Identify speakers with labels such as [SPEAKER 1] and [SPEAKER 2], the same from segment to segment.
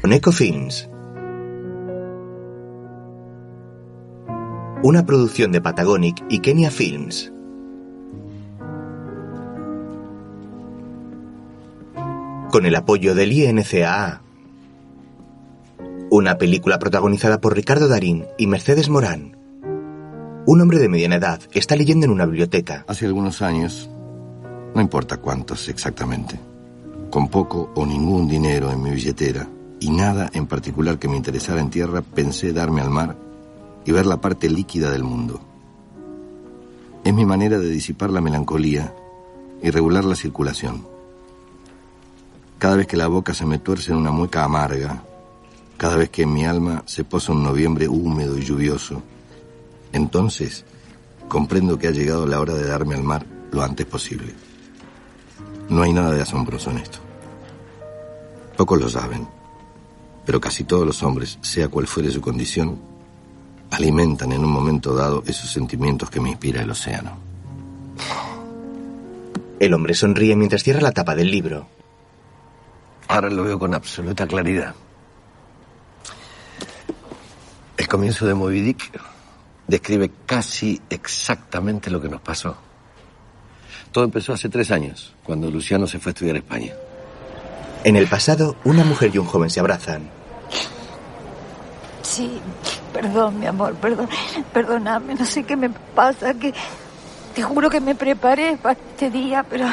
[SPEAKER 1] con Ecofins. Una producción de Patagonic y Kenya Films. Con el apoyo del INCAA. Una película protagonizada por Ricardo Darín y Mercedes Morán. Un hombre de mediana edad está leyendo en una biblioteca.
[SPEAKER 2] Hace algunos años, no importa cuántos exactamente, con poco o ningún dinero en mi billetera y nada en particular que me interesara en tierra, pensé darme al mar y ver la parte líquida del mundo. Es mi manera de disipar la melancolía y regular la circulación. Cada vez que la boca se me tuerce en una mueca amarga, cada vez que en mi alma se posa un noviembre húmedo y lluvioso, entonces comprendo que ha llegado la hora de darme al mar lo antes posible. No hay nada de asombroso en esto. Pocos lo saben, pero casi todos los hombres, sea cual fuere su condición, alimentan en un momento dado esos sentimientos que me inspira el océano.
[SPEAKER 1] El hombre sonríe mientras cierra la tapa del libro.
[SPEAKER 3] Ahora lo veo con absoluta claridad. El comienzo de Moby Dick describe casi exactamente lo que nos pasó. Todo empezó hace tres años, cuando Luciano se fue a estudiar a España.
[SPEAKER 1] En el pasado, una mujer y un joven se abrazan.
[SPEAKER 4] Sí, perdón, mi amor, perdón. Perdóname, no sé qué me pasa, que te juro que me preparé para este día, pero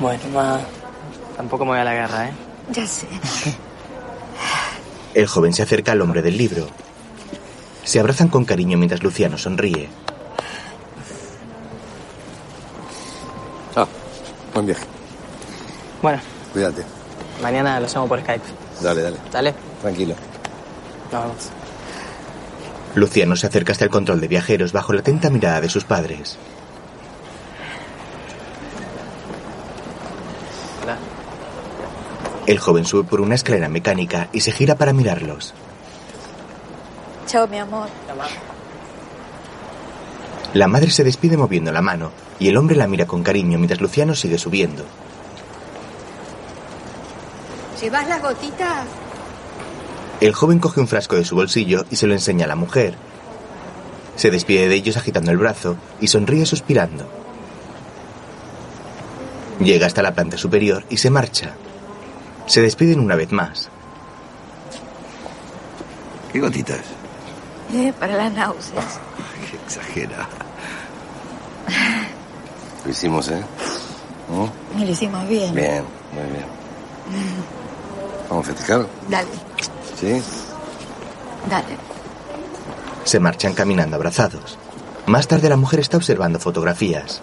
[SPEAKER 5] Bueno, ma. Tampoco me voy a la guerra, ¿eh?
[SPEAKER 4] ya sé.
[SPEAKER 1] El joven se acerca al hombre del libro. Se abrazan con cariño mientras Luciano sonríe.
[SPEAKER 6] Ah, buen viaje.
[SPEAKER 5] Bueno,
[SPEAKER 6] Cuídate.
[SPEAKER 5] mañana los llamo por Skype.
[SPEAKER 6] Dale, dale.
[SPEAKER 5] ¿Dale?
[SPEAKER 6] Tranquilo.
[SPEAKER 5] Nos vemos.
[SPEAKER 1] Luciano se acerca hasta el control de viajeros bajo la atenta mirada de sus padres.
[SPEAKER 5] Hola.
[SPEAKER 1] El joven sube por una escalera mecánica y se gira para mirarlos.
[SPEAKER 4] Chao, mi amor.
[SPEAKER 1] La madre se despide moviendo la mano y el hombre la mira con cariño mientras Luciano sigue subiendo.
[SPEAKER 4] ¿Llevas las gotitas?
[SPEAKER 1] El joven coge un frasco de su bolsillo y se lo enseña a la mujer. Se despide de ellos agitando el brazo y sonríe suspirando. Llega hasta la planta superior y se marcha. Se despiden una vez más.
[SPEAKER 2] ¿Qué gotitas?
[SPEAKER 4] Eh, para las náuseas.
[SPEAKER 2] Qué exagera. Lo hicimos, ¿eh? ¿Mm?
[SPEAKER 4] Y lo hicimos bien.
[SPEAKER 2] Bien, muy bien. ¿Vamos a festejar?
[SPEAKER 4] Dale,
[SPEAKER 2] ¿Sí?
[SPEAKER 4] dale.
[SPEAKER 1] Se marchan caminando abrazados. Más tarde la mujer está observando fotografías.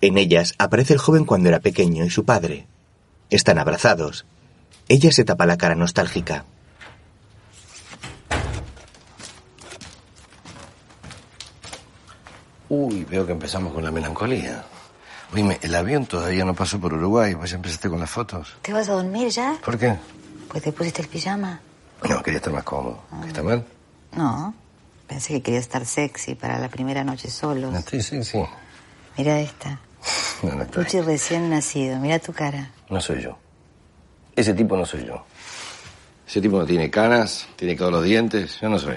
[SPEAKER 1] En ellas aparece el joven cuando era pequeño y su padre. Están abrazados. Ella se tapa la cara nostálgica.
[SPEAKER 2] Uy, veo que empezamos con la melancolía. Oíme, el avión todavía no pasó por Uruguay. Vos ya empezaste con las fotos.
[SPEAKER 4] ¿Te vas a dormir ya?
[SPEAKER 2] ¿Por qué?
[SPEAKER 4] Pues te pusiste el pijama.
[SPEAKER 2] No, quería estar más cómodo. ¿Qué ¿Está mal?
[SPEAKER 7] No, pensé que quería estar sexy para la primera noche solos.
[SPEAKER 2] No estoy, sí, sí.
[SPEAKER 7] Mira esta.
[SPEAKER 2] No, no estoy.
[SPEAKER 7] Luchi recién nacido, mira tu cara.
[SPEAKER 2] No soy yo. Ese tipo no soy yo. Ese tipo no tiene canas, tiene todos los dientes. Yo no soy.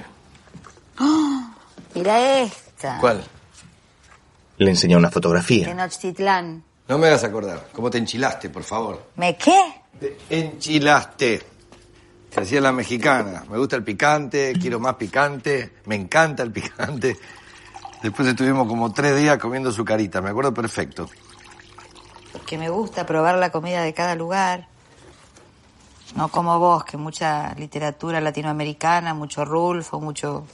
[SPEAKER 7] Mira esta.
[SPEAKER 2] ¿Cuál?
[SPEAKER 1] Le enseña una
[SPEAKER 7] De
[SPEAKER 1] fotografía.
[SPEAKER 7] Nochtitlán.
[SPEAKER 2] No me hagas acordar. ¿Cómo te enchilaste, por favor?
[SPEAKER 7] ¿Me qué?
[SPEAKER 2] Te enchilaste. Te hacía la mexicana. Me gusta el picante, quiero más picante, me encanta el picante. Después estuvimos como tres días comiendo su carita, me acuerdo perfecto.
[SPEAKER 7] Que me gusta probar la comida de cada lugar. No como vos, que mucha literatura latinoamericana, mucho Rulfo, mucho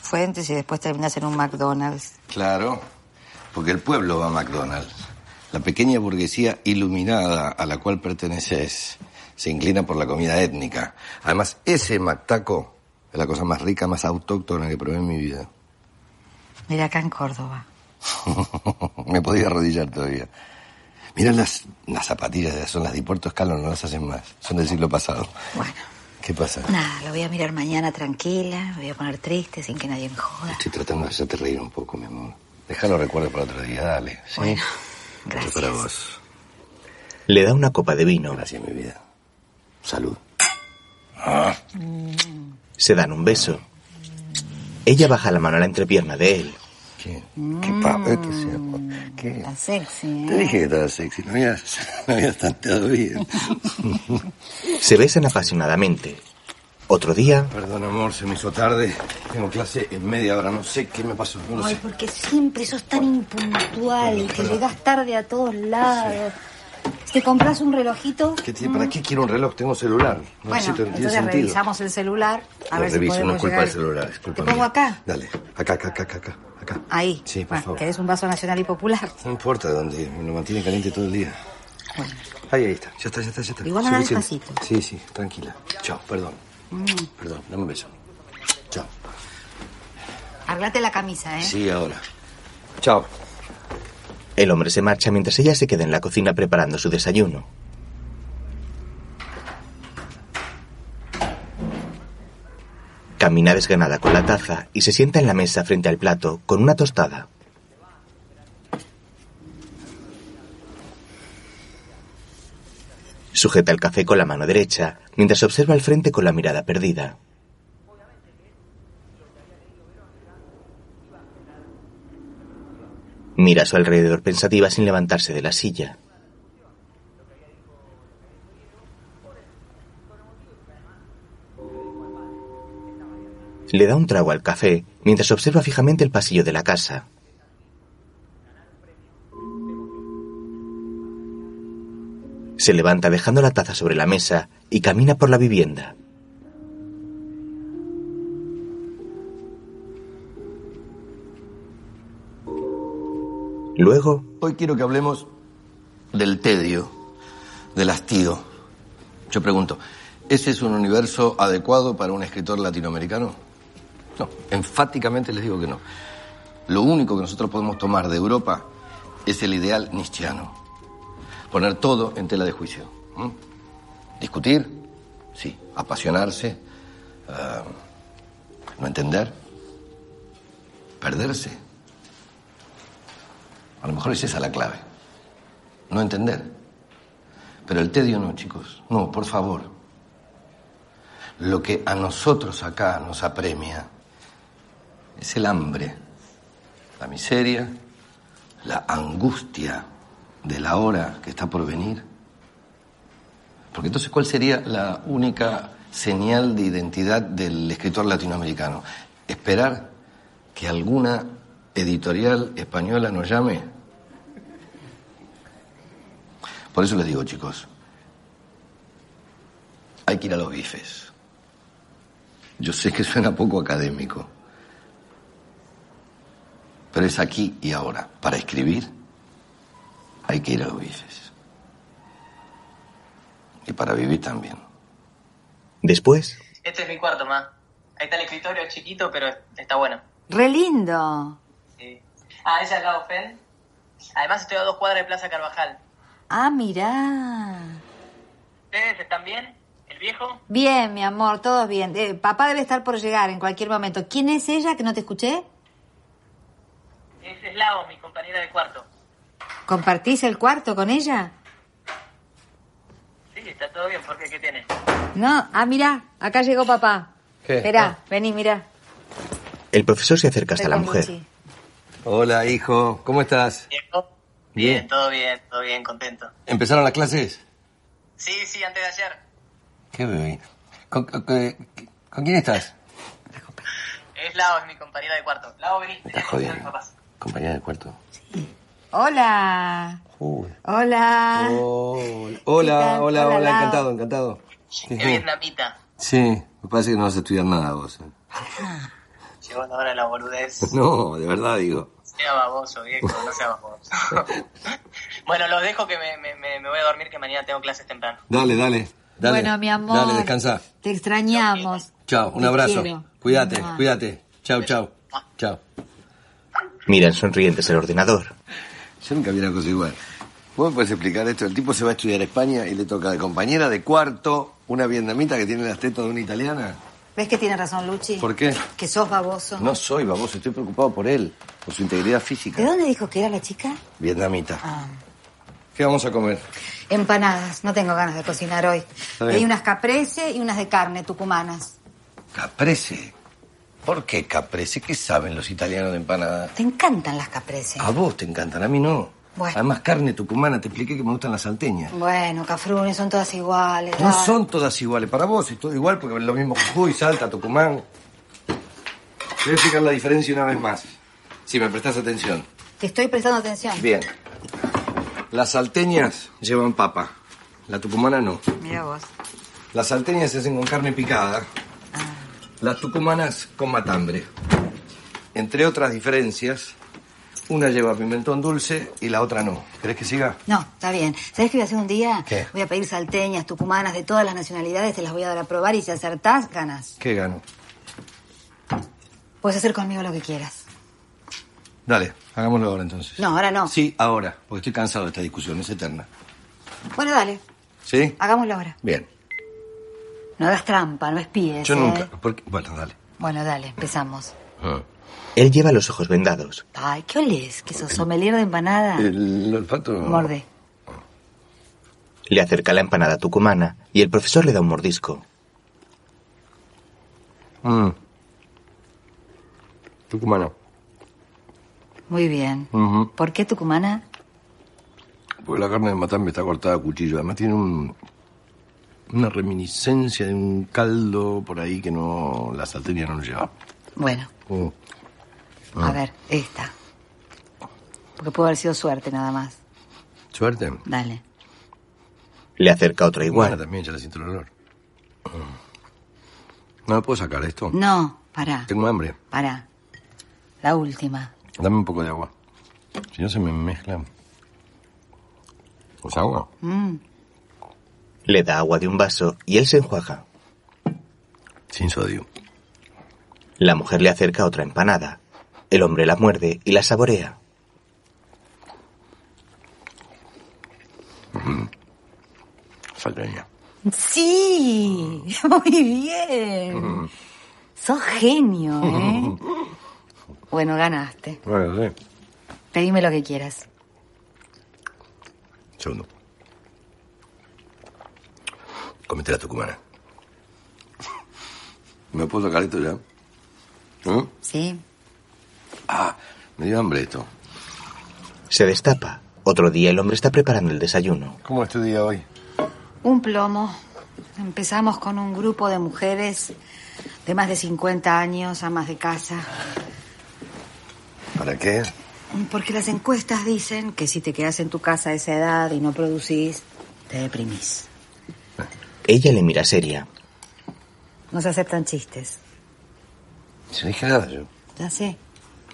[SPEAKER 7] Fuentes y después terminás en un McDonald's.
[SPEAKER 2] Claro, porque el pueblo va a McDonald's. La pequeña burguesía iluminada a la cual perteneces se inclina por la comida étnica. Además, ese McTaco es la cosa más rica, más autóctona que probé en mi vida.
[SPEAKER 7] Mira acá en Córdoba.
[SPEAKER 2] Me podía arrodillar todavía. Mirá las, las zapatillas de son las de Puerto Escalo, no las hacen más. Son del siglo pasado.
[SPEAKER 7] Bueno,
[SPEAKER 2] ¿Qué pasa?
[SPEAKER 7] nada, lo voy a mirar mañana tranquila, me voy a poner triste sin que nadie me joda.
[SPEAKER 2] Estoy tratando de hacerte reír un poco, mi amor. Dejá los recuerdos para otro día, dale. ¿sí?
[SPEAKER 7] Bueno,
[SPEAKER 2] Otro
[SPEAKER 7] gracias.
[SPEAKER 2] para vos.
[SPEAKER 1] Le da una copa de vino.
[SPEAKER 2] Gracias, mi vida. Salud.
[SPEAKER 1] Se dan un beso. Ella baja la mano a la entrepierna de él.
[SPEAKER 2] ¿Qué? ¿Qué pavo? ¿Qué sea? ¿Qué?
[SPEAKER 7] Está sexy,
[SPEAKER 2] Te
[SPEAKER 7] ¿eh?
[SPEAKER 2] dije que estaba sexy, no habías, no habías tanteado bien.
[SPEAKER 1] Se besan apasionadamente. Otro día,
[SPEAKER 2] Perdón, amor, se me hizo tarde. Tengo clase en media hora, no sé qué me pasó, no lo
[SPEAKER 8] Ay,
[SPEAKER 2] sé.
[SPEAKER 8] porque siempre sos tan impuntual y te llegas tarde a todos lados. Te compras un relojito,
[SPEAKER 2] ¿Qué tiene- ¿Para qué quiero un reloj? Tengo celular. No
[SPEAKER 7] pues, Bueno,
[SPEAKER 2] necesito, no tiene
[SPEAKER 7] entonces
[SPEAKER 2] sentido.
[SPEAKER 7] revisamos el celular. A
[SPEAKER 2] Lo
[SPEAKER 7] ver
[SPEAKER 2] reviso,
[SPEAKER 7] si
[SPEAKER 2] no
[SPEAKER 7] podemos
[SPEAKER 2] es culpa
[SPEAKER 7] llegar.
[SPEAKER 2] del celular, es culpa
[SPEAKER 7] ¿Te pongo
[SPEAKER 2] mía.
[SPEAKER 7] acá?
[SPEAKER 2] Dale, acá, acá, acá, acá, acá, acá.
[SPEAKER 7] Ahí.
[SPEAKER 2] Sí, por
[SPEAKER 7] Bueno,
[SPEAKER 2] favor.
[SPEAKER 7] ¿Querés un vaso nacional y popular?
[SPEAKER 2] No importa de dónde, me lo mantiene caliente todo el día. Ahí, ahí está, ya está, ya está, ya está.
[SPEAKER 7] Igual haga
[SPEAKER 2] Suficiente.
[SPEAKER 7] despacito.
[SPEAKER 2] Sí, sí, tranquila. Chao, perdón.
[SPEAKER 7] Mm,
[SPEAKER 2] Perdón, dame un beso. Chao.
[SPEAKER 7] Arreglate la camisa, ¿eh?
[SPEAKER 2] Sí, ahora. Chao.
[SPEAKER 1] el hombre se marcha mientras ella se queda en la cocina preparando su desayuno. Camina desganada con la taza y se sienta en la mesa frente al plato con una tostada. Sujeta el café con la mano derecha mientras observa el frente con la mirada perdida. Mira a su alrededor pensativa sin levantarse de la silla. Le da un trago al café mientras observa fijamente el pasillo de la casa. Se levanta dejando la taza sobre la mesa y camina por la vivienda. Luego
[SPEAKER 2] Hoy quiero que hablemos del tedio, del hastío. Yo pregunto, ¿ese es un universo adecuado para un escritor latinoamericano? No, enfáticamente les digo que no. Lo único que nosotros podemos tomar de Europa es el ideal nietzscheano. Poner todo en tela de juicio. ¿m? Discutir, sí. Apasionarse, ah, no entender, perderse. A lo mejor es esa la clave. No entender. Pero el tedio no, chicos. No, por favor. Lo que a nosotros acá nos apremia es el hambre, la miseria, la angustia de la hora que está por venir. Porque entonces, ¿cuál sería la única señal de identidad del escritor latinoamericano? Esperar que alguna editorial española nos llame. Por eso les digo, chicos, hay que ir a los bifes. Yo sé que suena poco académico, pero es aquí y ahora. Para escribir, hay que ir a los bifes. Y para vivir también.
[SPEAKER 1] Después,
[SPEAKER 9] Este es mi cuarto, ma. Ahí está el escritorio, es chiquito, pero está bueno.
[SPEAKER 7] Re lindo.
[SPEAKER 9] Sí. Ah, ella es la Ofen. Además estoy a dos cuadras de Plaza Carvajal.
[SPEAKER 7] Ah, mirá.
[SPEAKER 9] ¿Ustedes están bien? ¿El viejo?
[SPEAKER 7] Bien, mi amor, todo bien. Eh, papá debe estar por llegar en cualquier momento. ¿Quién es ella que no te escuché?
[SPEAKER 9] Es Eslavo, mi compañera de cuarto.
[SPEAKER 7] ¿Compartís el cuarto con ella?
[SPEAKER 9] Sí, está todo bien, porque ¿qué tiene?
[SPEAKER 7] No. Ah, mirá, acá llegó papá.
[SPEAKER 2] ¿Qué?
[SPEAKER 7] Esperá, vení, mirá.
[SPEAKER 1] el profesor se acerca hasta
[SPEAKER 7] Estoy
[SPEAKER 1] la
[SPEAKER 7] con
[SPEAKER 1] mujer.
[SPEAKER 7] Luchi.
[SPEAKER 2] Hola, hijo. ¿Cómo estás?
[SPEAKER 9] ¿Viejo?
[SPEAKER 2] Bien.
[SPEAKER 9] todo bien, todo bien, contento.
[SPEAKER 2] ¿Empezaron las clases?
[SPEAKER 9] Sí, sí, antes de ayer.
[SPEAKER 2] ¿Qué bebé? ¿Con, con- con- con quién estás?
[SPEAKER 9] Es Lao, es mi compañera de cuarto. Lao, vení.
[SPEAKER 2] Me está jodiendo. Compañera de cuarto.
[SPEAKER 7] Hola. Hola.
[SPEAKER 2] hola,
[SPEAKER 7] tal?
[SPEAKER 2] hola,
[SPEAKER 7] Hola,
[SPEAKER 2] hola,
[SPEAKER 7] Lau.
[SPEAKER 2] encantado, encantado.
[SPEAKER 9] Es vietnamita.
[SPEAKER 2] Sí, me parece que no vas a estudiar nada vos. ¿eh?
[SPEAKER 9] Llegó la hora de la boludez.
[SPEAKER 2] No, de verdad digo.
[SPEAKER 9] Sea baboso, viejo, no sea baboso. bueno, los dejo que me, me- me- me voy a dormir, que mañana tengo clases temprano.
[SPEAKER 2] Dale, dale, dale.
[SPEAKER 7] bueno, mi amor.
[SPEAKER 2] Dale, descansa.
[SPEAKER 7] Te extrañamos.
[SPEAKER 2] Chao, un
[SPEAKER 7] Te
[SPEAKER 2] abrazo.
[SPEAKER 7] quiero.
[SPEAKER 2] Cuídate,
[SPEAKER 7] Mua.
[SPEAKER 2] cuídate. Chao, chao. Chao.
[SPEAKER 1] Miran sonrientes el ordenador.
[SPEAKER 2] Yo nunca vi una cosa igual. ¿Vos me puedes explicar esto? El tipo se va a estudiar a España y le toca de compañera de cuarto una vietnamita que tiene las tetas de una italiana.
[SPEAKER 7] ¿Ves que tiene razón, Luchi?
[SPEAKER 2] ¿Por qué?
[SPEAKER 7] Que sos baboso.
[SPEAKER 2] No soy baboso, estoy preocupado por él, por su integridad física.
[SPEAKER 7] ¿De dónde dijo que era la chica?
[SPEAKER 2] Vietnamita.
[SPEAKER 7] Ah.
[SPEAKER 10] ¿Qué vamos a comer?
[SPEAKER 7] Empanadas, no tengo ganas de cocinar hoy.
[SPEAKER 10] bien.
[SPEAKER 7] Hay unas caprese y unas de carne tucumanas.
[SPEAKER 2] Caprese. ¿Por qué caprese? ¿Qué saben los italianos de empanadas?
[SPEAKER 7] Te encantan las caprese.
[SPEAKER 2] A vos te encantan, a mí no.
[SPEAKER 7] Bueno.
[SPEAKER 2] Ah, Además, carne tucumana, te expliqué que me gustan las salteñas.
[SPEAKER 7] Bueno, cafrunes, son todas iguales.
[SPEAKER 2] No
[SPEAKER 7] dale.
[SPEAKER 2] son todas iguales. Para vos es todo igual porque es lo mismo Jujuy, Salta, Tucumán. Te voy a explicar la diferencia una vez más. Si me prestás atención.
[SPEAKER 7] Te estoy prestando atención.
[SPEAKER 2] Bien. Las salteñas llevan papa. La tucumana no.
[SPEAKER 7] Mira vos.
[SPEAKER 2] Las salteñas se hacen con carne picada. Las tucumanas con matambre. Entre otras diferencias, una lleva pimentón dulce y la otra no. ¿Crees que siga?
[SPEAKER 7] No, está bien. ¿Sabes qué voy a hacer un día?
[SPEAKER 2] ¿Qué?
[SPEAKER 7] Voy a pedir salteñas, tucumanas, de todas las nacionalidades, te las voy a dar a probar y si acertás, ganas.
[SPEAKER 2] ¿Qué gano?
[SPEAKER 7] Puedes hacer conmigo lo que quieras.
[SPEAKER 2] Dale, hagámoslo ahora entonces.
[SPEAKER 7] No, ahora no.
[SPEAKER 2] Sí, ahora, porque estoy cansado de esta discusión, es eterna.
[SPEAKER 7] Bueno, dale,
[SPEAKER 2] ¿Sí?
[SPEAKER 7] hagámoslo ahora.
[SPEAKER 2] Bien.
[SPEAKER 7] No hagas trampa, no espíes.
[SPEAKER 2] Yo
[SPEAKER 7] ¿eh?
[SPEAKER 2] nunca. porque- Bueno, dale.
[SPEAKER 7] Bueno, dale, empezamos.
[SPEAKER 1] Ah. Él lleva los ojos vendados.
[SPEAKER 7] Ay, ¿qué olés? ¿Que sos sommelier de empanada?
[SPEAKER 2] El olfato.
[SPEAKER 7] Morde.
[SPEAKER 1] Le acerca la empanada tucumana y el profesor le da un mordisco.
[SPEAKER 10] Mm. Tucumana.
[SPEAKER 7] Muy bien.
[SPEAKER 10] Ujú.
[SPEAKER 7] ¿Por qué tucumana?
[SPEAKER 10] Porque la carne de matambre está cortada a cuchillo. Además tiene un, una reminiscencia de un caldo por ahí que no la salteña no lleva.
[SPEAKER 7] Bueno,
[SPEAKER 10] Mm.
[SPEAKER 7] a ver, esta. Porque pudo haber sido suerte nada más.
[SPEAKER 10] Suerte.
[SPEAKER 7] Dale.
[SPEAKER 1] Le acerca otra
[SPEAKER 10] Igual
[SPEAKER 1] igual.
[SPEAKER 10] también, ya le siento el olor. Mm. No me puedo sacar esto.
[SPEAKER 7] No, pará,
[SPEAKER 10] Tengo hambre.
[SPEAKER 7] pará. La última.
[SPEAKER 10] Dame un poco de agua. Si no se me mezcla. ¿Pues agua?
[SPEAKER 7] Mm,
[SPEAKER 1] Le da agua de un vaso y él se enjuaga.
[SPEAKER 10] Sin sodio.
[SPEAKER 1] La mujer le acerca otra empanada. El hombre la muerde y la saborea.
[SPEAKER 10] Salteña.
[SPEAKER 7] Sí, muy bien. Sos genio, ¿eh? Bueno, ganaste.
[SPEAKER 10] Bueno, sí.
[SPEAKER 7] Pedime lo que quieras.
[SPEAKER 10] Segundo. Comete la tucumana. ¿Me puedo sacar esto ya? ¿Eh?
[SPEAKER 7] ¿Sí?
[SPEAKER 10] Ah, me dio hambre esto.
[SPEAKER 1] Se destapa. Otro día el hombre está preparando el desayuno.
[SPEAKER 10] ¿Cómo es tu día hoy?
[SPEAKER 7] Un plomo. Empezamos con un grupo de mujeres de más de 50 años, amas de casa.
[SPEAKER 10] ¿Para qué?
[SPEAKER 7] Porque las encuestas dicen que si te quedas en tu casa a esa edad y no producís, te deprimís.
[SPEAKER 1] Ella le mira seria.
[SPEAKER 7] No se aceptan chistes.
[SPEAKER 10] Se dije nada yo.
[SPEAKER 7] Ya sé.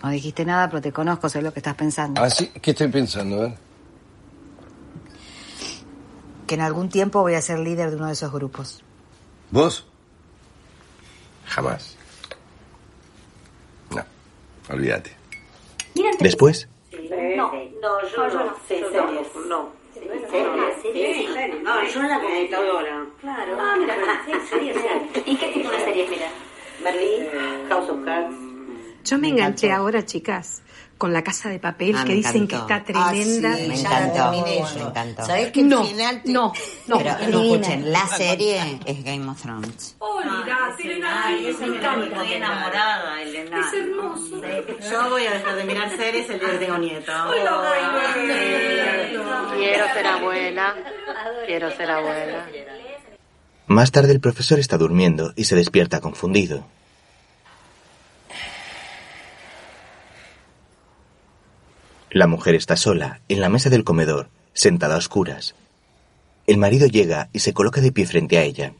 [SPEAKER 7] No dijiste nada, pero te conozco, sé lo que estás pensando.
[SPEAKER 10] Ah, sí, ¿qué estoy pensando? A ver.
[SPEAKER 7] Que en algún tiempo voy a ser líder de uno de esos grupos.
[SPEAKER 10] ¿Vos? Jamás. No, olvídate.
[SPEAKER 1] Después,
[SPEAKER 11] No, no, yo no. Sí, series. No. series. No, yo era comunicadora. Claro. Ah, mira, series. ¿Y qué tipo de series mira? Berlín, House of Cards.
[SPEAKER 12] Yo me enganché ahora, chicas, con la casa de papel
[SPEAKER 11] Ah,
[SPEAKER 12] que
[SPEAKER 11] me
[SPEAKER 12] dicen que
[SPEAKER 11] encantó. Ah,
[SPEAKER 12] está tremenda.
[SPEAKER 7] sí,
[SPEAKER 11] Me
[SPEAKER 7] Ya
[SPEAKER 11] encantó.
[SPEAKER 7] la terminé yo.
[SPEAKER 11] Me encantó. ¿Sabés que
[SPEAKER 12] No,
[SPEAKER 11] al final te...
[SPEAKER 12] no, no.
[SPEAKER 11] Pero no, escuchen, la serie es Game of Thrones. Ah, Ay, eso me estoy enamorada, Elena. Es hermoso. Yo voy a dejar de mirar series el día que tengo nieto. Quiero ser abuela. Quiero ser abuela.
[SPEAKER 1] más tarde el profesor está durmiendo y se despierta confundido. La mujer está sola, en la mesa del comedor, sentada a oscuras. El marido llega y se coloca de pie frente a ella.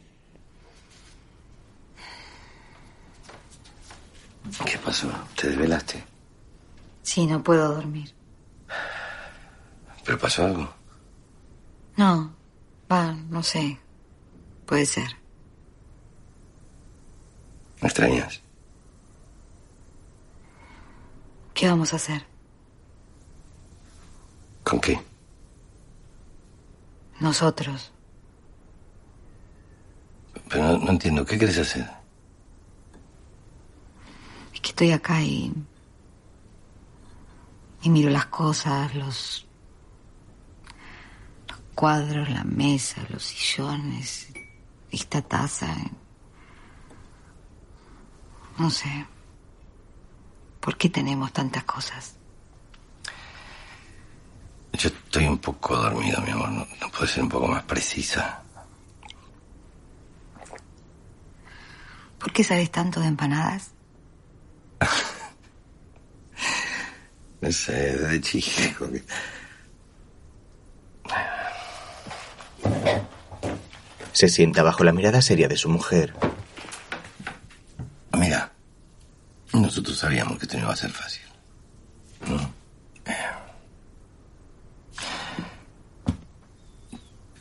[SPEAKER 2] ¿Qué pasó? ¿Te desvelaste?
[SPEAKER 7] Sí, no puedo dormir.
[SPEAKER 2] ¿Pero pasó algo?
[SPEAKER 7] No, va, no sé. Puede ser.
[SPEAKER 10] ¿Me extrañas?
[SPEAKER 7] ¿Qué vamos a hacer?
[SPEAKER 10] ¿Con qué?
[SPEAKER 7] Nosotros.
[SPEAKER 10] Pero no, no entiendo, ¿qué querés hacer?
[SPEAKER 7] Es que estoy acá y. y miro las cosas, los. cuadros, la mesa, los sillones, esta taza. eh. No sé. ¿Por qué tenemos tantas cosas?
[SPEAKER 2] Yo estoy un poco dormido, mi amor. ¿No, no puedes ser un poco más precisa?
[SPEAKER 7] ¿Por qué sabes tanto de empanadas?
[SPEAKER 2] No sé, de chico. que-
[SPEAKER 1] Se sienta bajo la mirada seria de su mujer.
[SPEAKER 2] Mira, nosotros sabíamos que esto no iba a ser fácil. ¿no? Eh,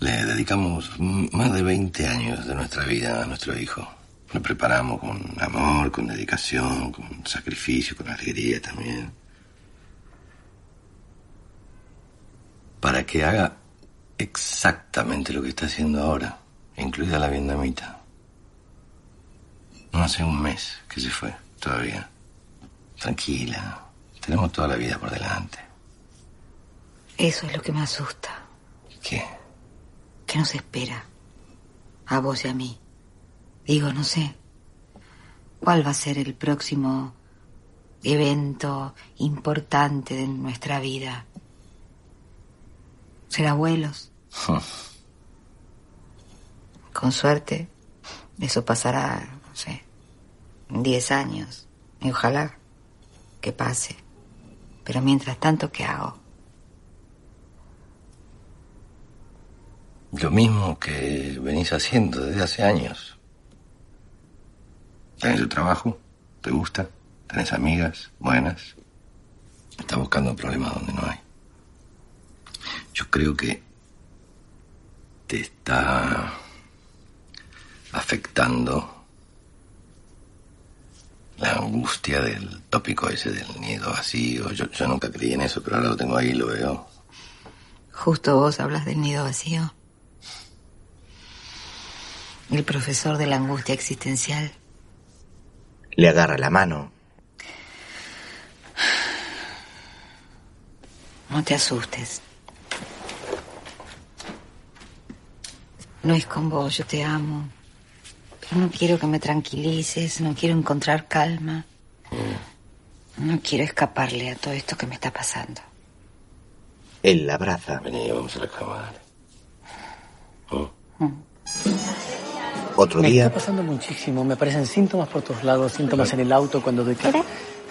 [SPEAKER 2] Le dedicamos m- más de 20 años de nuestra vida a nuestro hijo. Lo preparamos con amor, con dedicación, con sacrificio, con alegría también. Para que haga exactamente lo que está haciendo ahora, incluida la vietnamita. No hace un mes que se fue, todavía. Tranquila, tenemos toda la vida por delante.
[SPEAKER 7] Eso es lo que me asusta.
[SPEAKER 2] ¿Qué?
[SPEAKER 7] ¿Qué nos espera? A vos y a mí. Digo, no sé. ¿Cuál va a ser el próximo evento importante de nuestra vida? ¿Ser abuelos? Con suerte, eso pasará, no sé, en 10 años. Y ojalá que pase. Pero mientras tanto, ¿qué hago?
[SPEAKER 2] Lo mismo que venís haciendo desde hace años. ¿Tenés tu trabajo? ¿Te gusta? ¿Tenés amigas buenas? Estás buscando problemas donde no hay. Yo creo que te está afectando la angustia del tópico ese del nido vacío. Yo, yo nunca creí en eso, pero ahora lo tengo ahí, lo veo.
[SPEAKER 7] Justo vos hablas del nido vacío. El profesor de la angustia existencial.
[SPEAKER 1] Le agarra la mano.
[SPEAKER 7] No te asustes. No es con vos, yo te amo. Pero no quiero que me tranquilices, no quiero encontrar calma. No quiero escaparle a todo esto que me está pasando.
[SPEAKER 1] Él la abraza.
[SPEAKER 2] Vení, vamos a la cama.
[SPEAKER 1] Otro
[SPEAKER 5] me
[SPEAKER 1] día,
[SPEAKER 5] está pasando muchísimo. Me aparecen síntomas por todos lados, síntomas en el auto cuando doy clase.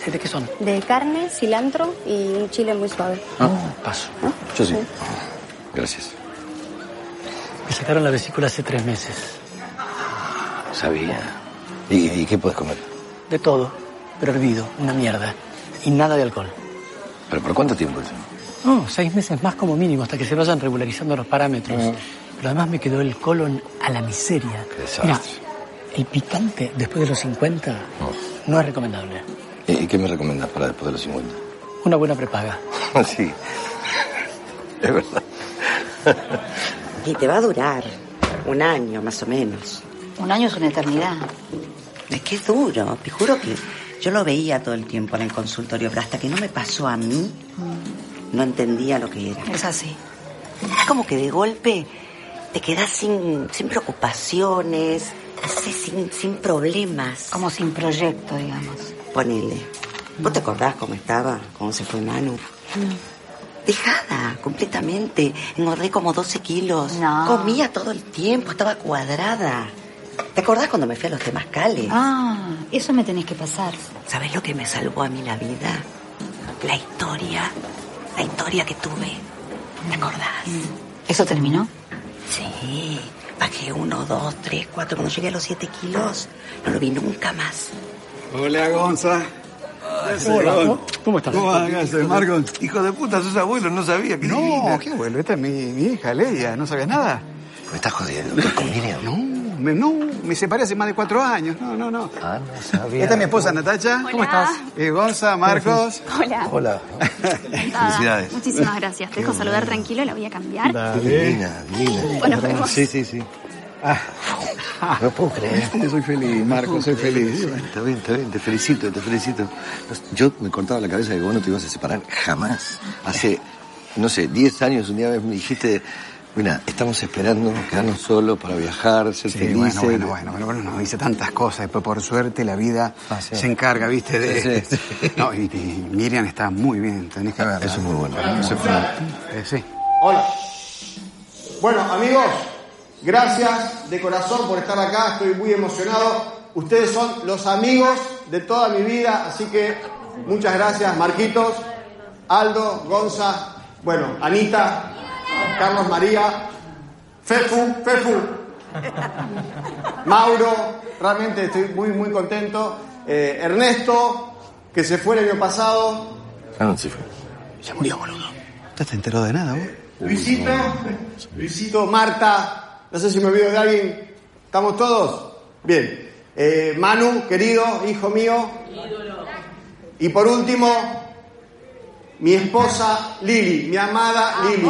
[SPEAKER 5] ¿Sí, ¿De qué son?
[SPEAKER 11] De carne, cilantro y un chile muy suave.
[SPEAKER 5] Ah, paso.
[SPEAKER 2] Yo sí. Gracias.
[SPEAKER 5] Me sacaron la vesícula hace tres meses.
[SPEAKER 2] Sabía. ¿Y, y qué puedes comer?
[SPEAKER 5] De todo, pero hervido, una mierda. Y nada de alcohol.
[SPEAKER 2] ¿Pero por cuánto tiempo eso?
[SPEAKER 5] No, seis meses más como mínimo, hasta que se vayan regularizando los parámetros. Pero además me quedó el colon a la miseria. Mira, el picante después de los 50 no es recomendable.
[SPEAKER 2] ¿Y, y qué me recomiendas para después de los 50?
[SPEAKER 5] Una buena prepaga.
[SPEAKER 2] sí. Es verdad.
[SPEAKER 12] Y te va a durar un año más o menos.
[SPEAKER 7] Un año es una eternidad.
[SPEAKER 12] Es que es duro, te juro que yo lo veía todo el tiempo en el consultorio, pero hasta que no me pasó a mí, no entendía lo que era.
[SPEAKER 7] Es así.
[SPEAKER 12] Es como que de golpe te quedas sin, sin preocupaciones, así sin, sin problemas.
[SPEAKER 7] Como sin proyecto, digamos.
[SPEAKER 12] Ponele. ¿Vos te acordás cómo estaba, cómo se fue Manu? Dejada, completamente. Engordé como 12 kilos. Comía todo el tiempo, estaba cuadrada. ¿Te acordás cuando me fui a los temazcales?
[SPEAKER 7] Ah, eso me tenés que pasar.
[SPEAKER 12] ¿Sabés lo que me salvó a mí la vida? La historia. La historia que tuve. ¿Te acordás?
[SPEAKER 7] ¿Eso terminó?
[SPEAKER 12] Sí. Bajé uno, dos, tres, cuatro. Cuando llegué a los siete kilos, no lo vi nunca más.
[SPEAKER 6] Hola, Gonza.
[SPEAKER 12] Hola,
[SPEAKER 6] Gon.
[SPEAKER 12] ¿cómo- cómo estás?
[SPEAKER 6] ¿Cómo hagas, Marco? Hijo de puta, sos abuelo, no sabía que No,
[SPEAKER 2] divina.
[SPEAKER 6] qué abuelo, esta es mi, mi hija, Leia, ¿no sabías nada?
[SPEAKER 2] Me estás jodiendo. ¿Te conviene?
[SPEAKER 6] No, me, no, me separé hace más de cuatro años, no, no, no.
[SPEAKER 2] Ah, no sabía.
[SPEAKER 6] Esta es mi esposa, Natacha.
[SPEAKER 11] Hola. ¿Cómo estás?
[SPEAKER 6] Eh, Gonza, Marcos.
[SPEAKER 11] Hola.
[SPEAKER 2] Hola.
[SPEAKER 11] Encantada.
[SPEAKER 2] Felicidades.
[SPEAKER 11] Muchísimas gracias. Te dejo saludar tranquilo, la voy a cambiar.
[SPEAKER 13] Ah,
[SPEAKER 2] Divina, divina.
[SPEAKER 11] Bueno, vemos.
[SPEAKER 6] Sí, sí, sí.
[SPEAKER 2] Ah.
[SPEAKER 6] No puedo creer. Soy feliz, Marcos, soy feliz.
[SPEAKER 2] Está bien, está bien, te felicito, te felicito. Yo me cortaba la cabeza de que vos no te ibas a separar jamás. Hace, no sé, 10 años un día me dijiste, Mira, estamos esperando quedarnos solos para viajar, ser
[SPEAKER 13] Sí,
[SPEAKER 2] felices.
[SPEAKER 13] bueno, bueno, bueno, bueno, bueno, nos dice tantas cosas, después por suerte la vida
[SPEAKER 2] sí.
[SPEAKER 13] se encarga, viste, de...
[SPEAKER 2] Sí,
[SPEAKER 13] No, y, y Miriam está muy bien, tenés que verla. Eso es muy bueno. Eh, sí.
[SPEAKER 14] Hola. Bueno, amigos, gracias de corazón por estar acá, estoy muy emocionado. Ustedes son los amigos de toda mi vida, así que muchas gracias, Marquitos, Aldo, Gonza, bueno, Anita, Carlos María, Fefu, Fefu, Mauro, realmente estoy muy, muy contento. Eh, Ernesto, que se fue el año pasado.
[SPEAKER 2] Ah, no, sí fue.
[SPEAKER 13] Se murió, boludo. ¿No te enteró de nada, vos?
[SPEAKER 14] Luisito, Luisito, Marta, no sé si me olvido de alguien. ¿Estamos todos? Bien. Eh, Manu, querido, hijo mío. Y por último, mi esposa Lili, mi amada Lili.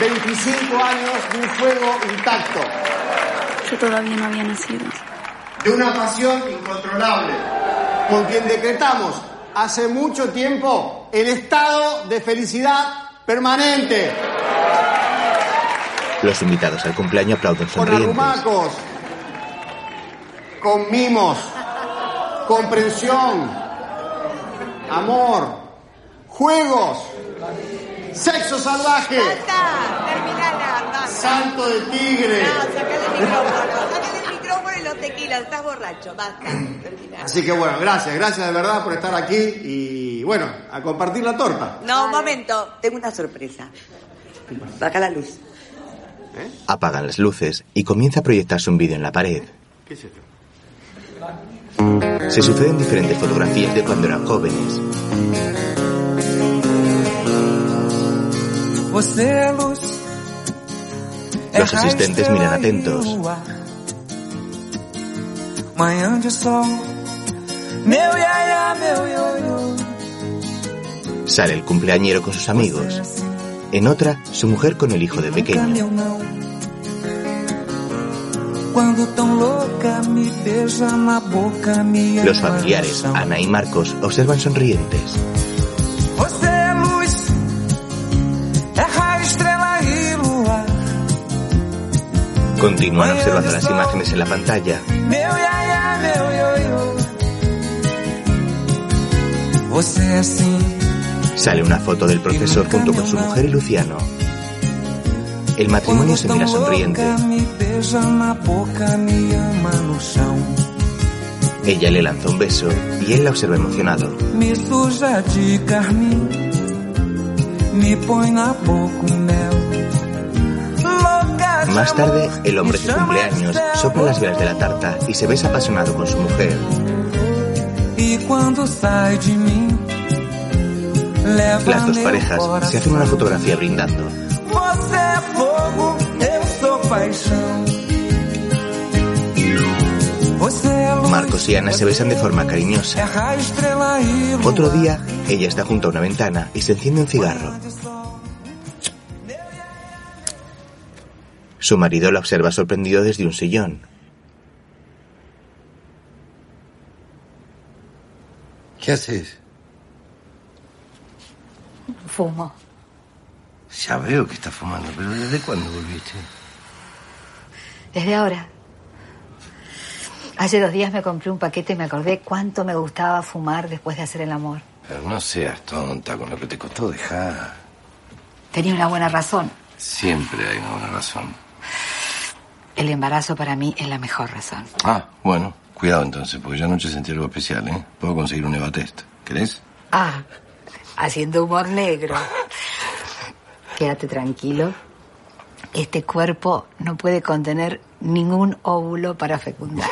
[SPEAKER 14] 25 años de un fuego intacto,
[SPEAKER 15] Yo todavía no había nacido.
[SPEAKER 14] de una pasión incontrolable, con quien decretamos hace mucho tiempo el estado de felicidad permanente.
[SPEAKER 1] Los invitados al cumpleaños aplauden
[SPEAKER 14] con
[SPEAKER 1] sonrientes.
[SPEAKER 14] arrumacos, con mimos, comprensión, amor, juegos, sexo salvaje, salto de tigre.
[SPEAKER 12] el micrófono y los tequilas, estás borracho, basta. Termina.
[SPEAKER 14] Así que bueno, gracias, gracias de verdad por estar aquí y bueno, a compartir la torta.
[SPEAKER 12] No, un momento, tengo una sorpresa. Baja la luz.
[SPEAKER 1] Apagan las luces y comienza a proyectarse un vídeo en la pared.
[SPEAKER 14] ¿Qué es esto?
[SPEAKER 1] Se suceden diferentes fotografías de cuando eran jóvenes.
[SPEAKER 16] Você é luz. É
[SPEAKER 1] Los asistentes miran atentos.
[SPEAKER 16] Manhã de sol. Meu iaia, meu ioiô.
[SPEAKER 1] Sale el cumpleañero con sus amigos. En otra, su mujer con el hijo de
[SPEAKER 16] Nunca
[SPEAKER 1] pequeño.
[SPEAKER 16] meu não. Quando tão louca me beija na boca, me
[SPEAKER 1] Los
[SPEAKER 16] ama no
[SPEAKER 1] familiares,
[SPEAKER 16] chão.
[SPEAKER 1] Ana y Marcos, observan sonrientes.
[SPEAKER 16] Você é luz, é raio, estrela e lua.
[SPEAKER 1] Continúan observando las imágenes en la pantalla.
[SPEAKER 16] Meu iaia, meu ioiô. Você é assim.
[SPEAKER 1] Sale una foto del profesor junto con su mujer y Luciano. El matrimonio se mira sonriente.
[SPEAKER 16] me beija na boca, me ama no chão.
[SPEAKER 1] Ella le lanza un beso y él la observa emocionado.
[SPEAKER 16] Me suja de carmim, me põe na boca o mel. Louca de
[SPEAKER 1] Más
[SPEAKER 16] amor,
[SPEAKER 1] tarde, el hombre de cumpleaños sopla las velas de la tarta y se besa apasionado con su mujer.
[SPEAKER 16] e quando sai de mim, leva
[SPEAKER 1] Las dos
[SPEAKER 16] meu
[SPEAKER 1] parejas se
[SPEAKER 16] coração.
[SPEAKER 1] hacen una fotografía brindando.
[SPEAKER 16] Você é fogo, eu sou paixão. Você é luz,
[SPEAKER 1] Marcos y Ana se besan de forma
[SPEAKER 16] é
[SPEAKER 1] cariñosa.
[SPEAKER 16] raio, estrela e lua.
[SPEAKER 1] Otro día, ella está junto a una ventana y se enciende un cigarro. Su marido la observa sorprendido desde un sillón.
[SPEAKER 2] ¿Qué haces?
[SPEAKER 7] Fumo.
[SPEAKER 2] Ya veo que estás fumando, pero ¿desde cuándo volviste?
[SPEAKER 7] Desde ahora. Hace dos días me compré un paquete y me acordé cuánto me gustaba fumar después de hacer el amor.
[SPEAKER 2] Pero no seas tonta con lo que te costó dejar.
[SPEAKER 7] Tenía una buena razón.
[SPEAKER 2] Siempre hay una buena razón.
[SPEAKER 7] El embarazo para mí es la mejor razón.
[SPEAKER 2] Ah, bueno, cuidado entonces, porque yo anoche sentí algo especial, ¿eh? Puedo conseguir un Evatest. ¿Querés?
[SPEAKER 7] Ah, haciendo humor negro. Quédate tranquilo. Este cuerpo no puede contener ningún óvulo para fecundar.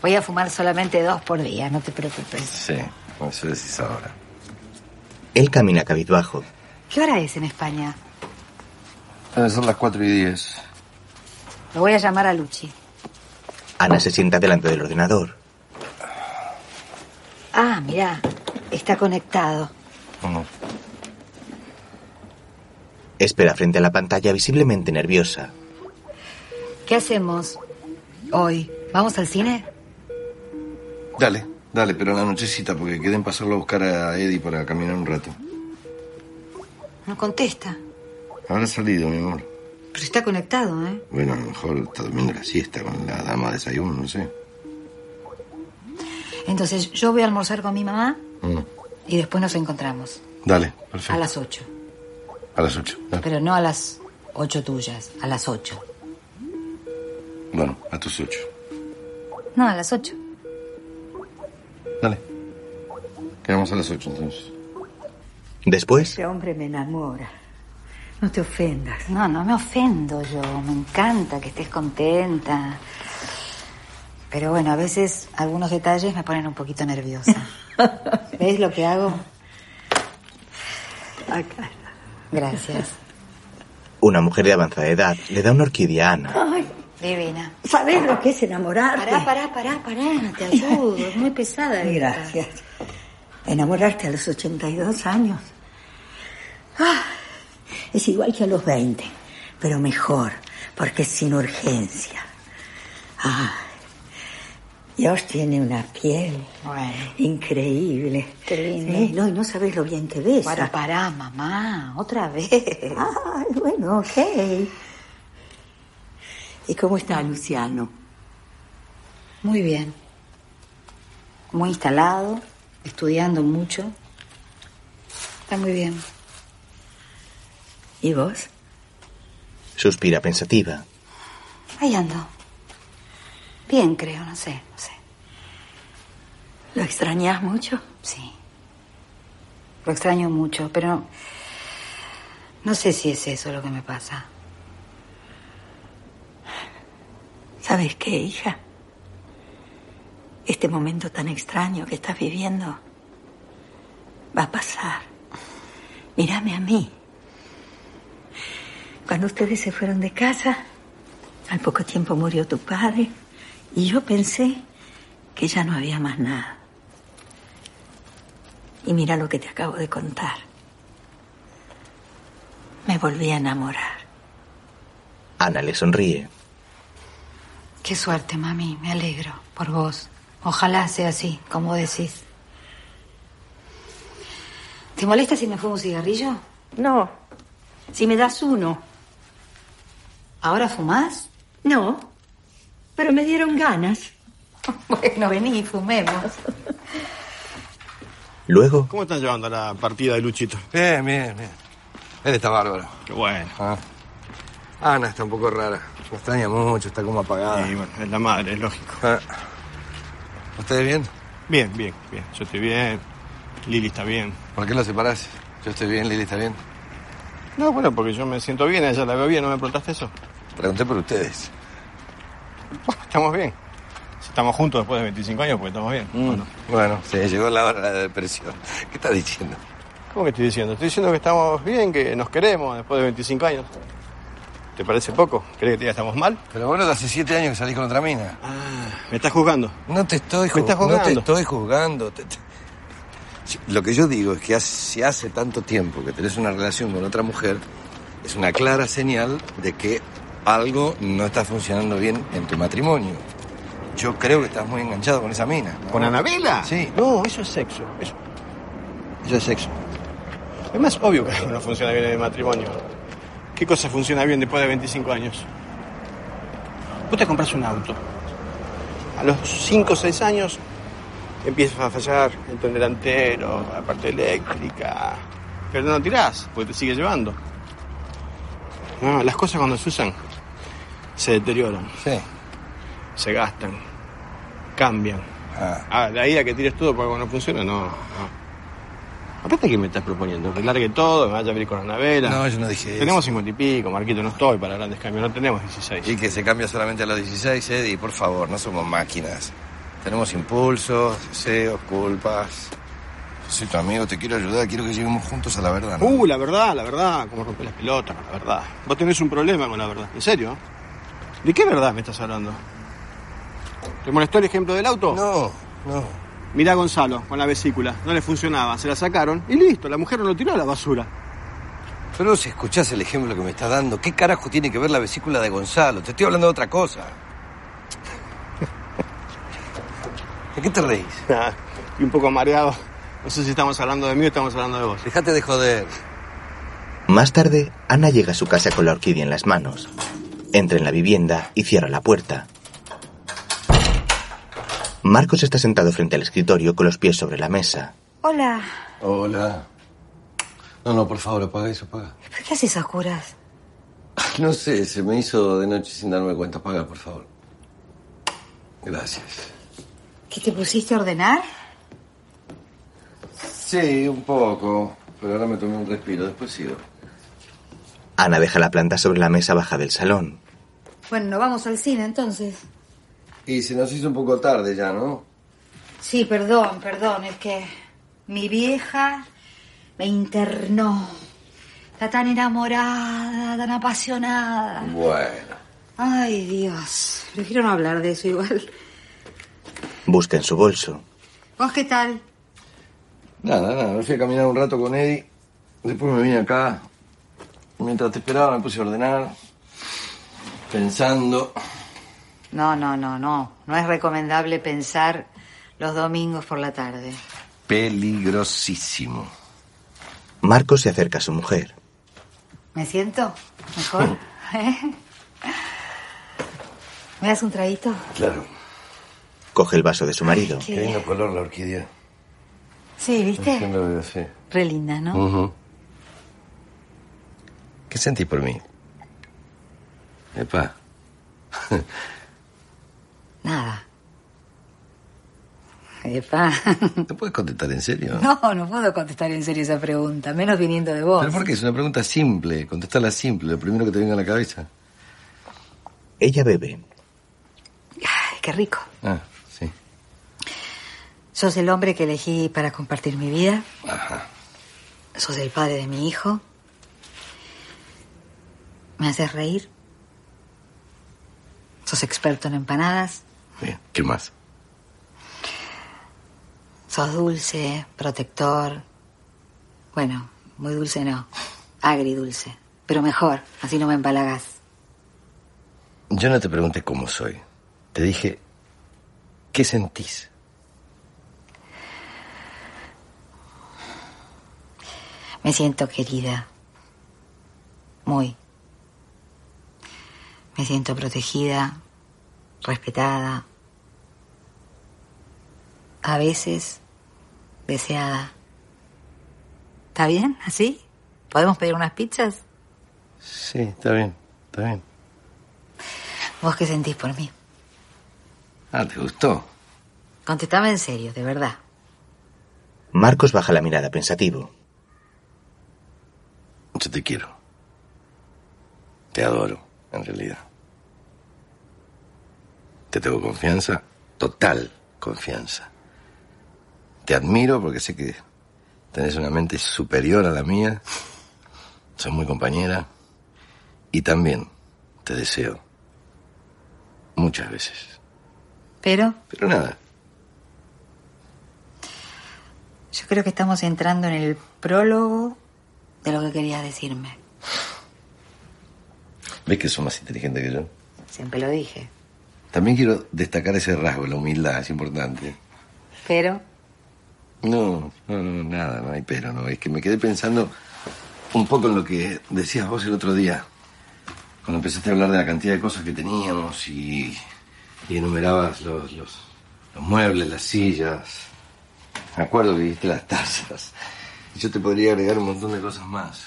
[SPEAKER 7] Voy a fumar solamente dos por día, no te preocupes.
[SPEAKER 2] Sí, eso decís ahora.
[SPEAKER 1] Él camina cabizbajo.
[SPEAKER 7] ¿Qué hora es en España?
[SPEAKER 2] Eh, son las 4 y 10.
[SPEAKER 7] Lo voy a llamar a Luchi.
[SPEAKER 1] Ana se sienta delante del ordenador.
[SPEAKER 7] Ah, mira, está conectado.
[SPEAKER 1] Espera frente a la pantalla visiblemente nerviosa.
[SPEAKER 7] ¿Qué hacemos hoy? ¿Vamos al cine?
[SPEAKER 2] Dale, dale, pero en la nochecita, porque queden pasarlo a buscar a Eddie para caminar un rato.
[SPEAKER 7] No contesta.
[SPEAKER 17] Habrá salido, mi amor.
[SPEAKER 7] Pero está conectado, ¿eh?
[SPEAKER 17] Bueno, a lo mejor está durmiendo la siesta con la dama de desayuno, no sé.
[SPEAKER 7] Entonces yo voy a almorzar con mi mamá
[SPEAKER 17] Mm.
[SPEAKER 7] y después nos encontramos.
[SPEAKER 17] Dale, perfecto.
[SPEAKER 7] A las 8.
[SPEAKER 17] A las 8.
[SPEAKER 7] Pero no a las 8 tuyas, a las 8.
[SPEAKER 17] Bueno, a tus 8.
[SPEAKER 7] No, a las 8.
[SPEAKER 17] Quedamos a las 8 entonces.
[SPEAKER 1] Después,
[SPEAKER 12] Ese hombre me enamora. No te ofendas.
[SPEAKER 7] No, no me ofendo yo. Me encanta que estés contenta. Pero bueno, a veces algunos detalles me ponen un poquito nerviosa. ¿Ves lo que hago?
[SPEAKER 12] Acá.
[SPEAKER 7] Gracias.
[SPEAKER 1] una mujer de avanzada edad le da una orquídea a Ana.
[SPEAKER 12] Ay,
[SPEAKER 7] Divina.
[SPEAKER 12] ¿sabes lo que es enamorarte?
[SPEAKER 7] Pará, pará, pará, pará. Te ayudo. Es muy pesada. esta.
[SPEAKER 12] Gracias. Enamorarte a los 82 años. Ah, es igual que a los 20, pero mejor, porque es sin urgencia. Ah, Dios tiene una piel increíble. Qué
[SPEAKER 7] lindo.
[SPEAKER 12] no, y no sabes lo bien que besa.
[SPEAKER 7] Bueno, pará, mamá. Otra vez.
[SPEAKER 12] Ay, bueno, ok. ¿Y cómo está Luciano?
[SPEAKER 7] Muy bien. Muy instalado, estudiando mucho. Está muy bien.
[SPEAKER 12] ¿Y vos?
[SPEAKER 1] Suspira pensativa.
[SPEAKER 7] Ahí ando. Bien, creo, no sé, no sé.
[SPEAKER 12] ¿Lo extrañas mucho?
[SPEAKER 7] Sí. Lo extraño mucho, pero no sé si es eso lo que me pasa.
[SPEAKER 12] ¿Sabes qué, hija? Este momento tan extraño que estás viviendo va a pasar. Mírame a mí. Cuando ustedes se fueron de casa, al poco tiempo murió tu padre y yo pensé que ya no había más nada. Y mira lo que te acabo de contar. Me volví a enamorar.
[SPEAKER 1] Ana le sonríe.
[SPEAKER 7] Qué suerte, mami, me alegro por vos. Ojalá sea así, como decís. ¿Te molesta si me fumo un cigarrillo?
[SPEAKER 12] No. Si me das uno.
[SPEAKER 7] ¿Ahora fumás?
[SPEAKER 12] No, pero me dieron ganas.
[SPEAKER 7] Bueno, vení, fumemos.
[SPEAKER 1] Luego.
[SPEAKER 6] ¿Cómo están llevando la partida de Luchito?
[SPEAKER 2] Bien, bien, bien. Él está bárbaro.
[SPEAKER 6] Qué bueno.
[SPEAKER 2] Ah. Ana está un poco rara. Lo extraña mucho, está como apagada. Ah.
[SPEAKER 6] Sí, bueno, es la madre, es lógico.
[SPEAKER 2] ¿Ustedes bien?
[SPEAKER 6] Bien, bien, bien. Yo estoy bien. Lili está bien.
[SPEAKER 2] ¿Por qué lo separás? Yo estoy bien, Lili está bien.
[SPEAKER 6] No, bueno, porque yo me siento bien, a ella la veo bien, ¿no me preguntaste eso?
[SPEAKER 2] Pregunté por ustedes.
[SPEAKER 6] Estamos bien. Si Estamos juntos después de 25 años, pues estamos bien.
[SPEAKER 2] Bueno, Mm. se llegó la hora de la depresión. ¿Qué estás diciendo?
[SPEAKER 6] ¿Cómo que estoy diciendo? Estoy diciendo que estamos bien, que nos queremos después de 25 años. ¿Te parece poco? ¿Crees que te diga estamos mal? Ah,
[SPEAKER 2] Pero bueno, hace siete años que salís con otra mina.
[SPEAKER 6] Me estás juzgando.
[SPEAKER 2] No te estoy
[SPEAKER 6] Me estás juzgando.
[SPEAKER 2] No te estoy juzgando. Te- te- Lo que yo digo es que hace- si hace tanto tiempo que tenés una relación con otra mujer, es una clara señal de que algo no está funcionando bien en tu matrimonio. Yo creo que estás muy enganchado con esa mina. ¿no?
[SPEAKER 6] ¿Con Anabela?
[SPEAKER 2] Sí.
[SPEAKER 6] No, eso es sexo. Eso, eso es sexo. Es más obvio que algo no funciona bien en el matrimonio. ¿Qué cosa funciona bien después de 25 años? Vos te compras un auto. A los 5 o 6 años empiezas a fallar el tren delantero, la parte eléctrica. Pero no lo tirás, porque te sigue llevando. No, las cosas cuando se usan se deterioran. Se gastan. Cambian. Ah, de ahí a que tires todo porque cuando no funciona, no. no. Aparte, ¿qué me estás proponiendo? ¿Que largue todo? ¿Me vaya a abrir con la vela?
[SPEAKER 2] No, yo no dije eso.
[SPEAKER 6] Tenemos 50 y pico, Marquito, no estoy para grandes cambios, no tenemos 16.
[SPEAKER 2] Y que se cambia solamente a los 16, Eddie, por favor, no somos máquinas. Tenemos impulsos, deseos, culpas. Yo soy tu amigo, te quiero ayudar, quiero que lleguemos juntos a la verdad. ¿no?
[SPEAKER 6] Uh, la verdad, la verdad, cómo romper las pelotas con la verdad. Vos tenés un problema con la verdad, ¿en serio? ¿De qué verdad me estás hablando? ¿Te molestó el ejemplo del auto?
[SPEAKER 2] No, no.
[SPEAKER 6] Mirá a Gonzalo con la vesícula, no le funcionaba, se la sacaron y listo, la mujer no lo tiró a la basura.
[SPEAKER 2] Pero si escuchás el ejemplo que me estás dando, ¿qué carajo tiene que ver la vesícula de Gonzalo? Te estoy hablando de otra cosa. ¿De qué te reís?
[SPEAKER 6] y un poco mareado. No sé si estamos hablando de mí o estamos hablando de vos.
[SPEAKER 2] Dejate de joder.
[SPEAKER 1] Más tarde, Ana llega a su casa con la orquídea en las manos. Entra en la vivienda y cierra la puerta. Marcos está sentado frente al escritorio con los pies sobre la mesa.
[SPEAKER 18] Hola.
[SPEAKER 2] Hola. No, no, por favor, apaga eso, apaga.
[SPEAKER 18] ¿Por qué haces a oscuras?
[SPEAKER 2] No sé, se me hizo de noche sin darme cuenta. Apaga, por favor. Gracias.
[SPEAKER 7] ¿Qué te pusiste a ordenar?
[SPEAKER 2] Sí, un poco. Pero ahora me tomé un respiro, después sigo.
[SPEAKER 1] Ana deja la planta sobre la mesa baja del salón.
[SPEAKER 18] Bueno, ¿no vamos al cine entonces.
[SPEAKER 2] Y se nos hizo un poco tarde ya, ¿no?
[SPEAKER 18] Sí, perdón, perdón, es que mi vieja me internó. Está tan enamorada, tan apasionada.
[SPEAKER 2] Bueno.
[SPEAKER 18] Ay, Dios. Prefiero no hablar de eso igual.
[SPEAKER 1] Busca en su bolso.
[SPEAKER 18] ¿Vos qué tal?
[SPEAKER 2] Nada, nada, me fui a caminar un rato con Eddie. Después me vine acá. Mientras te esperaba me puse a ordenar. Pensando.
[SPEAKER 7] No, no, no, no. No es recomendable pensar los domingos por la tarde.
[SPEAKER 2] Peligrosísimo.
[SPEAKER 1] Marcos se acerca a su mujer.
[SPEAKER 7] ¿Me siento mejor? ¿Eh? ¿Me das un traguito?
[SPEAKER 2] Claro.
[SPEAKER 1] Coge el vaso de su marido.
[SPEAKER 2] Qué lindo color la orquídea.
[SPEAKER 7] Sí,
[SPEAKER 2] Sí,
[SPEAKER 7] ¿viste?
[SPEAKER 2] lo veo, sí.
[SPEAKER 7] Re linda, ¿no?
[SPEAKER 2] Ujú. ¿Qué sentís por mí? Epa.
[SPEAKER 7] Nada. Epa.
[SPEAKER 2] ¿Te puedes contestar en serio?
[SPEAKER 7] No, no puedo contestar en serio esa pregunta, menos viniendo de vos.
[SPEAKER 2] ¿Pero por qué? Es una pregunta simple. Contestarla simple, lo primero que te venga a la cabeza.
[SPEAKER 1] Ella bebe.
[SPEAKER 7] Ay, qué rico.
[SPEAKER 2] Ah, sí.
[SPEAKER 7] Sos el hombre que elegí para compartir mi vida. Sos el padre de mi hijo. Me haces reír. Sos experto en empanadas.
[SPEAKER 2] Bien, ¿qué más?
[SPEAKER 7] Sos dulce, protector. Bueno, muy dulce no. Agridulce. Pero mejor, así no me empalagas.
[SPEAKER 2] Yo no te pregunté cómo soy. Te dije, ¿qué sentís?
[SPEAKER 7] Me siento querida. Muy. Me siento protegida, respetada. A veces deseada. ¿Está bien? ¿Así? ¿Podemos pedir unas pizzas?
[SPEAKER 2] Sí, está bien, está bien.
[SPEAKER 7] ¿Vos qué sentís por mí?
[SPEAKER 2] Ah, ¿te gustó?
[SPEAKER 7] Contestame en serio, de verdad.
[SPEAKER 1] Marcos baja la mirada pensativo.
[SPEAKER 2] Yo te quiero. Te adoro, en realidad. Te tengo confianza, total confianza. Te admiro porque sé que tenés una mente superior a la mía. Sos muy compañera. Y también te deseo. Muchas veces.
[SPEAKER 7] Pero
[SPEAKER 2] Pero nada.
[SPEAKER 7] yo creo que estamos entrando en el prólogo de lo que querías decirme.
[SPEAKER 2] ¿Ves que sos más inteligente que yo?
[SPEAKER 7] Siempre lo dije.
[SPEAKER 2] También quiero destacar ese rasgo, la humildad, es importante.
[SPEAKER 7] Pero
[SPEAKER 2] No, no, no, nada, no hay pero, no. Es que me quedé pensando un poco en lo que decías vos el otro día, cuando empezaste a hablar de la cantidad de cosas que teníamos y, y enumerabas los, los, los muebles, las sillas. Me acuerdo que dijiste las tazas. Y yo te podría agregar un montón de cosas más.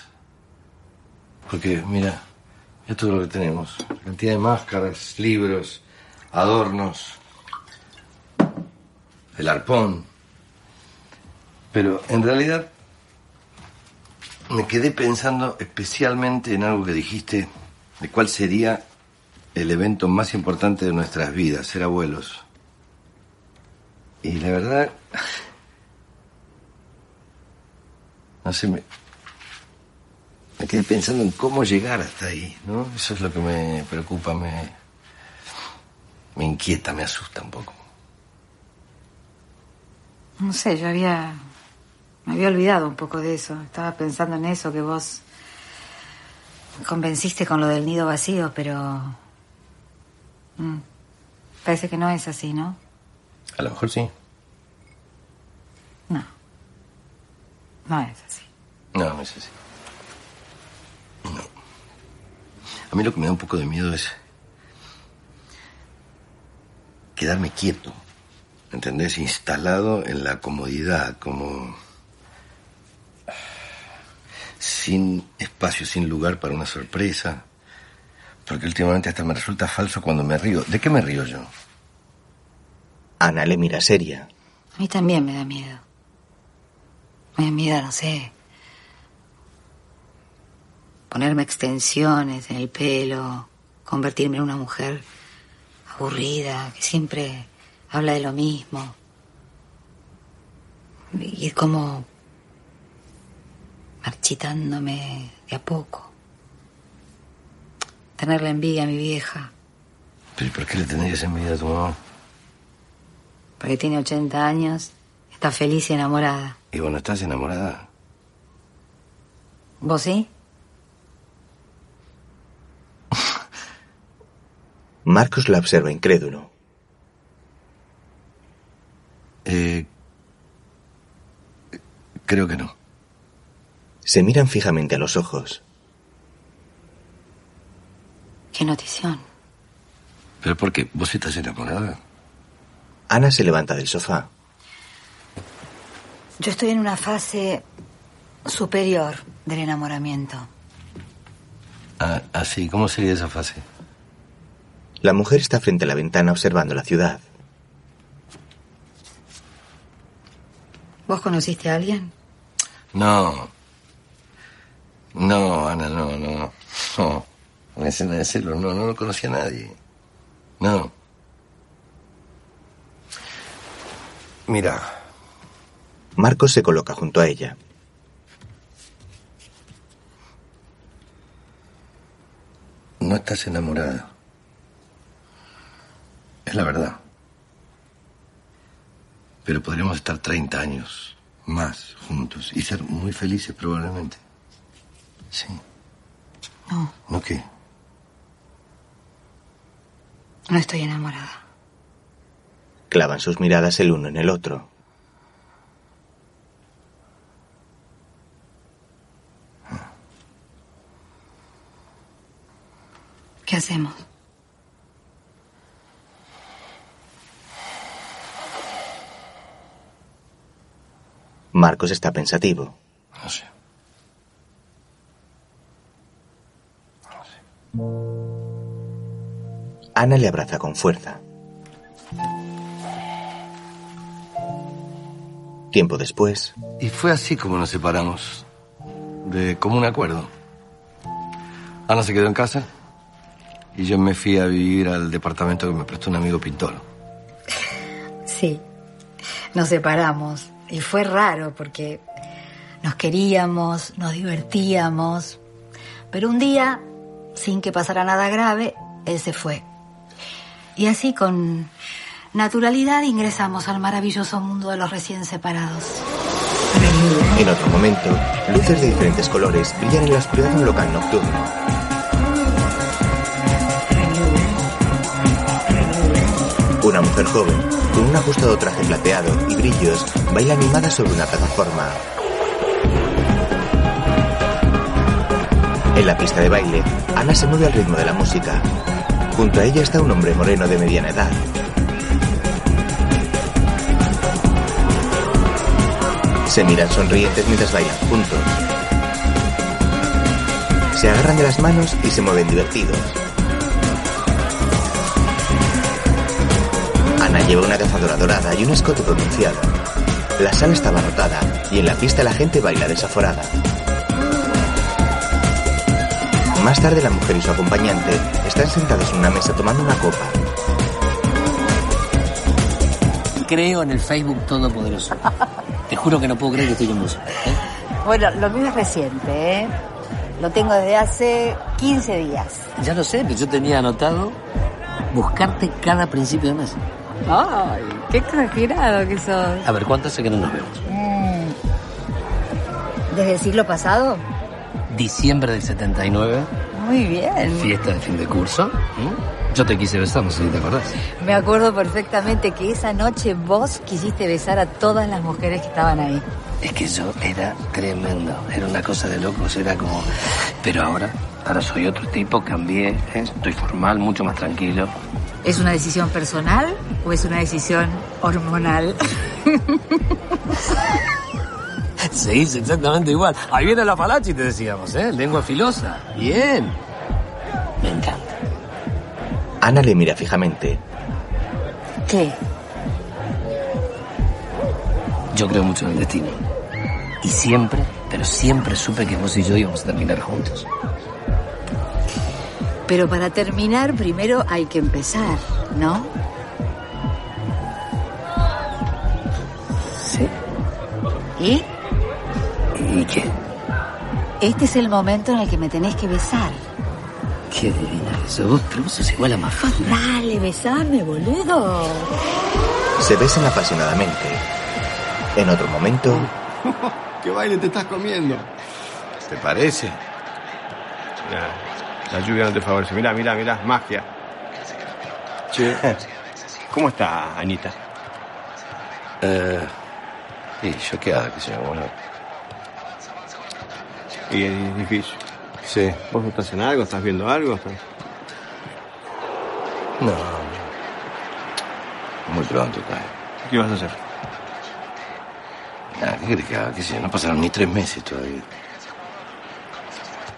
[SPEAKER 2] Porque, mira, es todo lo que tenemos. La cantidad de máscaras, libros, adornos, el arpón. Pero en realidad me quedé pensando especialmente en algo que dijiste, de cuál sería el evento más importante de nuestras vidas, ser abuelos. Y la verdad, no sé, me, me quedé pensando en cómo llegar hasta ahí, ¿no? Eso es lo que me preocupa, me, me inquieta, me asusta un poco.
[SPEAKER 7] No sé, yo había. Me había olvidado un poco de eso. Estaba pensando en eso, que vos. Me convenciste con lo del nido vacío, pero. mm, parece que no es así, ¿no?
[SPEAKER 2] A lo mejor sí.
[SPEAKER 7] No es así.
[SPEAKER 2] No, no es así. A mí lo que me da un poco de miedo es quedarme quieto, ¿entendés? Instalado en la comodidad, como sin espacio, sin lugar para una sorpresa. Porque últimamente hasta me resulta falso cuando me río. ¿De qué me río yo?
[SPEAKER 1] Ana le mira seria.
[SPEAKER 7] A mí también me da miedo. Me da miedo, no sé. Ponerme extensiones en el pelo, convertirme en una mujer aburrida, que siempre habla de lo mismo. Y ir como marchitándome de a poco. Tenerle envidia a mi vieja,
[SPEAKER 2] ¿Pero ¿y por qué le tendrías envidia a tu mamá?
[SPEAKER 7] porque tiene 80 años, está feliz y enamorada.
[SPEAKER 2] Y bueno, estás enamorada.
[SPEAKER 7] ¿Vos sí?
[SPEAKER 1] Marcos la observa incrédulo.
[SPEAKER 2] Eh, creo que no.
[SPEAKER 1] Se miran fijamente a los ojos.
[SPEAKER 7] Qué notición.
[SPEAKER 2] ¿Pero por qué? ¿Vos estás enamorada?
[SPEAKER 1] Ana se levanta del sofá.
[SPEAKER 7] Yo estoy en una fase superior del enamoramiento.
[SPEAKER 2] Ah, ah, sí. ¿Cómo sería esa fase?
[SPEAKER 1] La mujer está frente a la ventana observando la ciudad.
[SPEAKER 7] ¿Vos conociste a alguien?
[SPEAKER 2] No. No, Ana, no, no. No. En la escena de celos, no, no, no conocía a nadie. No. Mira,
[SPEAKER 1] Marcos se coloca junto a ella.
[SPEAKER 2] no estás enamorada. Es la verdad. Pero podríamos estar 30 años más juntos y ser muy felices probablemente. Sí.
[SPEAKER 7] No,
[SPEAKER 2] ¿No qué?
[SPEAKER 7] no estoy enamorada.
[SPEAKER 1] Clavan sus miradas el uno en el otro.
[SPEAKER 7] ¿Qué hacemos?
[SPEAKER 1] Marcos está pensativo.
[SPEAKER 2] No sé.
[SPEAKER 1] Ana le abraza con fuerza. Tiempo después,
[SPEAKER 2] Y fue así como nos separamos. De común acuerdo. Ana se quedó en casa y yo me fui a vivir al departamento que me prestó un amigo pintor.
[SPEAKER 7] Sí, nos separamos y fue raro porque nos queríamos, nos divertíamos, pero un día, sin que pasara nada grave, él se fue. Y así con naturalidad ingresamos al maravilloso mundo de los recién separados.
[SPEAKER 1] en otro momento, luces de diferentes colores brillan en la oscuridad de un local nocturno. Una mujer joven, con un ajustado traje plateado y brillos, baila animada sobre una plataforma. En la pista de baile, Ana se mueve al ritmo de la música. Junto a ella está un hombre moreno de mediana edad. Se miran sonrientes mientras bailan juntos. Se agarran de las manos y se mueven divertidos. Ana lleva una cazadora dorada y un escote pronunciado. La sala está abarrotada y en la pista la gente baila desaforada. Más tarde la mujer y su acompañante están sentados en una mesa tomando una copa.
[SPEAKER 5] Creo en el Facebook todopoderoso. Te juro que no puedo creer que estoy con vos.
[SPEAKER 7] Bueno, lo mío es reciente, ¿eh? Lo tengo desde hace 15 días.
[SPEAKER 5] Ya lo sé, pero yo tenía anotado buscarte cada principio de mes.
[SPEAKER 19] ¡Ay! ¡Qué exagerado que sos!
[SPEAKER 5] A ver, ¿cuánto hace que no nos vemos?
[SPEAKER 7] Mm. ¿Desde el siglo pasado?
[SPEAKER 5] Diciembre del 79,
[SPEAKER 7] Muy
[SPEAKER 20] Mm.
[SPEAKER 7] bien.
[SPEAKER 5] fiesta de fin de curso. ¿Mm? Yo te quise besar, no sé si te acordás.
[SPEAKER 7] Me acuerdo perfectamente que esa noche vos quisiste besar a todas las mujeres que estaban ahí.
[SPEAKER 5] Es que yo era tremendo, era una cosa de locos, era como... Pero ahora
[SPEAKER 20] Ahora soy otro tipo, cambié,
[SPEAKER 5] ¿eh?
[SPEAKER 20] estoy formal, mucho más tranquilo.
[SPEAKER 7] ¿Es una decisión personal o es una decisión hormonal?
[SPEAKER 20] Se hizo exactamente igual. Ahí viene la palachi, te decíamos, ¿eh? Lengua filosa. Bien.
[SPEAKER 1] Ana le mira fijamente.
[SPEAKER 7] ¿Qué?
[SPEAKER 20] Yo creo mucho en el destino. Y siempre, pero siempre supe que vos y yo íbamos a terminar juntos.
[SPEAKER 7] Pero para terminar, primero hay que empezar, ¿no?
[SPEAKER 20] Sí.
[SPEAKER 7] ¿Y?
[SPEAKER 20] ¿Y qué?
[SPEAKER 7] Este es el momento en el que me tenés que besar.
[SPEAKER 20] Qué divina que sos. Vos, pero vos sos igual a Mafalda.
[SPEAKER 7] Dale, besame, boludo.
[SPEAKER 1] Se besan apasionadamente. En otro momento,
[SPEAKER 3] ¿Qué baile te estás comiendo?
[SPEAKER 6] ¿Te parece? la lluvia no te favorece. Mirá, mirá, mirá, magia. Che, ¿cómo está Anita?
[SPEAKER 2] Eh, sí, choqueada, que se llama. Bueno,
[SPEAKER 6] Y es difícil. Sí. ¿Vos estás en algo? ¿Estás viendo algo?
[SPEAKER 2] No. muy pronto, tal.
[SPEAKER 6] ¿Qué vas a hacer?
[SPEAKER 2] Ah, ¿Qué crees que haga? ¿Qué sé yo? No pasaron ni tres meses todavía.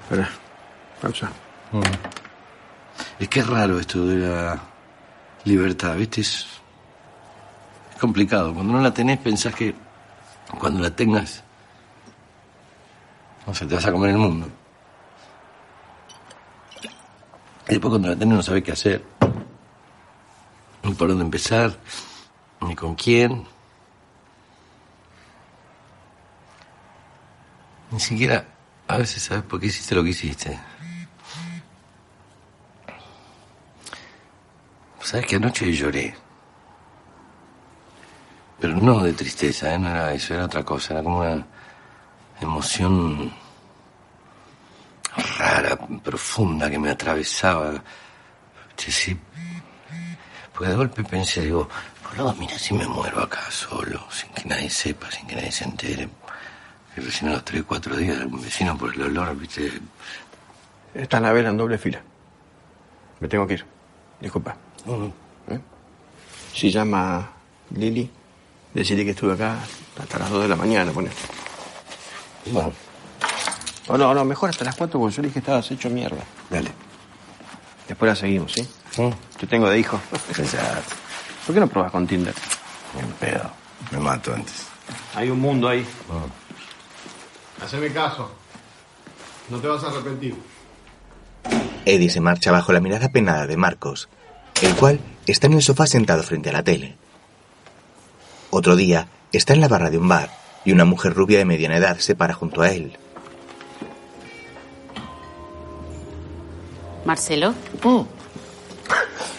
[SPEAKER 6] Espera, pausa.
[SPEAKER 2] Mm. Es que es raro esto de la libertad, ¿viste? Es, es complicado. Cuando no la tenés, pensás que cuando la tengas, no sé, te vas a comer el mundo. Y después cuando la tenés no sabés qué hacer. Ni por dónde empezar, ni con quién. Ni siquiera a veces sabes por qué hiciste lo que hiciste. Sabes que anoche lloré. Pero no de tristeza, ¿eh? no era eso, era otra cosa, era como una emoción rara, profunda que me atravesaba. Sí, sí. Porque de golpe pensé, digo, boludo, mira si me muero acá solo, sin que nadie sepa, sin que nadie se entere. Y recién a los tres, cuatro días, un vecino por el olor, viste,
[SPEAKER 6] Esta es la vela en doble fila. Me tengo que ir. Disculpa. ¿Eh? Si llama Lili, decirle que estuve acá hasta las 2 de la mañana, pone.
[SPEAKER 2] Bueno.
[SPEAKER 6] O Oh, no, no, mejor hasta las 4 porque yo le dije que estabas hecho mierda.
[SPEAKER 2] Dale.
[SPEAKER 6] Después la seguimos, ¿sí? Te tengo de hijo. ¿Por qué no probas con Tinder?
[SPEAKER 2] Bien pedo. Me mato antes.
[SPEAKER 6] Hay un mundo ahí.
[SPEAKER 14] Haceme caso. No te vas a arrepentir.
[SPEAKER 1] Eddie se marcha bajo la mirada penada de Marcos, el cual está en el sofá sentado frente a la tele. Otro día, está en la barra de un bar y una mujer rubia de mediana edad se para junto a él.
[SPEAKER 21] Marcelo. Oh.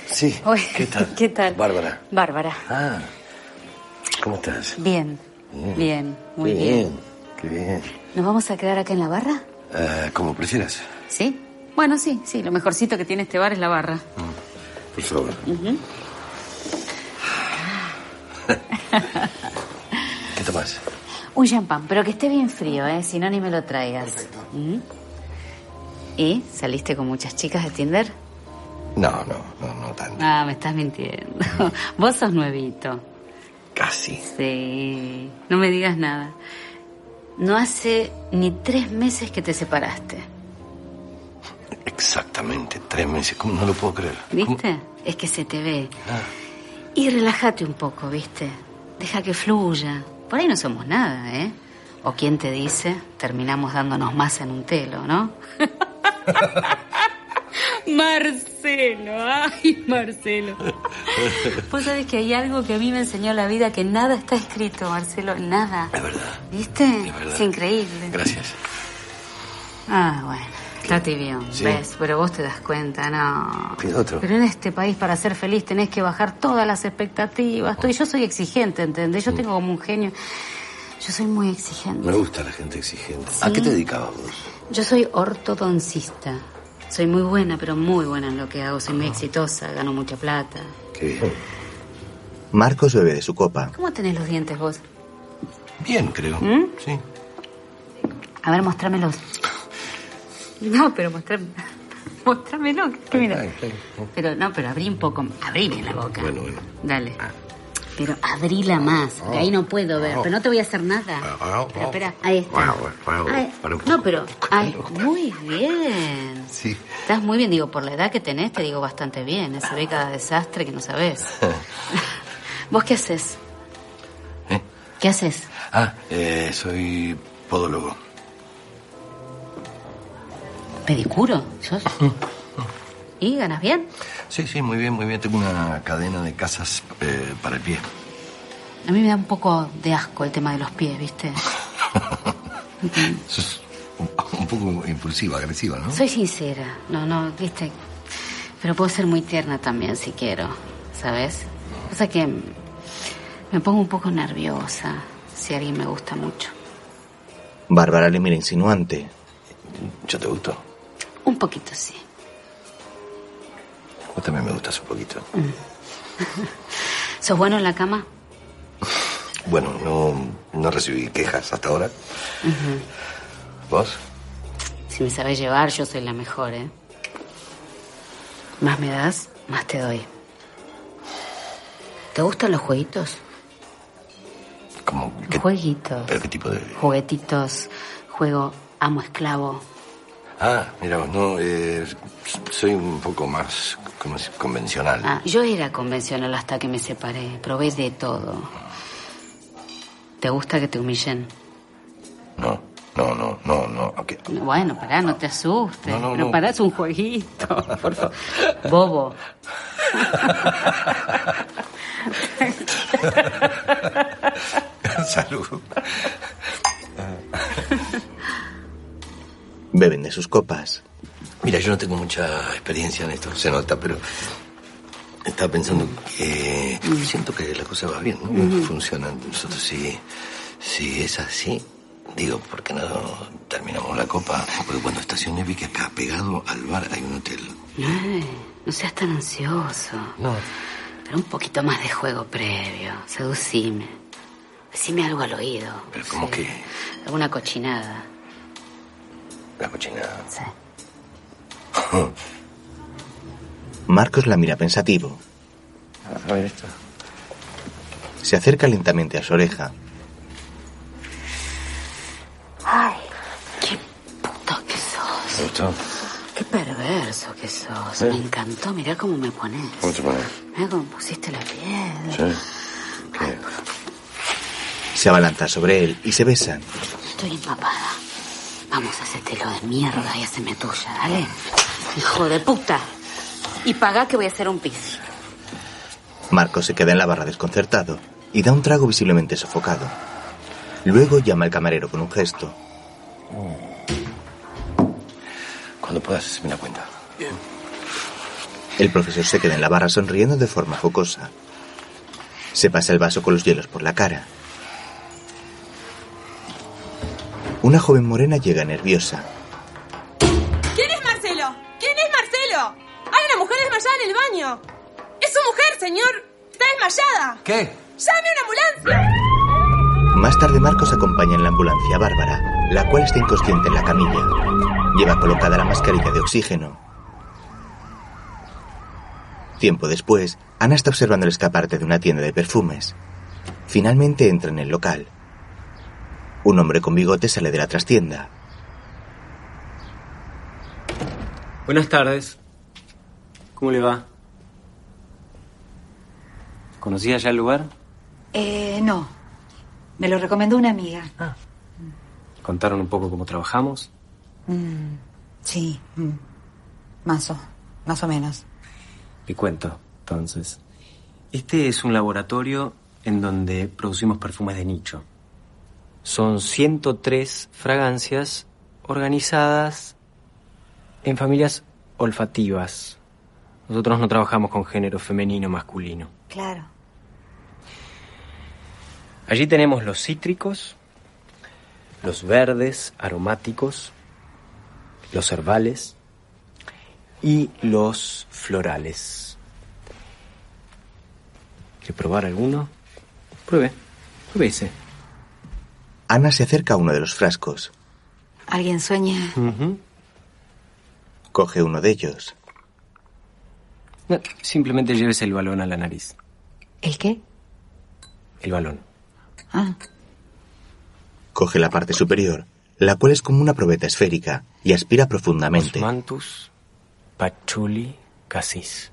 [SPEAKER 2] Sí. ¿Qué tal?
[SPEAKER 21] ¿Qué tal?
[SPEAKER 2] Bárbara.
[SPEAKER 21] Bárbara.
[SPEAKER 2] Ah, ¿cómo estás?
[SPEAKER 21] Bien, bien, muy
[SPEAKER 2] Qué
[SPEAKER 21] bien.
[SPEAKER 2] Qué bien.
[SPEAKER 21] ¿Nos vamos a quedar acá en la barra?
[SPEAKER 2] Ah, como prefieras,
[SPEAKER 21] ¿Sí? Bueno, sí, sí. Lo mejorcito que tiene este bar es la barra.
[SPEAKER 2] por favor.
[SPEAKER 21] Ujú.
[SPEAKER 2] ¿Qué tomas?
[SPEAKER 21] Un champán, pero que esté bien frío, ¿eh? Si no, ni me lo traigas. Ujú. ¿Y saliste con muchas chicas de Tinder?
[SPEAKER 2] No, no, no, no tanto.
[SPEAKER 21] Ah, me estás mintiendo. Vos sos nuevito.
[SPEAKER 2] Casi.
[SPEAKER 21] Sí. No me digas nada. No hace ni tres meses que te separaste.
[SPEAKER 2] Exactamente, tres meses. ¿Cómo? No lo puedo creer.
[SPEAKER 21] ¿Viste? Es que se te ve.
[SPEAKER 2] Ah.
[SPEAKER 21] Y relájate un poco, ¿viste? Deja que fluya. Por ahí no somos nada, ¿eh? O quién te dice, terminamos dándonos más en un telo, ¿no? Marcelo, ay, Marcelo. Vos sabés que hay algo que a mí me enseñó la vida, que nada está escrito, Marcelo, nada. Es verdad. ¿Viste? Es,
[SPEAKER 2] verdad.
[SPEAKER 21] increíble.
[SPEAKER 2] Gracias.
[SPEAKER 21] Ah, bueno, está tibio,
[SPEAKER 2] Sí.
[SPEAKER 21] ¿ves? Pero vos te das cuenta, no.
[SPEAKER 2] ¿Qué otro?
[SPEAKER 21] Pero en este país para ser feliz tenés que bajar todas las expectativas. todo. Y yo soy exigente, ¿entendés? Yo tengo como un genio. Yo soy muy exigente.
[SPEAKER 2] Mm. Me gusta la gente exigente. ¿A
[SPEAKER 21] Sí.
[SPEAKER 2] qué te dedicabas vos?
[SPEAKER 21] Yo soy ortodoncista. Soy muy buena, pero muy buena en lo que hago. Soy muy exitosa, gano mucha plata.
[SPEAKER 2] Qué bien.
[SPEAKER 1] Marcos bebe de su copa.
[SPEAKER 21] ¿Cómo tenés los dientes vos?
[SPEAKER 2] Bien, creo.
[SPEAKER 21] ¿Mm?
[SPEAKER 2] Sí.
[SPEAKER 21] A ver, mostrámelos. No, pero mostrame. Mostrámelo. Que mira. Pero no, pero abrí un poco. Abrí bien la boca.
[SPEAKER 2] Bueno, bueno.
[SPEAKER 21] Dale. Pero abrila más. que ahí no puedo ver.
[SPEAKER 2] Ah.
[SPEAKER 21] Pero no te voy a hacer nada. Espera, espera. Ahí está.
[SPEAKER 2] Bueno, ah, bueno, bueno,
[SPEAKER 21] Ay,
[SPEAKER 2] para un
[SPEAKER 21] no, pero. Ay, muy bien.
[SPEAKER 2] Sí.
[SPEAKER 21] Estás muy bien, digo, por la edad que tenés, te digo bastante bien. Se ve cada desastre que no sabés. ¿Vos qué haces?
[SPEAKER 2] ¿Eh?
[SPEAKER 21] ¿Qué haces?
[SPEAKER 2] Ah, eh, soy podólogo.
[SPEAKER 21] ¿Pedicuro? ¿Sos?
[SPEAKER 2] Mm.
[SPEAKER 21] ¿Y ganas bien?
[SPEAKER 2] Sí, sí, muy bien, muy bien. Tengo una cadena de casas eh, para el pie.
[SPEAKER 21] A mí me da un poco de asco el tema de los pies, ¿viste?
[SPEAKER 2] Ah, Sos un, un poco impulsiva, agresiva, ¿no?
[SPEAKER 21] Soy sincera, no, no, viste. Pero puedo ser muy tierna también si quiero, ¿sabes? O sea que me pongo un poco nerviosa si alguien me gusta mucho.
[SPEAKER 1] Bárbara le mira insinuante.
[SPEAKER 2] Yo te gusto.
[SPEAKER 21] Un poquito sí.
[SPEAKER 2] Vos también me gustas un poquito.
[SPEAKER 21] ¿Sos bueno en la cama?
[SPEAKER 2] Bueno, no, no recibí quejas hasta ahora.
[SPEAKER 21] Ujú.
[SPEAKER 2] ¿Vos?
[SPEAKER 21] Si me sabés llevar, yo soy la mejor, ¿eh? Más me das, más te doy. ¿Te gustan los jueguitos?
[SPEAKER 2] ¿Cómo?
[SPEAKER 21] Jueguitos.
[SPEAKER 2] ¿Pero qué tipo de...?
[SPEAKER 21] Juguetitos, juego amo esclavo.
[SPEAKER 2] Ah, mira, vos, no, eh, soy un poco más como si- convencional.
[SPEAKER 21] Ah, yo era convencional hasta que me separé. Probé de todo. ¿Te gusta que te humillen?
[SPEAKER 2] No, no, no, no, no. ok.
[SPEAKER 21] Bueno, pará, no te asustes.
[SPEAKER 2] No, no,
[SPEAKER 21] Pero
[SPEAKER 2] no.
[SPEAKER 21] pará, es un jueguito. por favor. Bobo.
[SPEAKER 2] Salud.
[SPEAKER 1] Beben de sus copas.
[SPEAKER 2] Mira, yo no tengo mucha experiencia en esto, se nota, pero estaba pensando que siento que la cosa va bien, ¿no?
[SPEAKER 21] Ujú.
[SPEAKER 2] Funciona. Nosotros si, si es así, digo, ¿por qué no terminamos la copa? Porque cuando estacioné vi que acá pegado al bar hay un hotel.
[SPEAKER 21] Ay, no seas tan ansioso.
[SPEAKER 2] No.
[SPEAKER 21] Pero un poquito más de juego previo. Seducime. Decime algo al oído.
[SPEAKER 2] Pero como que
[SPEAKER 21] Alguna cochinada.
[SPEAKER 2] la cochinada.
[SPEAKER 21] Sí.
[SPEAKER 1] Marcos la mira pensativo.
[SPEAKER 2] A ver esto.
[SPEAKER 1] Se acerca lentamente a su oreja.
[SPEAKER 21] Ay, qué puto que sos.
[SPEAKER 2] ¿Te gustó?
[SPEAKER 21] Qué perverso que sos.
[SPEAKER 2] ¿Eh?
[SPEAKER 21] Me encantó. Mirá cómo me pones.
[SPEAKER 2] ¿Cómo te pones?
[SPEAKER 21] Mirá cómo pusiste la piel.
[SPEAKER 1] Se abalanza sobre él y se besan.
[SPEAKER 21] Estoy empapada. Vamos, hacértelo de mierda y haceme tuya, dale. Hijo de puta. Y pagá que voy a hacer un pis.
[SPEAKER 1] Marcos se queda en la barra desconcertado y da un trago visiblemente sofocado. Luego llama al camarero con un gesto.
[SPEAKER 2] Mm. Cuando puedas, hazme la cuenta.
[SPEAKER 1] El profesor se queda en la barra sonriendo de forma jocosa. Se pasa el vaso con los hielos por la cara. Una joven morena llega nerviosa.
[SPEAKER 22] ¿Quién es Marcelo? ¿Quién es Marcelo? Hay una mujer desmayada en el baño. Es su mujer, señor. Está desmayada.
[SPEAKER 1] ¿Qué?
[SPEAKER 22] Llame a una ambulancia.
[SPEAKER 1] Más tarde Marcos acompaña en la ambulancia a Bárbara, la cual está inconsciente en la camilla. Lleva colocada la mascarilla de oxígeno. Tiempo después, Ana está observando el escaparte de una tienda de perfumes. Finalmente entra en el local. Un hombre con bigote sale de la trastienda.
[SPEAKER 23] Buenas tardes. ¿Cómo le va? ¿Conocía ya el lugar?
[SPEAKER 7] Eh, no. Me lo recomendó una amiga.
[SPEAKER 23] ¿Contaron un poco cómo trabajamos?
[SPEAKER 7] Mm, sí. mm. Más o, más o menos.
[SPEAKER 23] Te cuento, entonces. Este es un laboratorio en donde producimos perfumes de nicho. Son 103 fragancias organizadas en familias olfativas. Nosotros no trabajamos con género femenino o masculino.
[SPEAKER 7] Claro.
[SPEAKER 23] Allí tenemos los cítricos, los verdes aromáticos, los herbales y los florales. ¿Quiere probar alguno? Pruebe, pruebe ese.
[SPEAKER 1] Ana se acerca a uno de los frascos.
[SPEAKER 7] ¿Alguien sueña?
[SPEAKER 23] Ujú.
[SPEAKER 1] Coge uno de ellos.
[SPEAKER 23] No, simplemente lleves el balón a la nariz.
[SPEAKER 7] ¿El qué?
[SPEAKER 23] El balón.
[SPEAKER 1] Coge la parte superior, la cual es como una probeta esférica, y aspira profundamente.
[SPEAKER 23] Osmanthus pachuli cassis.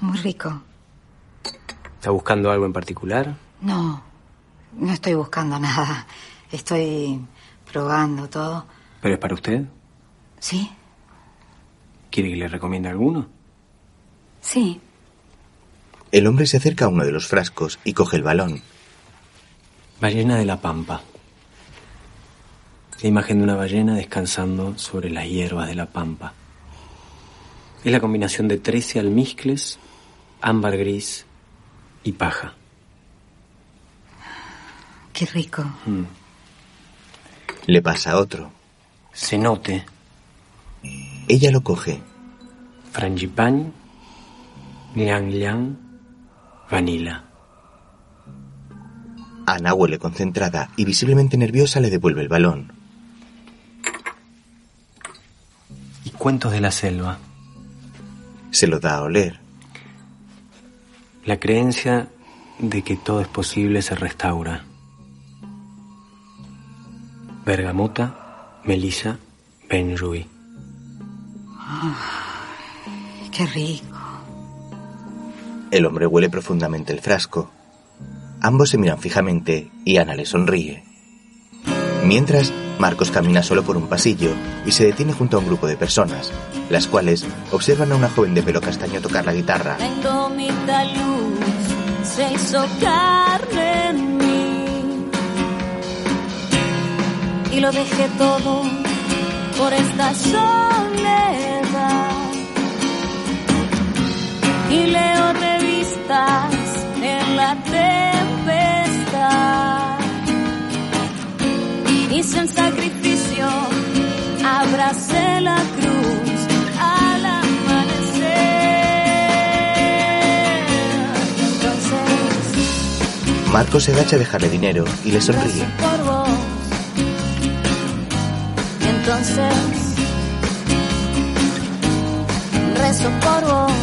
[SPEAKER 7] Muy rico.
[SPEAKER 23] ¿Está buscando algo en particular?
[SPEAKER 7] No, no estoy buscando nada. Estoy probando todo.
[SPEAKER 23] ¿Pero es para usted?
[SPEAKER 7] ¿Sí?
[SPEAKER 23] ¿Quiere que le recomiende alguno?
[SPEAKER 7] Sí.
[SPEAKER 1] El hombre se acerca a uno de los frascos y coge el balón.
[SPEAKER 23] Ballena de la Pampa. La imagen de una ballena descansando sobre las hierbas de la Pampa. Es la combinación de 13 almizcles, ámbar gris y paja.
[SPEAKER 7] Qué rico.
[SPEAKER 23] Mm.
[SPEAKER 1] Hmm. Le pasa otro.
[SPEAKER 23] Cenote,
[SPEAKER 1] Ella lo coge.
[SPEAKER 23] frangipani, liang liang, vanilla.
[SPEAKER 1] Ana huele concentrada y visiblemente nerviosa le devuelve el balón.
[SPEAKER 23] Y cuentos de la selva.
[SPEAKER 1] Se lo da a oler.
[SPEAKER 23] La creencia de que todo es posible se restaura. Bergamota, melisa, benjuí.
[SPEAKER 7] Qué rico.
[SPEAKER 1] El hombre huele profundamente el frasco. Ambos se miran fijamente y Ana le sonríe. Mientras, Marcos camina solo por un pasillo y se detiene junto a un grupo de personas, las cuales observan a una joven de pelo castaño tocar la guitarra.
[SPEAKER 24] La indómita luz se hizo carne en mí. Y lo dejé todo por esta soledad. Y leo revistas en la tempestad. Hice un sacrificio, abracé la cruz al amanecer. Entonces,
[SPEAKER 1] Marcos se agacha a dejarle dinero y le sonríe.
[SPEAKER 24] por vos. Y entonces rezo por vos.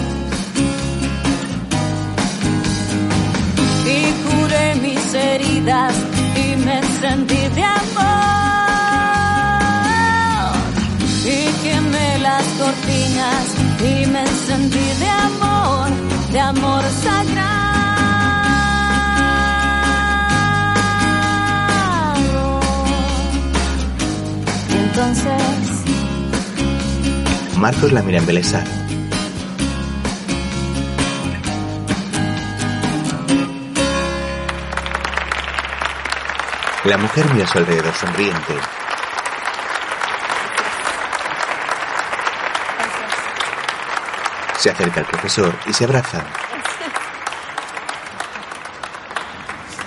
[SPEAKER 24] Y curé mis heridas y me sentí de amor. Y quemé las cortinas y me sentí de amor, de amor sagrado. Y entonces
[SPEAKER 1] Marcos la mira embelesada. La mujer mira a su alrededor sonriente. Se acerca al profesor y se abrazan.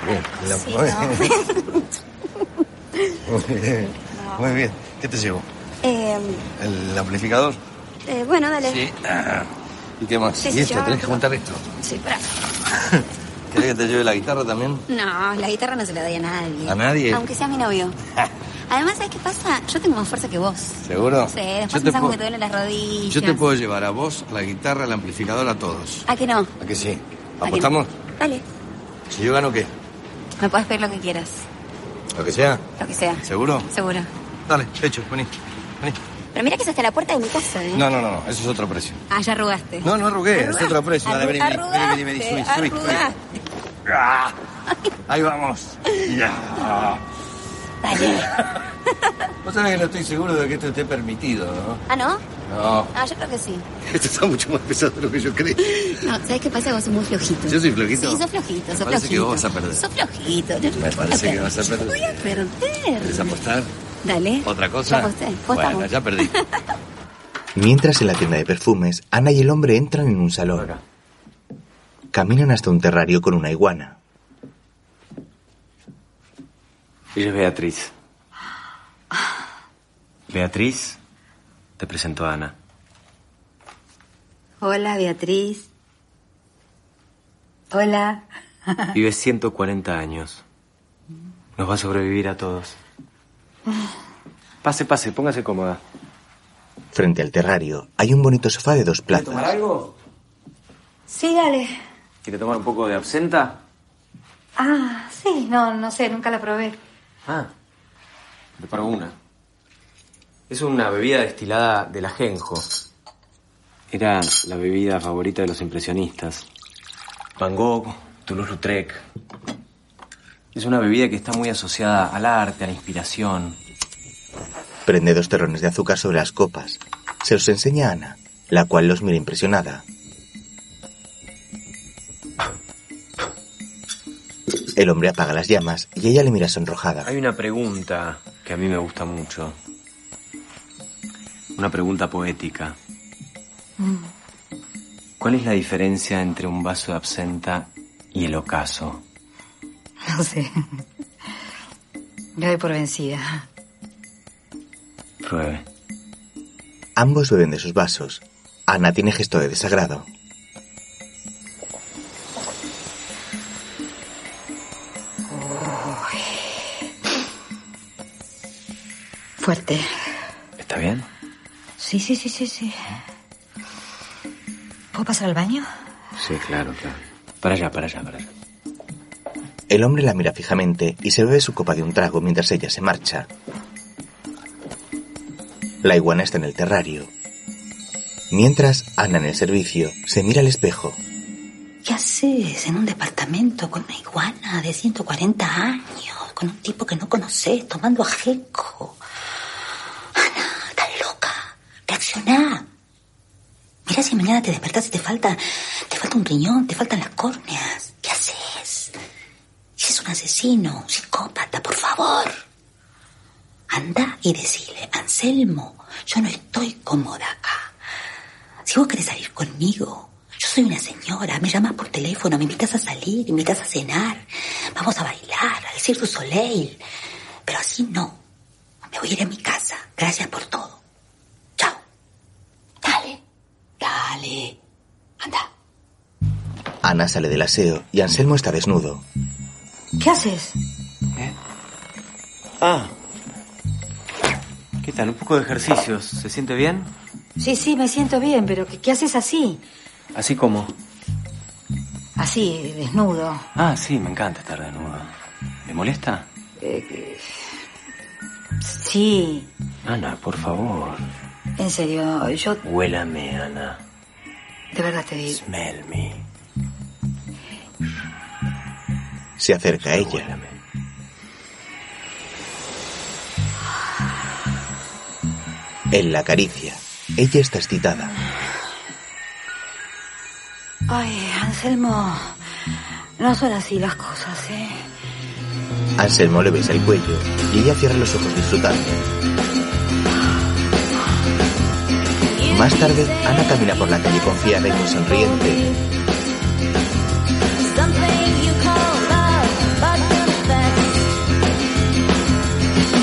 [SPEAKER 2] Bien, la-
[SPEAKER 3] Sí,
[SPEAKER 2] muy,
[SPEAKER 3] no.
[SPEAKER 2] bien. Muy bien. Muy bien. ¿Qué te llevo?
[SPEAKER 11] Eh,
[SPEAKER 2] ¿El amplificador?
[SPEAKER 11] eh, bueno, dale.
[SPEAKER 2] Sí. Ah, ¿Y qué más?
[SPEAKER 11] Sí,
[SPEAKER 2] ¿Y esto?
[SPEAKER 11] yo-
[SPEAKER 2] ¿Tenés que juntar esto?
[SPEAKER 11] Sí, pará.
[SPEAKER 2] ¿Querés que te lleve la guitarra también?
[SPEAKER 11] No, la guitarra no se la doy a nadie.
[SPEAKER 2] ¿A nadie?
[SPEAKER 11] Aunque sea mi novio. Además, ¿sabes qué pasa? Yo tengo más fuerza que vos.
[SPEAKER 2] ¿Seguro?
[SPEAKER 11] Sí, después
[SPEAKER 2] yo, te
[SPEAKER 11] pensamos
[SPEAKER 2] puedo,
[SPEAKER 11] que te duelen las rodillas.
[SPEAKER 2] yo te puedo llevar a vos, la guitarra, el amplificador, a todos.
[SPEAKER 11] ¿A que no?
[SPEAKER 2] ¿A que sí? ¿Apostamos?
[SPEAKER 11] Dale,
[SPEAKER 2] Si yo gano, ¿qué?
[SPEAKER 11] me puedes pedir lo que quieras.
[SPEAKER 2] ¿Lo que sea?
[SPEAKER 11] Lo que sea.
[SPEAKER 2] ¿Seguro?
[SPEAKER 11] Seguro.
[SPEAKER 2] Dale, hecho, vení. vení.
[SPEAKER 11] Pero mira que es hasta la puerta de mi casa, ¿eh?
[SPEAKER 2] No, no, no, no, eso es otro precio.
[SPEAKER 11] Ah, ya arrugaste.
[SPEAKER 2] No, no arrugué, es otro precio. Dale, vení, vení, vení,
[SPEAKER 11] Arrugaste,
[SPEAKER 2] vení, subí, subí, subí.
[SPEAKER 11] arrugaste.
[SPEAKER 2] Ah, Ahí vamos. Ya. Vos sabés que no estoy seguro de que esto esté permitido, ¿no?
[SPEAKER 11] ¿Ah, no?
[SPEAKER 2] No,
[SPEAKER 11] Ah, yo creo que sí.
[SPEAKER 2] esto está mucho más pesado de lo que yo creí.
[SPEAKER 11] No, ¿sabes qué pasa? Vos sos muy flojito.
[SPEAKER 2] ¿Yo soy flojito?
[SPEAKER 11] Sí, sos flojito, sos
[SPEAKER 2] Me parece que
[SPEAKER 11] flojito.
[SPEAKER 2] vos vas a perder.
[SPEAKER 11] Sos flojito. Yo no
[SPEAKER 2] Me
[SPEAKER 11] voy
[SPEAKER 2] parece que vas a
[SPEAKER 11] Yo voy
[SPEAKER 2] perder.
[SPEAKER 11] a perder.
[SPEAKER 2] ¿Querés apostar?
[SPEAKER 11] Dale.
[SPEAKER 2] ¿Otra cosa?
[SPEAKER 11] Ya aposté. Apostamos.
[SPEAKER 2] Bueno, ya perdí.
[SPEAKER 1] Mientras en la tienda de perfumes, Ana y el hombre entran en un salón. Caminan hasta un terrario con una iguana.
[SPEAKER 23] Ella es Beatriz. Beatriz, te presento a Ana.
[SPEAKER 7] Hola, Beatriz. Hola.
[SPEAKER 23] Vive 140 años. Nos va a sobrevivir a todos. Pase, pase, póngase cómoda.
[SPEAKER 1] Frente al terrario hay un bonito sofá de dos plazas.
[SPEAKER 23] ¿Tomar algo?
[SPEAKER 8] Sí, dale.
[SPEAKER 23] ¿Quiere tomar un poco de absenta?
[SPEAKER 8] Ah, sí, no, no sé, nunca la probé.
[SPEAKER 23] Ah, preparo una. Es una bebida destilada del ajenjo. Era la bebida favorita de los impresionistas. Van Gogh, Toulouse-Lautrec. Es una bebida que está muy asociada al arte, a la inspiración.
[SPEAKER 1] Prende dos terrones de azúcar sobre las copas. Se los enseña a Ana, la cual los mira impresionada. El hombre apaga las llamas y ella le mira sonrojada.
[SPEAKER 23] Hay una pregunta que a mí me gusta mucho. Una pregunta poética. ¿Cuál es la diferencia entre un vaso de absenta y el ocaso?
[SPEAKER 7] No sé. Me doy por vencida.
[SPEAKER 23] Pruebe.
[SPEAKER 1] Ambos beben de sus vasos. Ana tiene gesto de desagrado.
[SPEAKER 7] Fuerte.
[SPEAKER 23] ¿Está bien?
[SPEAKER 7] Sí, sí, sí, sí, sí. ¿Puedo pasar al baño?
[SPEAKER 23] Sí, claro, claro. Para allá, para allá, para allá.
[SPEAKER 1] El hombre la mira fijamente y se bebe su copa de un trago mientras ella se marcha. La iguana está en el terrario. Mientras, Ana en el servicio se mira al espejo.
[SPEAKER 18] ¿Qué haces en un departamento con una iguana de 140 años, con un tipo que no conoces, tomando ajenco? Ana, estás loca. Reaccioná. Mira si mañana te despertás y te falta, te falta un riñón, te faltan las córneas. ¿Qué haces? Si es un asesino, un psicópata, por favor. Anda y decile, Anselmo, yo no estoy cómoda acá. Si vos querés salir conmigo, yo soy una señora, me llamas por teléfono, me invitas a salir, me invitas a cenar, vamos a bailar, al Cirque du Soleil. Pero así no. Me voy a ir a mi casa. Gracias por todo. Chao. Dale. Dale. Anda.
[SPEAKER 1] Ana sale del aseo y Anselmo está desnudo.
[SPEAKER 7] ¿Qué haces?
[SPEAKER 23] Ah. ¿Qué tal? Un poco de ejercicios. ¿Se siente bien?
[SPEAKER 7] Sí, sí, me siento bien, pero ¿qué, qué haces así?
[SPEAKER 23] Así como.
[SPEAKER 7] Así, desnudo.
[SPEAKER 23] Ah, sí, me encanta estar desnudo. ¿Le molesta?
[SPEAKER 7] Eh, que- sí,
[SPEAKER 23] Ana, por favor.
[SPEAKER 7] en serio, yo
[SPEAKER 23] Huélame, Ana.
[SPEAKER 7] de verdad te digo.
[SPEAKER 23] Smell me.
[SPEAKER 1] Se acerca a ella. Él la acaricia. Ella está excitada.
[SPEAKER 7] Ay, Anselmo, no son así las cosas, ¿eh?
[SPEAKER 1] Anselmo le besa el cuello y ella cierra los ojos disfrutando. Más tarde, Ana camina por la calle confiada y muy sonriente.
[SPEAKER 24] Something you call love, but confess.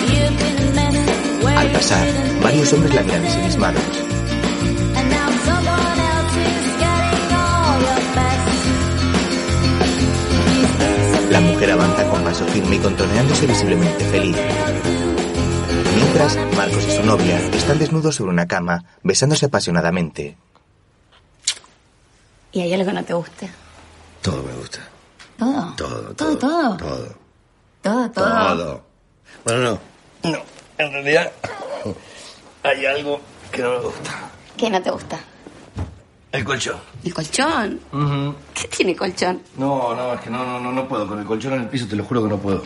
[SPEAKER 24] You've been many ways.
[SPEAKER 1] Al pasar, varios hombres la miran ensimismados.
[SPEAKER 24] And now someone else is getting all your best.
[SPEAKER 1] La mujer avanza con paso firme y contorneándose visiblemente feliz. Mientras, Marcos y su novia están desnudos sobre una cama, besándose apasionadamente.
[SPEAKER 11] ¿Y hay algo que no te guste?
[SPEAKER 2] Todo me gusta.
[SPEAKER 11] Todo.
[SPEAKER 2] Todo,
[SPEAKER 11] Todo, todo.
[SPEAKER 2] Todo.
[SPEAKER 11] Todo,
[SPEAKER 2] Todo. Bueno, no. No. En realidad, hay algo que no me gusta.
[SPEAKER 11] ¿Qué no te gusta?
[SPEAKER 2] El colchón.
[SPEAKER 11] El colchón. ¿Qué tiene colchón?
[SPEAKER 3] No, no, es que no, no, no, no puedo. Con el colchón en el piso te lo juro que no puedo.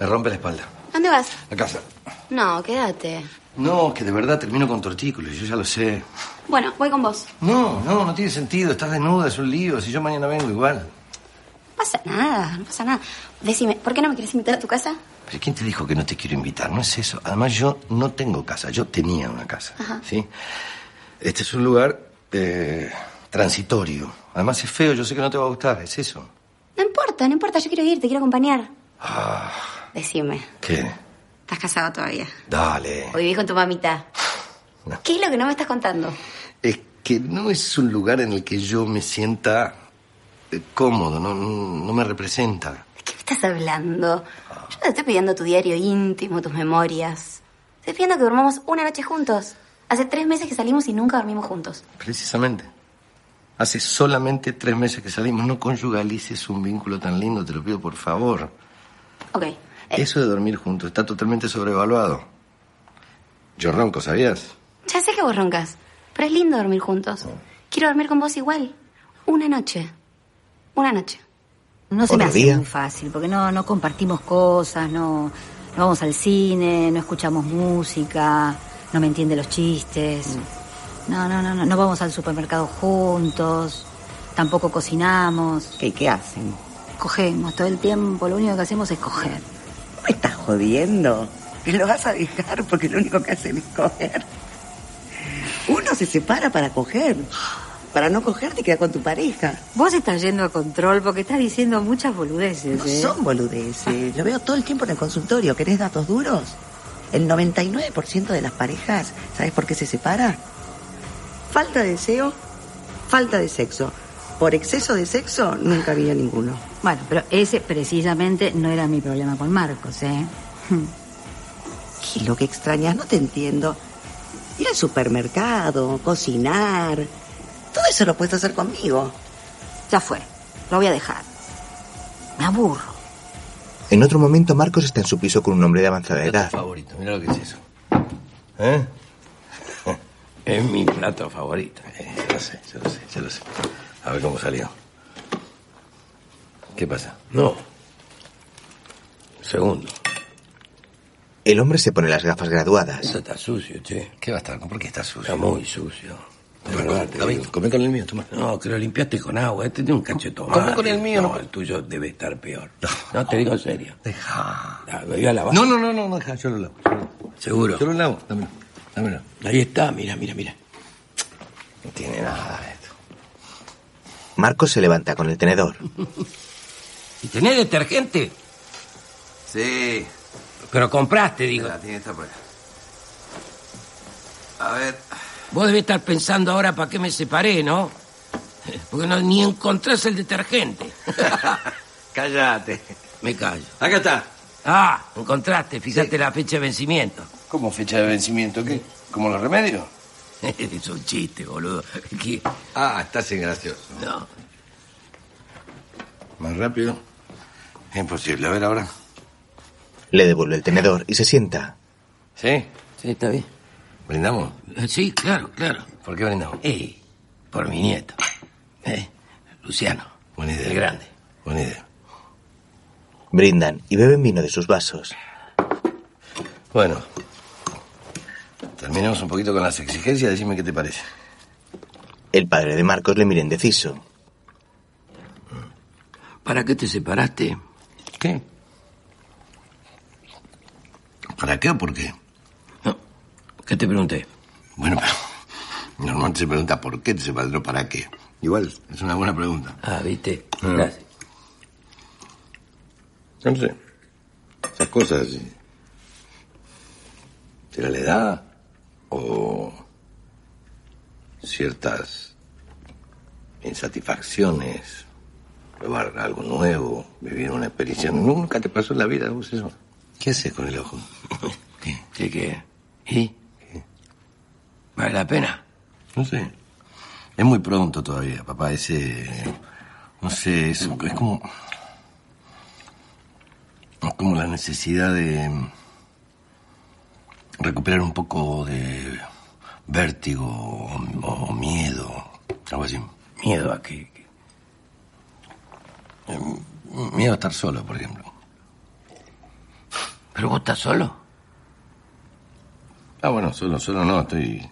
[SPEAKER 3] Me rompe la espalda.
[SPEAKER 11] ¿Dónde vas?
[SPEAKER 3] A casa.
[SPEAKER 11] No, quédate.
[SPEAKER 3] No, que de verdad termino con tortícolis, yo ya lo sé.
[SPEAKER 11] Bueno, voy con vos.
[SPEAKER 3] No, no, no tiene sentido. Estás desnuda, es un lío. Si yo mañana vengo igual.
[SPEAKER 11] No pasa nada, no pasa nada. Decime, ¿por qué no me quieres invitar a tu casa?
[SPEAKER 2] ¿Pero quién te dijo que no te quiero invitar? No es eso. Además, yo no tengo casa. Yo tenía una casa.
[SPEAKER 11] Ajá.
[SPEAKER 2] ¿Sí? Este es un lugar eh, transitorio. Además, es feo. Yo sé que no te va a gustar. Es eso.
[SPEAKER 11] No importa, no importa, yo quiero ir, te quiero acompañar. Ah. Decime,
[SPEAKER 2] ¿Qué?
[SPEAKER 11] ¿estás casado todavía?
[SPEAKER 2] Dale.
[SPEAKER 11] ¿O vivís con tu mamita? ¿Qué es lo que no me estás contando?
[SPEAKER 2] Es que no es un lugar en el que yo me sienta eh, cómodo. No, no no me representa.
[SPEAKER 11] ¿Qué estás hablando? Yo te estoy pidiendo tu diario íntimo, tus memorias. Estoy pidiendo que durmamos una noche juntos. Hace tres meses que salimos y nunca dormimos juntos.
[SPEAKER 2] Precisamente. Hace solamente tres meses que salimos. No conyugalices un vínculo tan lindo, te lo pido por favor.
[SPEAKER 11] Ok.
[SPEAKER 2] Eso de dormir juntos está totalmente sobrevaluado. Yo ronco, ¿sabías?
[SPEAKER 11] Ya sé que vos roncas, pero es lindo dormir juntos. Quiero dormir con vos igual. Una noche. Una noche.
[SPEAKER 7] No se me
[SPEAKER 11] Otro
[SPEAKER 7] hace
[SPEAKER 11] día.
[SPEAKER 7] muy fácil, porque no, no compartimos cosas, no, no vamos al cine, no escuchamos música, no me entiende los chistes. No, no, no, no, no vamos al supermercado juntos, tampoco cocinamos.
[SPEAKER 18] ¿Qué, qué hacen?
[SPEAKER 7] Cogemos todo el tiempo, lo único que hacemos es coger.
[SPEAKER 18] Estás jodiendo. Te lo vas a dejar porque lo único que hacen es coger. Uno se separa para coger. Para no coger te queda con tu pareja.
[SPEAKER 7] Vos estás yendo a control porque estás diciendo muchas boludeces,
[SPEAKER 18] No
[SPEAKER 7] ¿eh?
[SPEAKER 18] son boludeces. Lo veo todo el tiempo en el consultorio. ¿Querés datos duros? El 99% de las parejas, ¿sabes por qué se separa? Falta de deseo, falta de sexo. Por exceso de sexo nunca había ninguno.
[SPEAKER 7] Bueno, pero ese precisamente no era mi problema con Marcos, ¿eh?
[SPEAKER 18] ¿Qué es lo que extrañas? No te entiendo. Ir al supermercado, cocinar. Todo eso lo puedes hacer conmigo.
[SPEAKER 7] Ya fue. Lo voy a dejar. Me aburro.
[SPEAKER 1] En otro momento, Marcos está en su piso con un hombre de avanzada edad.
[SPEAKER 2] Favorito, mira lo que es eso. ¿Eh? Es mi plato favorito. Eh, ya lo sé, ya lo sé, ya lo sé. A ver cómo salió. ¿Qué pasa? No. Segundo.
[SPEAKER 1] El hombre se pone las gafas graduadas.
[SPEAKER 2] Eso está sucio, che. ¿Qué va a estar? ¿Por qué está sucio? Está muy sucio. De verdad, te digo.
[SPEAKER 9] Comé con el mío, toma. No, que lo limpiaste con agua. Este tiene un cachetón.
[SPEAKER 2] Comé con el mío,
[SPEAKER 9] No, el tuyo debe estar peor. No, te digo en serio. Deja. Lo iba a lavar.
[SPEAKER 2] No, no, no, no, no, deja, yo lo lavo. yo lo lavo.
[SPEAKER 9] Seguro.
[SPEAKER 2] Yo lo lavo, dámelo. Dámelo.
[SPEAKER 9] Ahí está, mira, mira, mira.
[SPEAKER 2] No tiene nada.
[SPEAKER 1] Marcos se levanta con el tenedor.
[SPEAKER 9] ¿Y tenés detergente? Sí. Pero compraste, digo.
[SPEAKER 3] tiene esta por acá. A ver.
[SPEAKER 9] Vos debés estar pensando ahora para qué me separé, ¿no? Porque no, ni encontrás el detergente.
[SPEAKER 3] Cállate.
[SPEAKER 9] Me callo.
[SPEAKER 3] Acá está.
[SPEAKER 9] Ah, encontraste. Fijate la fecha de vencimiento.
[SPEAKER 3] ¿Cómo fecha de vencimiento? ¿Qué? ¿Como los remedios?
[SPEAKER 9] es un chiste, boludo. ¿Qué?
[SPEAKER 2] Ah, estás gracioso.
[SPEAKER 9] No.
[SPEAKER 2] Más rápido. Es imposible. A ver ahora.
[SPEAKER 1] Le devuelve el tenedor y se sienta.
[SPEAKER 2] ¿Sí?
[SPEAKER 9] Sí, está bien. Eh,
[SPEAKER 2] ¿Brindamos?
[SPEAKER 9] Sí, claro, claro.
[SPEAKER 2] ¿Por qué brindamos?
[SPEAKER 9] Eh, por mi nieto. Eh, Luciano.
[SPEAKER 2] Buena idea.
[SPEAKER 9] El grande.
[SPEAKER 2] Buena idea.
[SPEAKER 1] Brindan y beben vino de sus vasos.
[SPEAKER 2] Bueno. Terminemos un poquito con las exigencias. Decime qué te parece.
[SPEAKER 1] El padre de Marcos le mira indeciso.
[SPEAKER 9] ¿Para qué te separaste?
[SPEAKER 2] ¿Qué? ¿Para qué o por qué?
[SPEAKER 9] ¿Qué te pregunté?
[SPEAKER 2] Bueno, pero. Normalmente se pregunta por qué te separas, no para qué. Igual es una buena pregunta.
[SPEAKER 9] Ah, viste.
[SPEAKER 2] Mm.
[SPEAKER 9] Gracias.
[SPEAKER 2] No sé. Esas cosas. eh, ¿Será la edad? ¿O ciertas insatisfacciones? ¿Probar algo nuevo? ¿Vivir una experiencia? Nunca te pasó en la vida vos eso. ¿Qué haces con el ojo?
[SPEAKER 9] ¿Qué qué? ¿Y? ¿Vale la pena?
[SPEAKER 2] No sé. Es muy pronto todavía, papá. Ese. No sé, es, es como. Es como la necesidad de. recuperar un poco de. vértigo o, o miedo. Algo así.
[SPEAKER 9] ¿Miedo a qué?
[SPEAKER 2] Miedo a estar solo, por ejemplo.
[SPEAKER 9] ¿Pero vos estás solo?
[SPEAKER 2] Ah, bueno, solo, solo no. Estoy.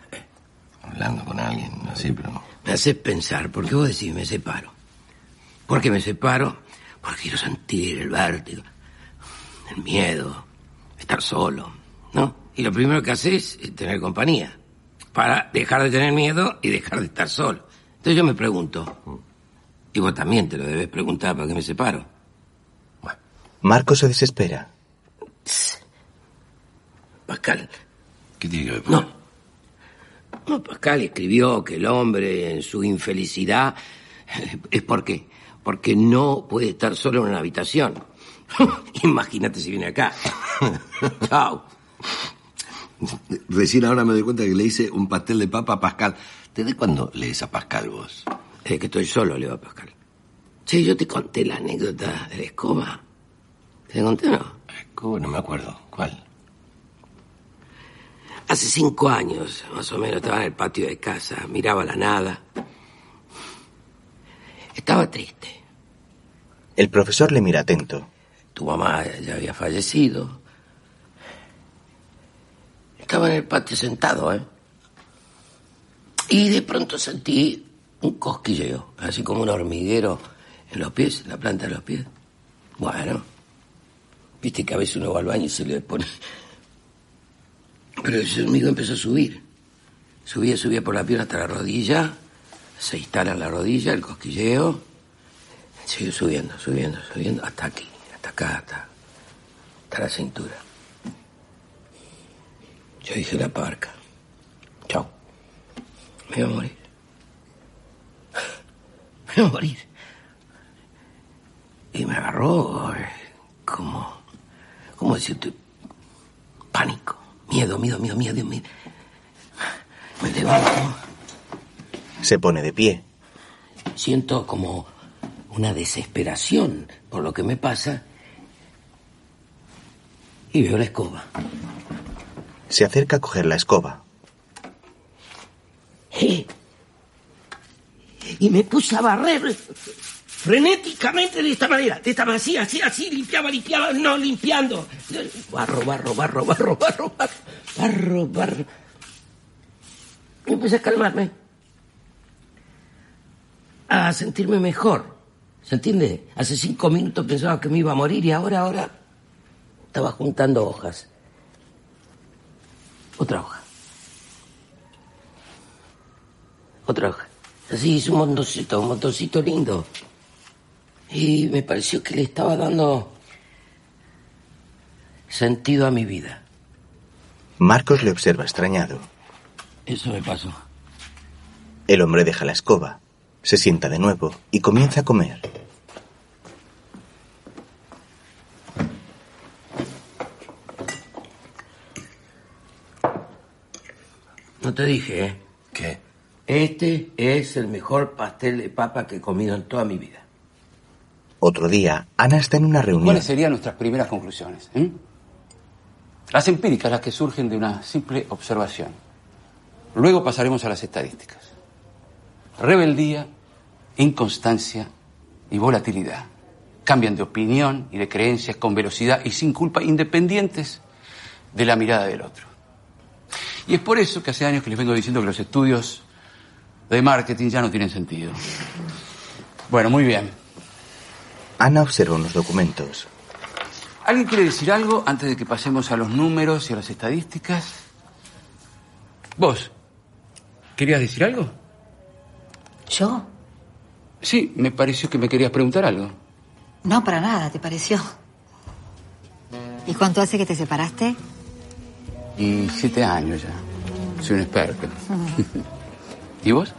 [SPEAKER 2] hablando con alguien, así, pero.
[SPEAKER 9] Me haces pensar, porque vos decís me separo. ¿Por qué me separo? Porque quiero sentir el vértigo, el miedo, estar solo, ¿no? Y lo primero que haces es tener compañía, para dejar de tener miedo y dejar de estar solo. Entonces yo me pregunto, y vos también te lo debes preguntar, ¿para qué me separo?
[SPEAKER 1] Marcos se desespera.
[SPEAKER 9] Pascal.
[SPEAKER 2] ¿Qué tiene que ver?
[SPEAKER 9] No. No, Pascal escribió que el hombre en su infelicidad es porque porque no puede estar solo en una habitación. Imagínate si viene acá. Chao.
[SPEAKER 2] Recién ahora me doy cuenta que le hice un pastel de papa a Pascal. ¿Desde cuándo lees a Pascal vos?
[SPEAKER 9] Es que estoy solo, leo a Pascal. Che, yo te conté la anécdota de la escoba. ¿Te la conté o no?
[SPEAKER 2] No me acuerdo. ¿Cuál?
[SPEAKER 9] Hace cinco años, más o menos, estaba en el patio de casa, miraba la nada. Estaba triste.
[SPEAKER 1] El profesor le mira atento.
[SPEAKER 9] Tu mamá ya había fallecido. Estaba en el patio sentado, ¿eh? Y de pronto sentí un cosquilleo, así como un hormiguero en los pies, en la planta de los pies. Bueno, viste que a veces uno va al baño y se le pone. Pero ese hormigo empezó a subir. Subía, subía por la pierna hasta la rodilla. Se instala en la rodilla, el cosquilleo. Sigue subiendo, subiendo, subiendo, hasta aquí, hasta acá, hasta, hasta la cintura. Yo dije la parca. Chao. Me iba a morir. Me iba a morir. Y me agarró eh, como, ¿cómo decirte? Pánico. Miedo, miedo, miedo, miedo, Dios mío. Me levanto.
[SPEAKER 1] Se pone de pie.
[SPEAKER 9] Siento como una desesperación por lo que me pasa. Y veo la escoba.
[SPEAKER 1] Se acerca a coger la escoba.
[SPEAKER 9] ¡Eh! Y me puse a barrer frenéticamente de esta manera. De esta manera, así, así, así, limpiaba, limpiaba, no limpiando. Barro, barro, barro, barro, barro, barro, barro, barro. Y empecé a calmarme. A sentirme mejor. ¿Se entiende? Hace cinco minutos pensaba que me iba a morir y ahora, ahora, estaba juntando hojas. Otra hoja. Otra hoja. Así hice un montoncito, un montoncito lindo. Y me pareció que le estaba dando sentido a mi vida.
[SPEAKER 1] Marcos le observa extrañado.
[SPEAKER 9] Eso me pasó.
[SPEAKER 1] El hombre deja la escoba, se sienta de nuevo y comienza a comer.
[SPEAKER 9] No te dije, ¿eh?
[SPEAKER 2] ¿Qué?
[SPEAKER 9] Este es el mejor pastel de papa que he comido en toda mi vida.
[SPEAKER 1] Otro día, Ana está en una reunión.
[SPEAKER 13] ¿Cuáles serían nuestras primeras conclusiones? eh? Las empíricas, las que surgen de una simple observación. Luego pasaremos a las estadísticas. Rebeldía, inconstancia y volatilidad. Cambian de opinión y de creencias con velocidad y sin culpa, independientes de la mirada del otro. Y es por eso que hace años que les vengo diciendo que los estudios de marketing ya no tienen sentido. Bueno, muy bien.
[SPEAKER 1] Ana observa unos documentos.
[SPEAKER 13] ¿Alguien quiere decir algo antes de que pasemos a los números y a las estadísticas? ¿Vos? ¿Querías decir algo?
[SPEAKER 7] ¿Yo?
[SPEAKER 13] Sí, me pareció que me querías preguntar algo.
[SPEAKER 7] No, para nada, ¿te pareció? ¿Y cuánto hace que te separaste?
[SPEAKER 13] Y siete años ya. Soy un experto. ¿Y vos?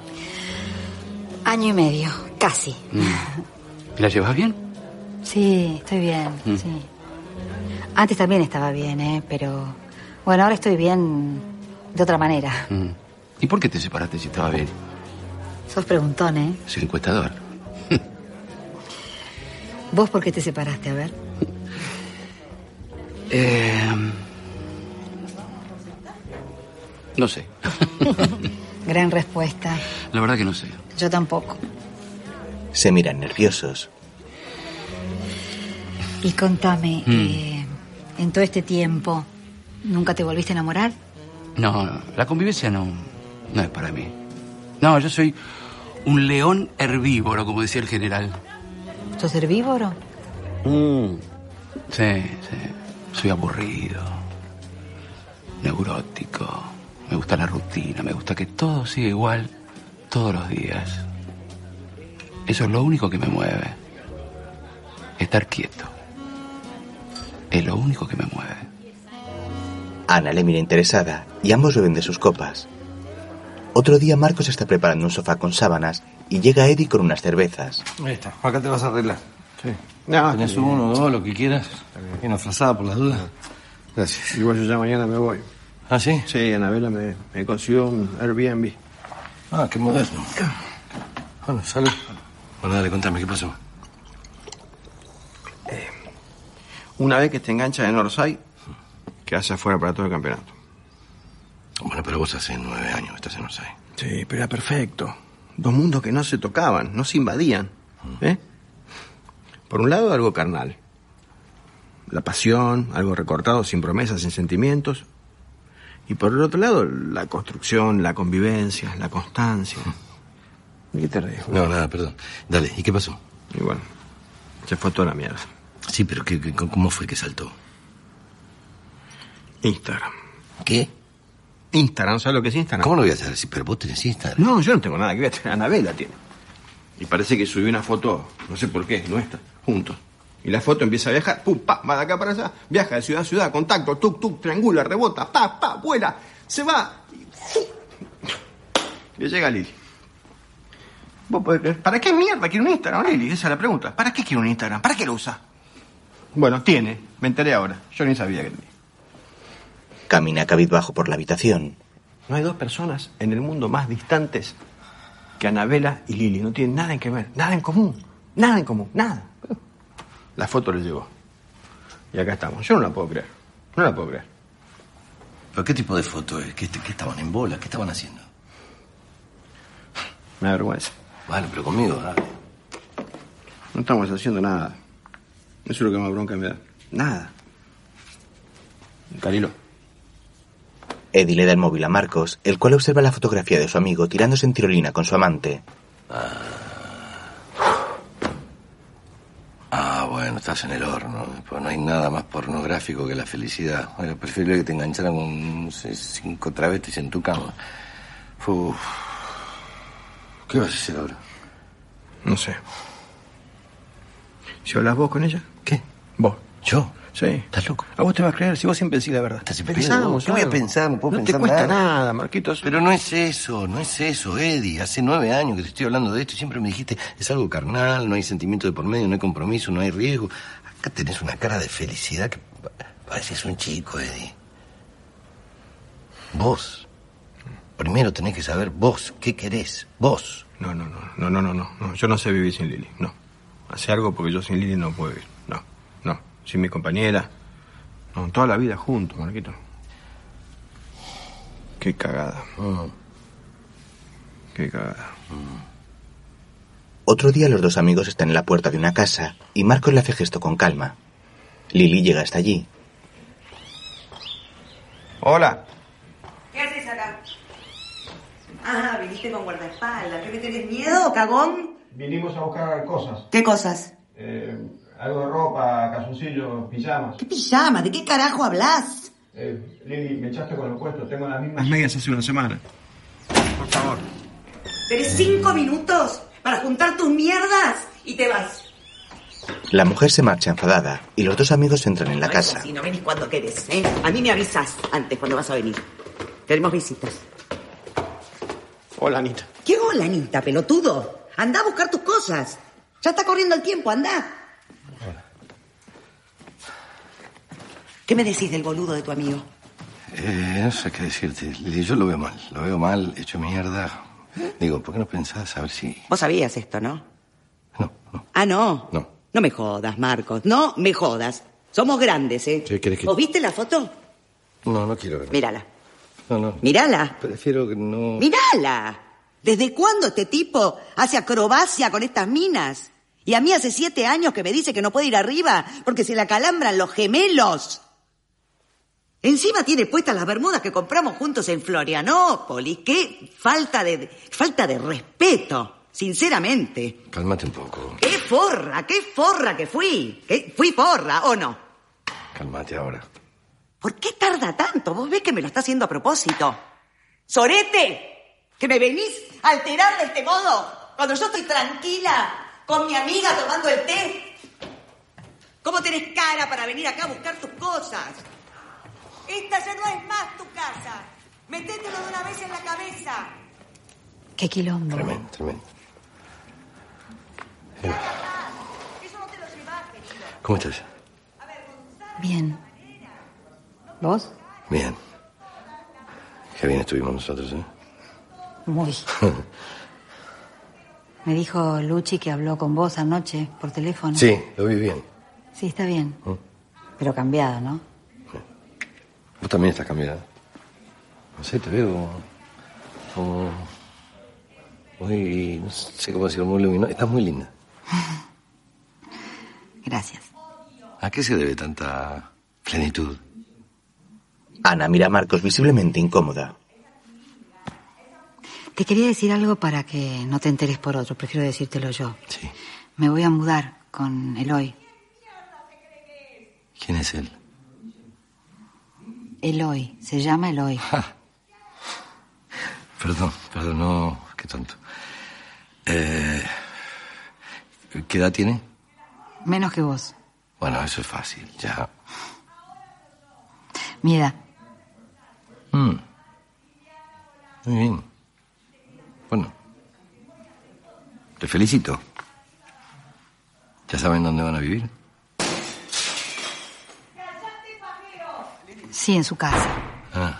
[SPEAKER 7] Año y medio, casi.
[SPEAKER 13] ¿La llevas bien?
[SPEAKER 7] Sí, estoy bien,
[SPEAKER 13] Mm.
[SPEAKER 7] sí. Antes también estaba bien, ¿eh? Pero. Bueno, ahora estoy bien de otra manera.
[SPEAKER 13] Mm. ¿Y por qué te separaste si estaba bien?
[SPEAKER 7] Sos preguntón, ¿eh?
[SPEAKER 13] Soy encuestador.
[SPEAKER 7] ¿Vos por qué te separaste? A ver.
[SPEAKER 13] Eh, No sé.
[SPEAKER 7] Gran respuesta.
[SPEAKER 13] La verdad que no sé.
[SPEAKER 7] Yo tampoco.
[SPEAKER 1] Se miran nerviosos.
[SPEAKER 7] Y contame,
[SPEAKER 13] Mm.
[SPEAKER 7] eh, en todo este tiempo, ¿nunca te volviste a enamorar?
[SPEAKER 13] No, no, la convivencia no, no es para mí. No, yo soy un león herbívoro, como decía el general.
[SPEAKER 7] ¿Sos herbívoro?
[SPEAKER 13] Sí, sí. Soy aburrido, neurótico. Me gusta la rutina, me gusta que todo siga igual todos los días. Eso es lo único que me mueve. Estar quieto. Es lo único que me mueve.
[SPEAKER 1] Ana le mira interesada y ambos beben de sus copas. Otro día Marcos está preparando un sofá con sábanas y llega Eddie con unas cervezas.
[SPEAKER 3] Ahí está. Acá te vas a arreglar. Sí. Tenés
[SPEAKER 1] está bien.
[SPEAKER 3] uno, dos, lo que quieras. Bien afrazada por las dudas. Gracias. Igual yo ya mañana me voy. ¿Ah, sí?
[SPEAKER 6] Sí, Anabela me, me consiguió un Airbnb.
[SPEAKER 3] Ah, qué moderno. Bueno, salud. Bueno, dale, contame, ¿qué pasó?
[SPEAKER 6] Una vez que te enganchas en Orsay, quedas afuera para todo el campeonato.
[SPEAKER 2] Bueno, pero vos hace nueve años estás en Orsay.
[SPEAKER 6] Sí, pero era perfecto. Dos mundos que no se tocaban, no se invadían. ¿eh? Por un lado, algo carnal. La pasión, algo recortado, sin promesas, sin sentimientos. Y por el otro lado, la construcción, la convivencia, la constancia. ¿De qué te reís?
[SPEAKER 2] No, nada, perdón. Dale, ¿y qué pasó?
[SPEAKER 6] Y bueno, se fue toda la mierda.
[SPEAKER 2] Sí, pero ¿qué, qué- cómo fue que saltó?
[SPEAKER 6] Instagram.
[SPEAKER 2] ¿Qué?
[SPEAKER 6] Instagram, ¿sabes lo que es Instagram?
[SPEAKER 2] ¿Cómo lo voy a hacer? Sí, pero vos tenés Instagram.
[SPEAKER 6] No, yo no tengo nada que ver. Anabela tiene. Y parece que subió una foto, no sé por qué, nuestra, juntos. Y la foto empieza a viajar, pum, pa, va de acá para allá, viaja de ciudad a ciudad, contacto, tuk, tuk, triangula, rebota, pa, pa, vuela, se va. Y llega Lili. Vos podés creer, ¿Para qué mierda quiere un Instagram, Lili? Esa es la pregunta. ¿Para qué quiere un Instagram? ¿Para qué lo usa? Bueno, tiene. Me enteré ahora. Yo ni sabía que tenía.
[SPEAKER 1] Camina cabizbajo por la habitación.
[SPEAKER 6] No hay dos personas en el mundo más distantes que Anabela y Lili. No tienen nada en que ver, nada en común, nada en común, nada. La foto le llegó. Y acá estamos. Yo no la puedo creer. No la puedo creer.
[SPEAKER 2] ¿Pero qué tipo de foto es? ¿Qué, qué estaban en bola? ¿Qué estaban haciendo?
[SPEAKER 6] Me da vergüenza.
[SPEAKER 2] Bueno, pero conmigo, dale.
[SPEAKER 6] No estamos haciendo nada. Eso es lo que más bronca me da. Nada. Carilo.
[SPEAKER 1] Eddie le da el móvil a Marcos, el cual observa la fotografía de su amigo tirándose en tirolina con su amante.
[SPEAKER 2] Ah, bueno, estás en el horno. Pues no hay nada más pornográfico que la felicidad. Bueno, prefiero que te engancharan con no sé, cinco travestis en tu cama. Uf. ¿Qué vas a hacer ahora?
[SPEAKER 6] No sé. ¿Si hablas vos con ella? ¿Qué? ¿Vos?
[SPEAKER 2] ¿Yo?
[SPEAKER 6] Sí. ¿Estás
[SPEAKER 2] loco?
[SPEAKER 6] ¿A vos te vas a creer? Si vos siempre decís la verdad. ¿Estás
[SPEAKER 2] Pensamos, ¿Qué voy a pensar? No puedo pensar
[SPEAKER 6] te cuesta nada.
[SPEAKER 2] Marquitos. Pero no es eso, no es eso, Eddie. Hace nueve años que te estoy hablando de esto y siempre me dijiste, es algo carnal, no hay sentimiento de por medio, no hay compromiso, no hay riesgo. Acá tenés una cara de felicidad que pa- pareces un chico, Eddie. Vos. Primero tenés que saber vos qué querés, vos.
[SPEAKER 6] No, no, no, no, no, no, no, no. Yo no sé vivir sin Lili, no. Hace algo porque yo sin Lili no puedo vivir, no, no. Sin mi compañera, no, toda la vida juntos, Marquito. Qué cagada.
[SPEAKER 14] Ah.
[SPEAKER 6] Qué cagada.
[SPEAKER 1] Mm. Otro día los dos amigos están en la puerta de una casa y Marcos le hace gesto con calma. Lily llega hasta allí.
[SPEAKER 6] Hola.
[SPEAKER 25] ¿Qué haces acá? Ah, viniste con guardaespaldas. ¿Qué me tenés miedo, cagón?
[SPEAKER 14] Vinimos a buscar cosas. Eh,
[SPEAKER 25] ¿Qué cosas?
[SPEAKER 14] algo de ropa, calzoncillos, pijamas.
[SPEAKER 25] ¿Qué pijamas? ¿De qué carajo hablas?
[SPEAKER 14] Eh, Lili, me echaste con lo puesto. Tengo las mismas
[SPEAKER 6] Las medias hace una semana. Por favor.
[SPEAKER 25] Pero cinco minutos para juntar tus mierdas y te vas.
[SPEAKER 1] La mujer se marcha enfadada y los dos amigos entran en la
[SPEAKER 12] No es
[SPEAKER 1] casa.
[SPEAKER 12] así, no venís cuando querés, ¿eh? A mí me avisas antes cuando vas a venir. Tenemos visitas.
[SPEAKER 6] Hola, Anita.
[SPEAKER 12] ¿Qué hola, Anita, pelotudo? Anda a buscar tus cosas. Ya está corriendo el tiempo, anda. ¿Qué me decís del boludo de tu amigo?
[SPEAKER 2] Eh, no sé qué decirte, Lili, yo lo veo mal, lo veo mal, hecho mierda. Digo, ¿por qué no pensás a ver si...
[SPEAKER 12] Vos sabías esto, ¿no? No, no. Ah, no.
[SPEAKER 2] No.
[SPEAKER 12] No me jodas, Marcos. No me jodas. Somos grandes, ¿eh?
[SPEAKER 2] Sí, ¿querés que-
[SPEAKER 12] ¿Vos viste la foto?
[SPEAKER 2] No, no quiero ver.
[SPEAKER 12] Mírala.
[SPEAKER 2] No, no.
[SPEAKER 12] Mírala.
[SPEAKER 2] Prefiero que no...
[SPEAKER 12] ¡Mírala! ¿Desde cuándo este tipo hace acrobacia con estas minas? Y a mí hace siete años que me dice que no puede ir arriba porque se la calambran los gemelos. Encima tiene puestas las bermudas que compramos juntos en Florianópolis. ¡Qué falta de, falta de respeto! Sinceramente.
[SPEAKER 2] Cálmate un poco,
[SPEAKER 12] ¡Qué forra! ¡Qué forra que fui! ¿Qué- ¿Fui forra o no?
[SPEAKER 2] cálmate ahora.
[SPEAKER 12] ¿Por qué tarda tanto? Vos ves que me lo está haciendo a propósito. ¡Sorete! ¿Que me venís a alterar de este modo? Cuando yo estoy tranquila con mi amiga tomando el té. ¿Cómo tenés cara para venir acá a buscar tus cosas? Esta ya no es más tu casa. Métetelo de una vez en la cabeza.
[SPEAKER 21] Qué quilombo.
[SPEAKER 2] Tremendo, tremendo. Eh, ¿Cómo estás?
[SPEAKER 21] Bien.
[SPEAKER 19] ¿Vos?
[SPEAKER 2] Bien. Qué bien estuvimos nosotros, ¿eh?
[SPEAKER 7] Muy. Me dijo Luchi que habló con vos anoche por teléfono.
[SPEAKER 2] Sí, lo vi bien.
[SPEAKER 7] Sí, está bien.
[SPEAKER 2] Mm.
[SPEAKER 7] Pero cambiado, ¿no?
[SPEAKER 2] Vos también estás cambiada. No sé, te veo. Como. Muy. No sé cómo decirlo, muy luminosa. Estás muy linda.
[SPEAKER 7] Gracias.
[SPEAKER 2] ¿A qué se debe tanta plenitud?
[SPEAKER 1] Ana mira a Marcos visiblemente incómoda.
[SPEAKER 7] Te quería decir algo para que no te enteres por otro. Prefiero decírtelo yo.
[SPEAKER 2] Sí.
[SPEAKER 7] Me voy a mudar con Eloy.
[SPEAKER 2] ¿Quién es él?
[SPEAKER 7] Eloy. Se llama Eloy.
[SPEAKER 2] Perdón, perdón, no. Qué tonto. Eh, ¿Qué edad tiene?
[SPEAKER 7] Menos que vos.
[SPEAKER 2] Bueno, eso es fácil, ya.
[SPEAKER 7] Mi edad.
[SPEAKER 2] Mm. Muy bien. Bueno. Te felicito. ¿Ya saben dónde van a vivir?
[SPEAKER 7] Sí, en su casa.
[SPEAKER 2] Ah.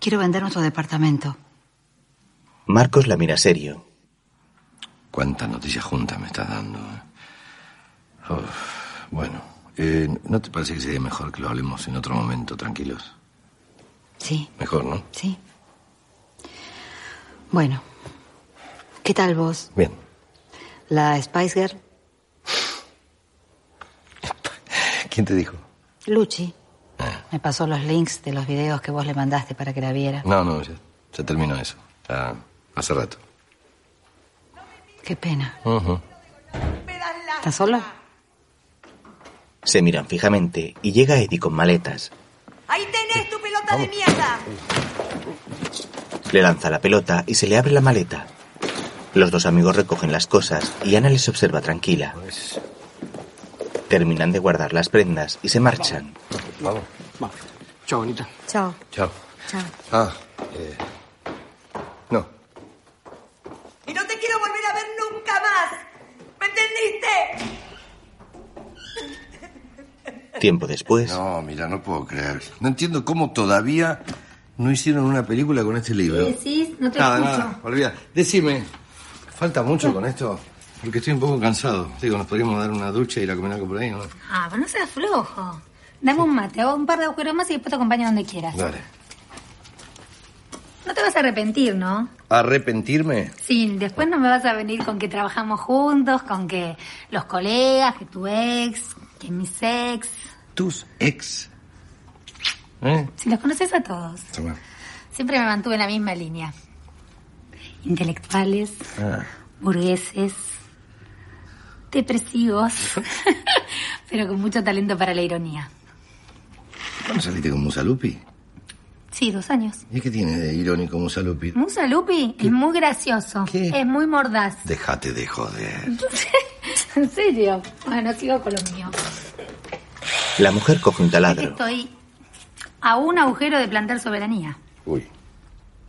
[SPEAKER 7] Quiero vender nuestro departamento.
[SPEAKER 1] Marcos la mira serio.
[SPEAKER 2] Cuántas noticias juntas me estás dando. eh. Uf, bueno, eh, ¿no te parece que sería mejor que lo hablemos en otro momento, tranquilos?
[SPEAKER 7] Sí.
[SPEAKER 2] Mejor, ¿no?
[SPEAKER 7] Sí. Bueno. ¿Qué tal vos?
[SPEAKER 2] Bien.
[SPEAKER 7] La Spice Girl,
[SPEAKER 2] ¿Quién te dijo?
[SPEAKER 7] Luchi.
[SPEAKER 2] Ah.
[SPEAKER 7] Me pasó los links de los videos que vos le mandaste para que la viera.
[SPEAKER 2] No, no, ya, ya terminó eso. Ya, hace rato.
[SPEAKER 7] Qué pena.
[SPEAKER 2] Ujú.
[SPEAKER 7] ¿Estás solo?
[SPEAKER 1] Se miran fijamente y llega Eddie con maletas.
[SPEAKER 26] Ahí tenés tu pelota de mierda.
[SPEAKER 1] Le lanza la pelota y se le abre la maleta. Los dos amigos recogen las cosas y Ana les observa tranquila.
[SPEAKER 2] Pues,
[SPEAKER 1] Terminan de guardar las prendas y se marchan.
[SPEAKER 2] Vamos.
[SPEAKER 27] Chao, bonita.
[SPEAKER 28] Chao.
[SPEAKER 2] Chao.
[SPEAKER 28] Chao.
[SPEAKER 2] Ah, eh,
[SPEAKER 26] Y no te quiero volver a ver nunca más. ¿Me entendiste?
[SPEAKER 1] Tiempo después.
[SPEAKER 2] No, mira, no puedo creer. No entiendo cómo todavía no hicieron una película con este libro.
[SPEAKER 11] decís? No te
[SPEAKER 2] nada,
[SPEAKER 11] escucho.
[SPEAKER 2] nada, olvida. Decime, ¿falta mucho con esto? Porque estoy un poco cansado. Digo, nos podríamos dar una ducha y ir a comer algo por ahí, ¿no?
[SPEAKER 11] Ah, pero no seas flojo. Dame un mate, hago un par de agujeros más y después te acompaño donde quieras.
[SPEAKER 2] Dale.
[SPEAKER 11] No te vas a arrepentir, ¿no?
[SPEAKER 2] ¿Arrepentirme?
[SPEAKER 11] Sí, después no me vas a venir con que trabajamos juntos, con que los colegas, que tu ex, que mis ex.
[SPEAKER 2] Tus ex. ¿Eh?
[SPEAKER 11] Si los conoces a todos.
[SPEAKER 2] Toma.
[SPEAKER 11] Siempre me mantuve en la misma línea. Intelectuales,
[SPEAKER 2] Ah.
[SPEAKER 11] burgueses, depresivos, pero con mucho talento para la ironía.
[SPEAKER 2] ¿Cuándo saliste con Musalupi?
[SPEAKER 11] Sí, dos años.
[SPEAKER 2] ¿Y qué tiene de irónico Musalupi?
[SPEAKER 11] Musa Lupi es muy gracioso, es muy mordaz.
[SPEAKER 2] Déjate de joder.
[SPEAKER 11] en serio. Bueno, sigo con lo mío.
[SPEAKER 1] La mujer coge un taladro.
[SPEAKER 11] Estoy a un agujero de plantar soberanía.
[SPEAKER 2] Uy.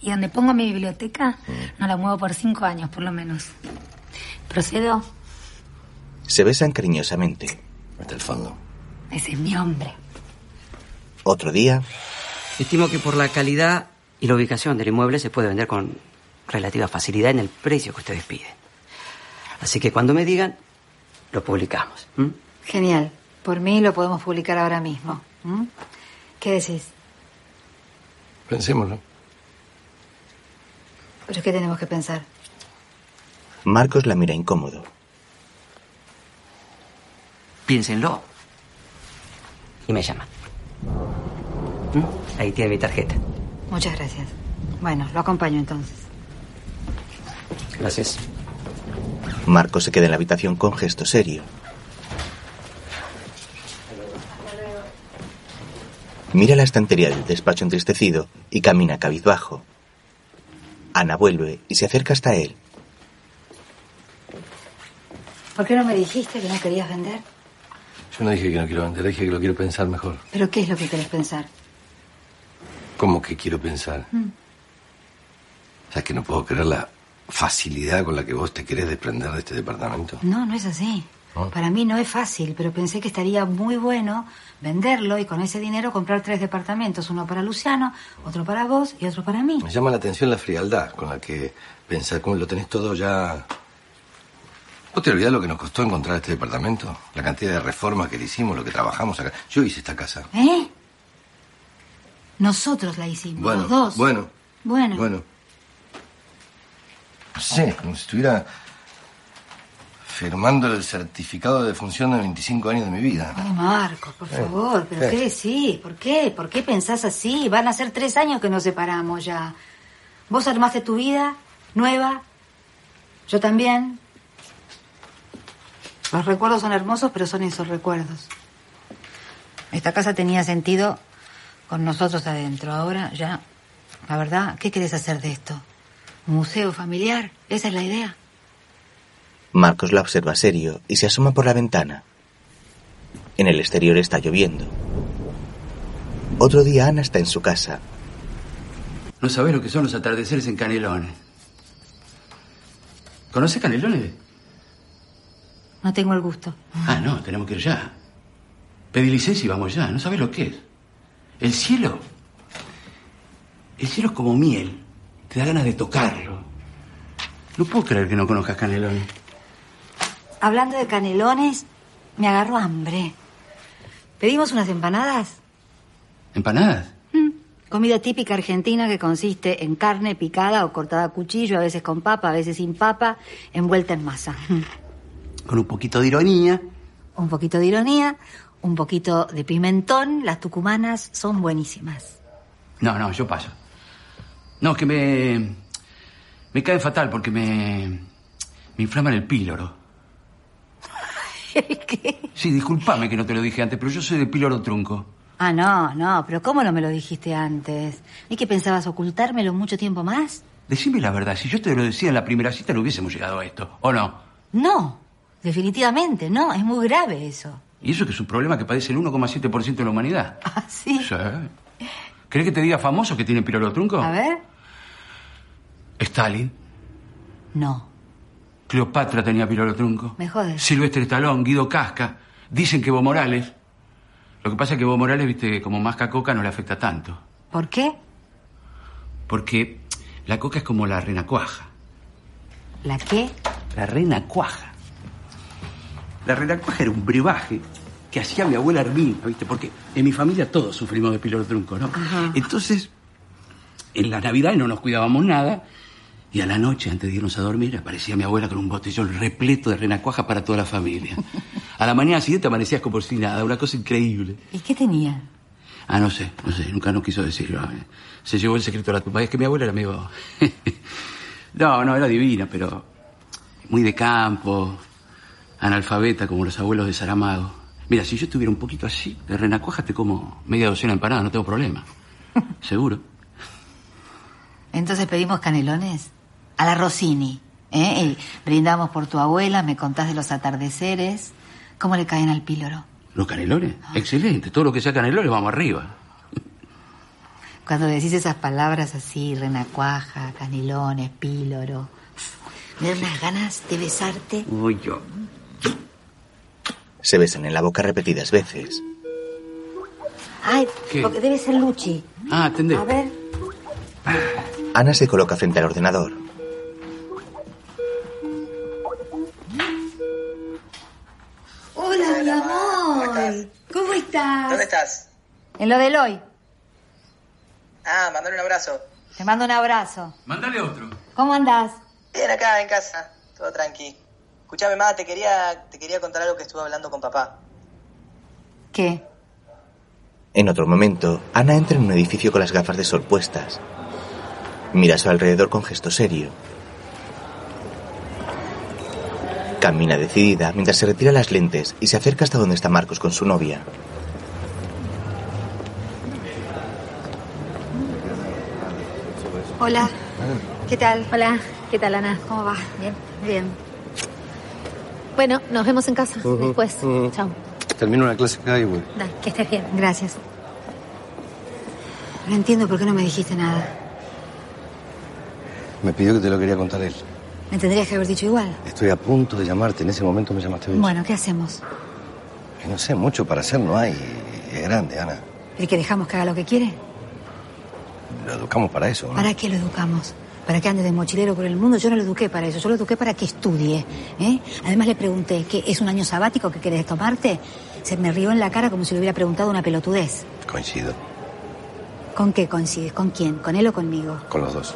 [SPEAKER 11] Y donde pongo mi biblioteca, no la muevo por cinco años, por lo menos. Procedo,
[SPEAKER 1] Se besan cariñosamente.
[SPEAKER 2] Hasta el fondo.
[SPEAKER 11] ese es mi hombre.
[SPEAKER 1] Otro día.
[SPEAKER 12] Estimo que por la calidad y la ubicación del inmueble se puede vender con relativa facilidad en el precio que ustedes piden. Así que cuando me digan, lo publicamos. ¿m?
[SPEAKER 7] Genial. Por mí lo podemos publicar ahora mismo. ¿m? ¿Qué decís?
[SPEAKER 2] Pensémoslo.
[SPEAKER 7] ¿Pero qué tenemos que pensar?
[SPEAKER 1] Marcos la mira incómodo.
[SPEAKER 12] Piénsenlo. Y me llaman. ¿M? Ahí tiene mi tarjeta.
[SPEAKER 7] Muchas gracias. Bueno, lo acompaño entonces.
[SPEAKER 12] Gracias.
[SPEAKER 1] Marcos se queda en la habitación con gesto serio. Mira la estantería del despacho entristecido y camina cabizbajo. Ana vuelve y se acerca hasta él.
[SPEAKER 7] ¿Por qué no me dijiste que no querías vender?
[SPEAKER 2] Yo no dije que no quiero vender, dije que lo quiero pensar mejor.
[SPEAKER 7] ¿Pero qué es lo que querés pensar?
[SPEAKER 2] ¿Cómo que quiero pensar?
[SPEAKER 7] Mm.
[SPEAKER 2] O sea, que no puedo creer la facilidad con la que vos te querés desprender de este departamento.
[SPEAKER 7] No, no es así. Para mí no es fácil, pero pensé que estaría muy bueno venderlo y con ese dinero comprar tres departamentos, uno para Luciano, otro para vos y otro para mí.
[SPEAKER 3] Me llama la atención la frialdad con la que pensás, como lo tenés todo ya. ¿Vos te olvidás lo que nos costó encontrar este departamento? La cantidad de reformas que le hicimos, lo que trabajamos acá. Yo hice esta casa.
[SPEAKER 7] ¿Eh? Nosotros la hicimos,
[SPEAKER 3] Bueno,
[SPEAKER 7] los dos. Ah.
[SPEAKER 3] bueno,
[SPEAKER 7] Bueno,
[SPEAKER 3] bueno. No sé, como si estuviera firmando el certificado de función de 25 años de mi vida.
[SPEAKER 7] Ay, Marcos, por
[SPEAKER 3] Eh,
[SPEAKER 7] favor, pero
[SPEAKER 3] eh.
[SPEAKER 7] ¿qué decís? ¿Por qué? ¿Por qué pensás así? Van a ser tres años que nos separamos ya. Vos armaste tu vida nueva, yo también. Los recuerdos son hermosos, pero son esos recuerdos. Esta casa tenía sentido con nosotros adentro. Ahora ya, la verdad, ¿qué querés hacer de esto? ¿Un museo familiar? Esa es la idea.
[SPEAKER 1] Marcos la observa serio y se asoma por la ventana. En el exterior está lloviendo. Otro día Ana está en su casa.
[SPEAKER 13] No sabés lo que son los atardeceres en Canelones. ¿Conoces Canelones?
[SPEAKER 7] No tengo el gusto.
[SPEAKER 13] Ah, no, tenemos que ir ya. Pedí licencia y vamos ya. No sabés lo que es. El cielo. El cielo es como miel. Te da ganas de tocarlo. No puedo creer que no conozcas Canelones.
[SPEAKER 7] Hablando de canelones, me agarró hambre. Pedimos unas empanadas.
[SPEAKER 13] ¿Empanadas?
[SPEAKER 7] Comida típica argentina que consiste en carne picada o cortada a cuchillo, a veces con papa, a veces sin papa, envuelta en masa.
[SPEAKER 13] Con un poquito de ironía.
[SPEAKER 7] Un poquito de ironía, un poquito de pimentón, las tucumanas son buenísimas.
[SPEAKER 13] No, no, yo paso. No, es que me. Me cae fatal porque me. Me inflaman el píloro. ¿Qué? Sí, discúlpame que no te lo dije antes, pero yo soy de píloro trunco.
[SPEAKER 7] Ah, no, no, pero ¿cómo no me lo dijiste antes? ¿Y que pensabas ocultármelo mucho tiempo más?
[SPEAKER 13] Decime la verdad, si yo te lo decía en la primera cita no hubiésemos llegado a esto, ¿o no?
[SPEAKER 7] No, definitivamente no, es muy grave eso.
[SPEAKER 13] Y eso que es un problema que padece el 1,7% de la humanidad.
[SPEAKER 7] ¿Ah, sí?
[SPEAKER 13] Sí. ¿Crees que te diga famoso que tiene píloro trunco?
[SPEAKER 7] A ver,
[SPEAKER 13] Stalin,
[SPEAKER 7] no,
[SPEAKER 13] Cleopatra tenía píloro trunco.
[SPEAKER 7] me jodes.
[SPEAKER 13] Silvestre Talón, Guido Casca, dicen que Evo Morales. Lo que pasa es que Evo Morales, viste, como más coca no le afecta tanto.
[SPEAKER 7] ¿Por qué?
[SPEAKER 13] Porque la coca es como la renacuaja.
[SPEAKER 7] ¿La qué?
[SPEAKER 13] La renacuaja. La renacuaja era un brebaje que hacía mi abuela Hermina, viste, porque en mi familia todos sufrimos de píloro trunco, ¿no?
[SPEAKER 7] Ajá.
[SPEAKER 13] Entonces, en la Navidad no nos cuidábamos nada. Y a la noche, antes de irnos a dormir, aparecía mi abuela con un botellón repleto de renacuaja para toda la familia. A la mañana siguiente amanecías como si nada, una cosa increíble.
[SPEAKER 7] ¿Y qué tenía?
[SPEAKER 13] Ah, no sé, no sé, nunca nos quiso decirlo. eh. Se llevó el secreto a la tumba. Es que mi abuela era medio... no, no, era divina, pero muy de campo, analfabeta como los abuelos de Saramago. Mira, si yo estuviera un poquito así de renacuaja, te como media docena de empanadas, no tengo problema. Seguro.
[SPEAKER 7] Entonces pedimos canelones a la Rossini. ¿eh? Y brindamos por tu abuela, me contás de los atardeceres, cómo le caen al píloro.
[SPEAKER 13] ¿Los canelones? Excelente, todo lo que sea canelones vamos arriba.
[SPEAKER 7] Cuando decís esas palabras así, renacuaja, canelones, píloro, me dan unas ganas de besarte.
[SPEAKER 13] Uy, yo.
[SPEAKER 1] Se besan en la boca repetidas veces.
[SPEAKER 8] Ay,
[SPEAKER 1] ¿Qué?
[SPEAKER 8] porque debe ser Luchi.
[SPEAKER 13] Ah, atendé.
[SPEAKER 8] A ver,
[SPEAKER 1] Ana se coloca frente al ordenador.
[SPEAKER 8] hola, mi amor. ¿Cómo estás?
[SPEAKER 29] ¿Dónde estás?
[SPEAKER 7] En lo del hoy,
[SPEAKER 29] Ah, mandale un abrazo.
[SPEAKER 7] te mando un abrazo.
[SPEAKER 13] Mándale otro.
[SPEAKER 7] ¿Cómo andás?
[SPEAKER 29] Bien acá en casa, todo tranqui. Escuchame, ma, te quería, te quería contar algo que estuve hablando con papá.
[SPEAKER 7] ¿Qué?
[SPEAKER 1] En otro momento, Ana entra en un edificio con las gafas de sol puestas. Mira a su alrededor con gesto serio. Camina decidida mientras se retira las lentes y se acerca hasta donde está Marcos con su novia.
[SPEAKER 8] Hola. ¿Qué tal? Hola, ¿qué tal, Ana? ¿Cómo va? Bien. Bien. Bueno, nos vemos en casa
[SPEAKER 3] Ujú,
[SPEAKER 8] después.
[SPEAKER 3] ujú.
[SPEAKER 8] Chao.
[SPEAKER 3] Termino la clase acá y voy.
[SPEAKER 8] Dale, que estés bien.
[SPEAKER 7] Gracias. No entiendo por qué no me dijiste nada.
[SPEAKER 3] Me pidió que te lo quería contar él.
[SPEAKER 7] Me tendrías que haber dicho igual.
[SPEAKER 2] Estoy a punto de llamarte. En ese momento me llamaste vos.
[SPEAKER 7] Bueno, ¿qué hacemos?
[SPEAKER 2] Y No sé, mucho para hacer no hay. Es grande, Ana.
[SPEAKER 7] ¿El que dejamos que haga lo que quiere?
[SPEAKER 2] Lo educamos para eso, ¿no?
[SPEAKER 7] ¿Para qué lo educamos? ¿Para que ande de mochilero por el mundo? Yo no lo eduqué para eso, yo lo eduqué para que estudie. ¿eh? Además le pregunté, ¿qué es un año sabático que querés tomarte? Se me rió en la cara como si le hubiera preguntado una pelotudez.
[SPEAKER 2] Coincido
[SPEAKER 7] ¿Con qué coincides? ¿Con quién? ¿Con él o conmigo?
[SPEAKER 2] con los dos.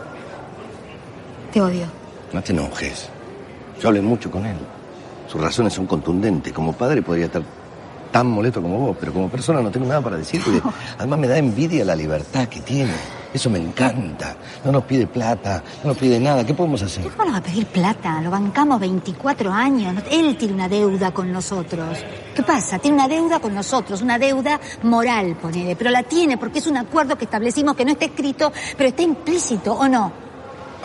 [SPEAKER 7] Te odio.
[SPEAKER 2] No te enojes. Yo hablé mucho con él. Sus razones son contundentes. Como padre podría estar tan molesto como vos, pero como persona no tengo nada para decirte. Además me da envidia la libertad que tiene. Eso me encanta. No nos pide plata, no nos pide nada. ¿Qué podemos hacer?
[SPEAKER 7] ¿Cómo nos va a pedir plata? Lo bancamos 24 años. No- Él tiene una deuda con nosotros. ¿Qué pasa? Tiene una deuda con nosotros, una deuda moral, ponele. Pero la tiene porque es un acuerdo que establecimos que no está escrito, pero está implícito, ¿o no?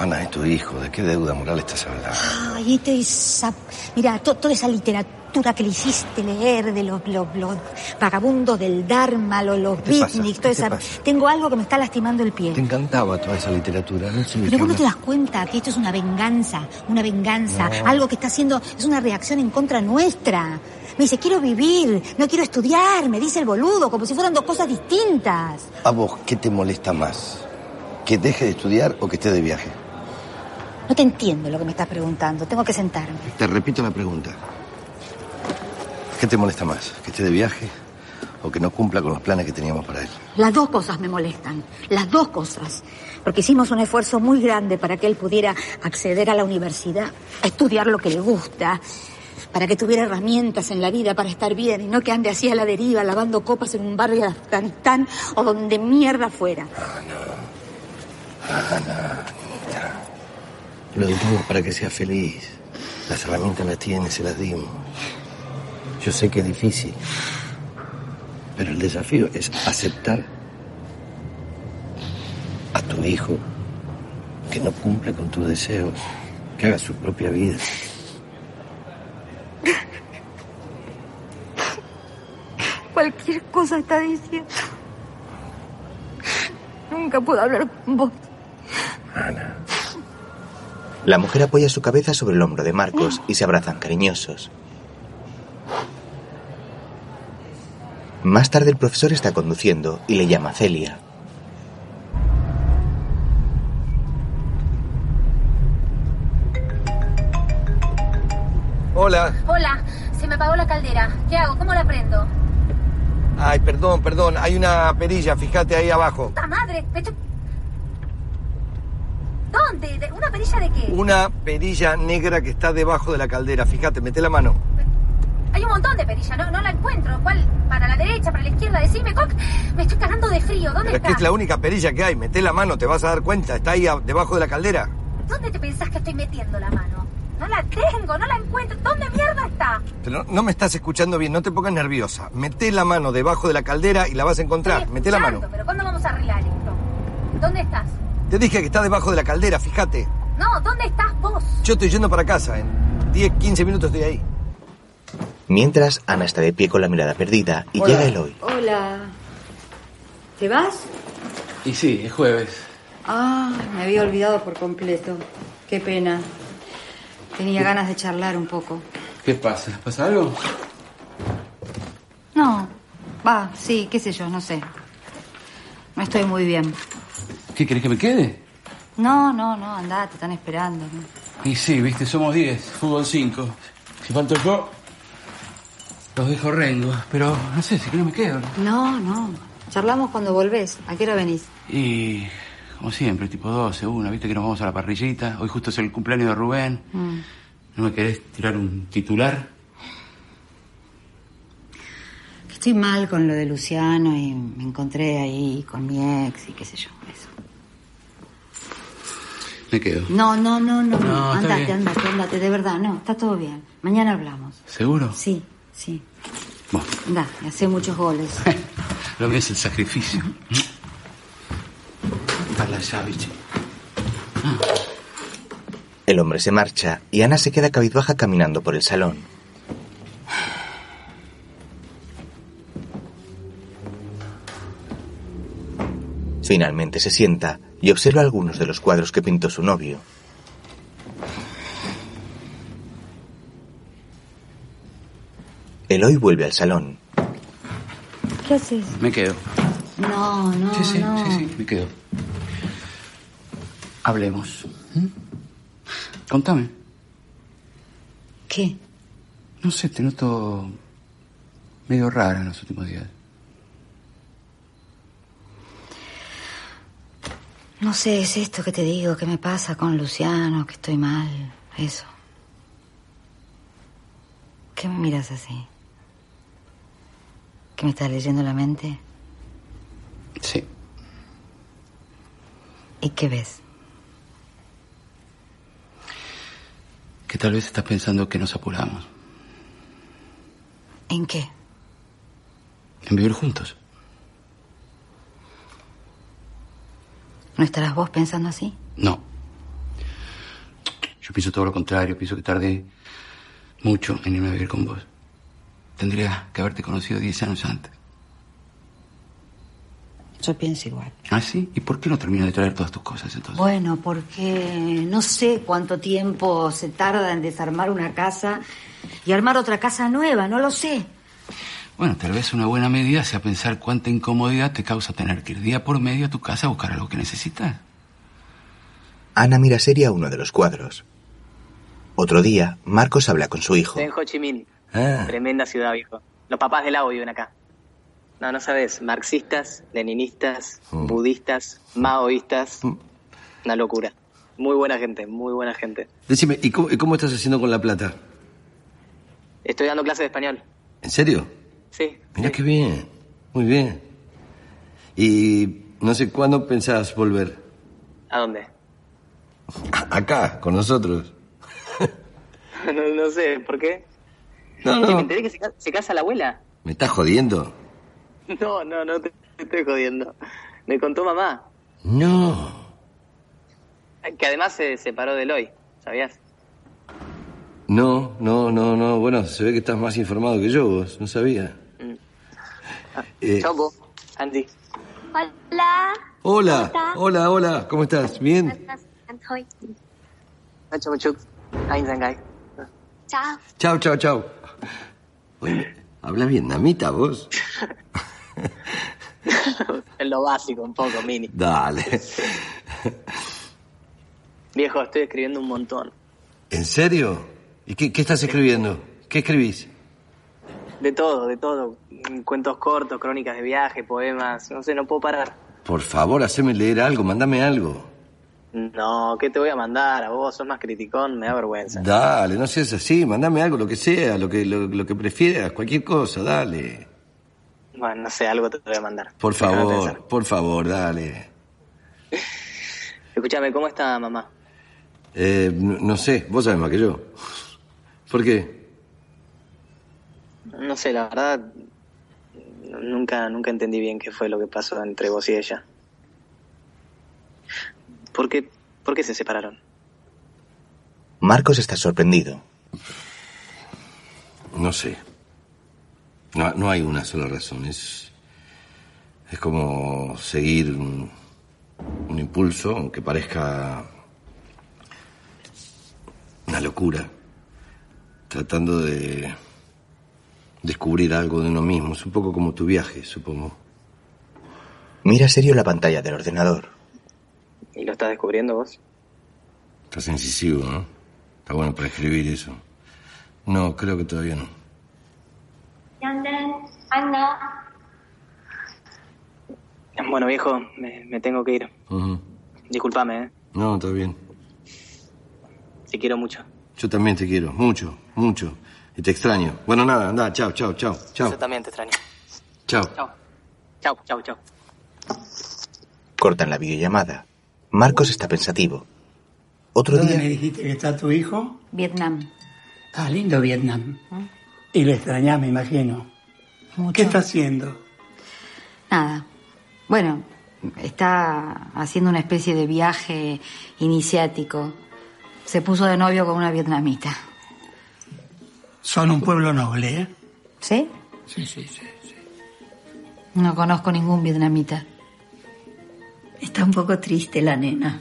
[SPEAKER 2] Ana, es tu hijo. ¿De qué deuda moral estás hablando?
[SPEAKER 7] Ay, este esa... Mira, to- toda esa literatura que le hiciste leer de los, los- los vagabundos del Dharma, los, los
[SPEAKER 2] ¿Qué te pasa?
[SPEAKER 7] beatniks,
[SPEAKER 2] ¿Qué
[SPEAKER 7] toda
[SPEAKER 2] te
[SPEAKER 7] esa...
[SPEAKER 2] pasa?
[SPEAKER 7] Tengo algo que me está lastimando el pie.
[SPEAKER 2] Te encantaba toda esa literatura. No sé de
[SPEAKER 7] Pero
[SPEAKER 2] qué
[SPEAKER 7] vos no te
[SPEAKER 2] hablas.
[SPEAKER 7] das cuenta que esto es una venganza, una venganza,
[SPEAKER 2] No.
[SPEAKER 7] algo que está haciendo, es una reacción en contra nuestra. Me dice, quiero vivir, no quiero estudiar, me dice el boludo, como si fueran dos cosas distintas.
[SPEAKER 2] ¿A vos qué te molesta más? ¿Que deje de estudiar o que esté de viaje?
[SPEAKER 7] No te entiendo lo que me estás preguntando, tengo que sentarme.
[SPEAKER 2] Te repito la pregunta. ¿Qué te molesta más? ¿Que esté de viaje o que no cumpla con los planes que teníamos para él?
[SPEAKER 7] Las dos cosas me molestan, las dos cosas. Porque hicimos un esfuerzo muy grande para que él pudiera acceder a la universidad, a estudiar lo que le gusta, para que tuviera herramientas en la vida para estar bien y no que ande así a la deriva lavando copas en un barrio de Afganistán o donde mierda fuera.
[SPEAKER 2] Lo educamos para que sea feliz. Las herramientas las tiene, se las dimos. Yo sé que es difícil, pero el desafío es aceptar a tu hijo que no cumple con tus deseos, que haga su propia vida.
[SPEAKER 7] Cualquier cosa está diciendo. Nunca puedo hablar con vos.
[SPEAKER 1] La mujer apoya su cabeza sobre el hombro de Marcos y se abrazan cariñosos. Más tarde el profesor está conduciendo y le llama Celia.
[SPEAKER 30] Hola.
[SPEAKER 11] Hola, se me apagó la caldera. ¿Qué hago? ¿Cómo la prendo?
[SPEAKER 30] Ay, perdón, perdón. Hay una perilla, fíjate ahí abajo.
[SPEAKER 11] ¡Puta madre! Me chu- ¿Dónde? ¿De- ¿Una perilla de qué?
[SPEAKER 30] Una perilla negra que está debajo de la caldera. Fíjate, mete la mano.
[SPEAKER 11] Hay un montón de perillas, no, no la encuentro. ¿Cuál? ¿Para la derecha? ¿Para la izquierda? Decime, Coc. Me estoy cagando de frío. ¿Dónde
[SPEAKER 30] Pero es
[SPEAKER 11] está?
[SPEAKER 30] que es la única perilla que hay. Mete la mano, te vas a dar cuenta. Está ahí a- debajo de la caldera.
[SPEAKER 11] ¿Dónde te pensás que estoy metiendo la mano? No la tengo, no la encuentro. ¿Dónde mierda está?
[SPEAKER 30] Pero no me estás escuchando bien, no te pongas nerviosa. Mete la mano debajo de la caldera y la vas a encontrar. Mete la
[SPEAKER 11] Escuchando,
[SPEAKER 30] mano.
[SPEAKER 11] ¿Pero cuándo vamos a arreglar esto? ¿Dónde estás?
[SPEAKER 30] Te dije que está debajo de la caldera, fíjate.
[SPEAKER 11] No, ¿dónde estás vos?
[SPEAKER 30] Yo estoy yendo para casa. En 10, 15 minutos estoy ahí.
[SPEAKER 1] Mientras, Ana está de pie con la mirada perdida y
[SPEAKER 13] Hola.
[SPEAKER 1] llega Eloy.
[SPEAKER 31] Hola. ¿Te vas?
[SPEAKER 13] Y sí, es jueves.
[SPEAKER 31] Ah, me había olvidado por completo. Qué pena. Tenía ganas de charlar un poco.
[SPEAKER 13] ¿Qué pasa? ¿Pasa algo?
[SPEAKER 31] No. Va, sí, qué sé yo, no sé. No estoy muy bien.
[SPEAKER 13] ¿Qué querés que me quede?
[SPEAKER 31] No, no, no, andá, te están esperando. ¿no?
[SPEAKER 13] Y sí, viste, somos 10, fútbol 5. Si falto yo, los dejo rengo. Pero no sé, si que no me quedo. ¿no?
[SPEAKER 31] No, no. Charlamos cuando volvés. ¿A qué hora venís?
[SPEAKER 13] Y como siempre, tipo 12, 1, viste que nos vamos a la parrillita. Hoy justo es el cumpleaños de Rubén.
[SPEAKER 31] Mm.
[SPEAKER 13] ¿No me querés tirar un titular?
[SPEAKER 31] Que Estoy mal con lo de Luciano y me encontré ahí con mi ex y qué sé yo. Eso.
[SPEAKER 13] Me quedo.
[SPEAKER 31] No, no, no, no.
[SPEAKER 13] No, está
[SPEAKER 31] andate,
[SPEAKER 13] bien.
[SPEAKER 31] andate, andate, de verdad. No, está todo bien. Mañana hablamos.
[SPEAKER 13] ¿Seguro?
[SPEAKER 31] Sí, sí.
[SPEAKER 13] Bueno.
[SPEAKER 31] Andá, hace muchos goles.
[SPEAKER 13] Lo que es el sacrificio. Para la llave, che.
[SPEAKER 1] El hombre se marcha y Ana se queda cabizbaja caminando por el salón. Finalmente se sienta y observa algunos de los cuadros que pintó su novio. Eloy vuelve al salón.
[SPEAKER 7] ¿Qué haces?
[SPEAKER 13] Me quedo.
[SPEAKER 7] No, no,
[SPEAKER 13] Sí, sí,
[SPEAKER 7] no.
[SPEAKER 13] sí, sí, me quedo. Hablemos. ¿Mm? Contame.
[SPEAKER 7] ¿Qué?
[SPEAKER 13] No sé, te noto medio rara en los últimos días.
[SPEAKER 7] No sé, es esto que te digo, que me pasa con Luciano, que estoy mal, eso. ¿Qué me miras así? ¿Que me estás leyendo la mente?
[SPEAKER 13] Sí.
[SPEAKER 7] ¿Y qué ves?
[SPEAKER 13] Que tal vez estás pensando que nos apuramos
[SPEAKER 7] ¿En qué?
[SPEAKER 13] en vivir juntos.
[SPEAKER 7] ¿No estarás vos pensando así?
[SPEAKER 13] No. Yo pienso todo lo contrario. Pienso que tardé mucho en irme a vivir con vos. Tendría que haberte conocido 10 años antes.
[SPEAKER 7] Yo pienso igual.
[SPEAKER 13] ¿Ah, sí? ¿Y por qué no terminas de traer todas tus cosas entonces?
[SPEAKER 7] Bueno, porque no sé cuánto tiempo se tarda en desarmar una casa y armar otra casa nueva, no lo sé.
[SPEAKER 13] Bueno, tal vez una buena medida sea pensar cuánta incomodidad te causa tener que ir día por medio a tu casa a buscar algo que necesitas.
[SPEAKER 1] Ana mira seria uno de los cuadros. Otro día, Marcos habla con su hijo.
[SPEAKER 29] Estoy en Ho Chi Minh.
[SPEAKER 1] Ah.
[SPEAKER 29] Tremenda ciudad, viejo. Los papás del agua viven acá. No, no sabes. Marxistas, leninistas, budistas, maoístas. Una locura. Muy buena gente, muy buena gente.
[SPEAKER 2] Decime, ¿y cómo, y cómo estás haciendo con la plata?
[SPEAKER 29] Estoy dando clases de español.
[SPEAKER 2] ¿En serio?
[SPEAKER 29] Sí.
[SPEAKER 2] Mirá qué bien. Muy bien. Y no sé cuándo pensás volver.
[SPEAKER 29] ¿A dónde?
[SPEAKER 2] Acá, con nosotros.
[SPEAKER 29] No, no sé, ¿por qué?
[SPEAKER 2] No,
[SPEAKER 29] Che, Me
[SPEAKER 2] no.
[SPEAKER 29] enteré que se, ca- se casa la abuela.
[SPEAKER 2] ¿Me estás jodiendo?
[SPEAKER 29] No, no, no te, te estoy jodiendo. Me contó mamá,
[SPEAKER 2] No.
[SPEAKER 29] que además se separó de Eloy, ¿sabías?
[SPEAKER 2] No, no, no, no. Bueno, se ve que estás más informado que yo, vos. No sabía. Eh,
[SPEAKER 29] Choco, Andy.
[SPEAKER 3] Hola.
[SPEAKER 2] hola,
[SPEAKER 3] ¿Cómo estás?
[SPEAKER 2] hola, hola. ¿Cómo estás? ¿Bien?
[SPEAKER 3] Hoy.
[SPEAKER 29] Nacho Machuc, Ain Zangai.
[SPEAKER 3] Chao.
[SPEAKER 2] Chau, chau, chau. Oye, habla vietnamita vos.
[SPEAKER 29] Es lo básico, un poco, mini.
[SPEAKER 2] Dale.
[SPEAKER 29] Viejo, estoy escribiendo un montón.
[SPEAKER 2] ¿En serio? ¿Y qué, qué estás escribiendo? ¿Qué escribís?
[SPEAKER 29] De todo, de todo. Mm, Cuentos cortos, crónicas de viaje, poemas. No sé, no puedo parar.
[SPEAKER 2] Por favor, haceme leer algo, mándame algo.
[SPEAKER 29] No, ¿qué te voy a mandar? A vos sos más criticón, me da vergüenza.
[SPEAKER 2] Dale, no seas así, mándame algo, lo que sea, lo que, lo, lo que prefieras, cualquier cosa, dale.
[SPEAKER 29] Bueno, no sé, algo te voy a mandar.
[SPEAKER 2] Por
[SPEAKER 29] Déjame
[SPEAKER 2] favor,
[SPEAKER 29] pensar.
[SPEAKER 2] por favor, dale.
[SPEAKER 29] Escúchame, ¿cómo está mamá?
[SPEAKER 2] Eh, no, no sé, vos sabés más que yo. ¿Por qué?
[SPEAKER 29] No sé, la verdad. n- Nunca, nunca entendí bien qué fue lo que pasó entre vos y ella. ¿Por qué, por qué se separaron?
[SPEAKER 1] Marcos está sorprendido.
[SPEAKER 2] No sé. No, no hay una sola razón, es, es como seguir un, un impulso, aunque parezca una locura, tratando de descubrir algo de uno mismo. Es un poco como tu viaje, supongo.
[SPEAKER 1] Mira serio la pantalla del ordenador.
[SPEAKER 29] ¿Y lo estás descubriendo vos?
[SPEAKER 2] Estás incisivo, ¿no? Está bueno para escribir eso. No, creo que todavía no.
[SPEAKER 3] Ana.
[SPEAKER 29] Bueno, viejo, me, me tengo que ir.
[SPEAKER 2] Ujú.
[SPEAKER 29] Disculpame, ¿eh?
[SPEAKER 2] No, está bien.
[SPEAKER 29] Te quiero mucho.
[SPEAKER 2] Yo también te quiero, mucho, mucho. Y te extraño. Bueno, nada, anda, chao, chao, chao, chao,
[SPEAKER 29] Yo también te extraño.
[SPEAKER 2] chao.
[SPEAKER 29] Chau, chau, chau.
[SPEAKER 1] Cortan la videollamada. Marcos está pensativo. Otro
[SPEAKER 5] ¿Dónde
[SPEAKER 1] día,
[SPEAKER 5] me dijiste que está tu hijo?
[SPEAKER 7] Vietnam.
[SPEAKER 3] Ah,
[SPEAKER 5] Está lindo Vietnam. Y lo extrañás, me imagino. ¿Qué está haciendo?
[SPEAKER 7] Nada. Bueno, está haciendo una especie de viaje iniciático. Se puso de novio con una vietnamita.
[SPEAKER 5] Son un pueblo noble, ¿eh?
[SPEAKER 7] ¿Sí?
[SPEAKER 5] Sí, sí, sí.
[SPEAKER 7] No conozco ningún vietnamita. Está un poco triste la nena.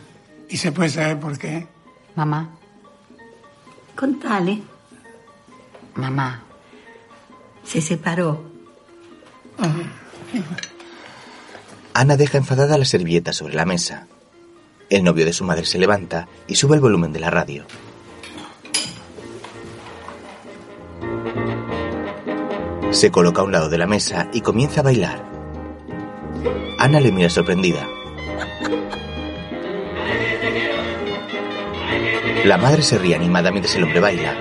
[SPEAKER 5] ¿Y se puede saber por qué?
[SPEAKER 7] Mamá.
[SPEAKER 5] Contale.
[SPEAKER 7] Mamá.
[SPEAKER 32] Se separó.
[SPEAKER 5] Ah,
[SPEAKER 1] Ana deja enfadada la servilleta sobre la mesa. El novio de su madre se levanta y sube el volumen de la radio. Se coloca a un lado de la mesa y comienza a bailar. Ana le mira sorprendida. La madre se ríe animada mientras el hombre baila.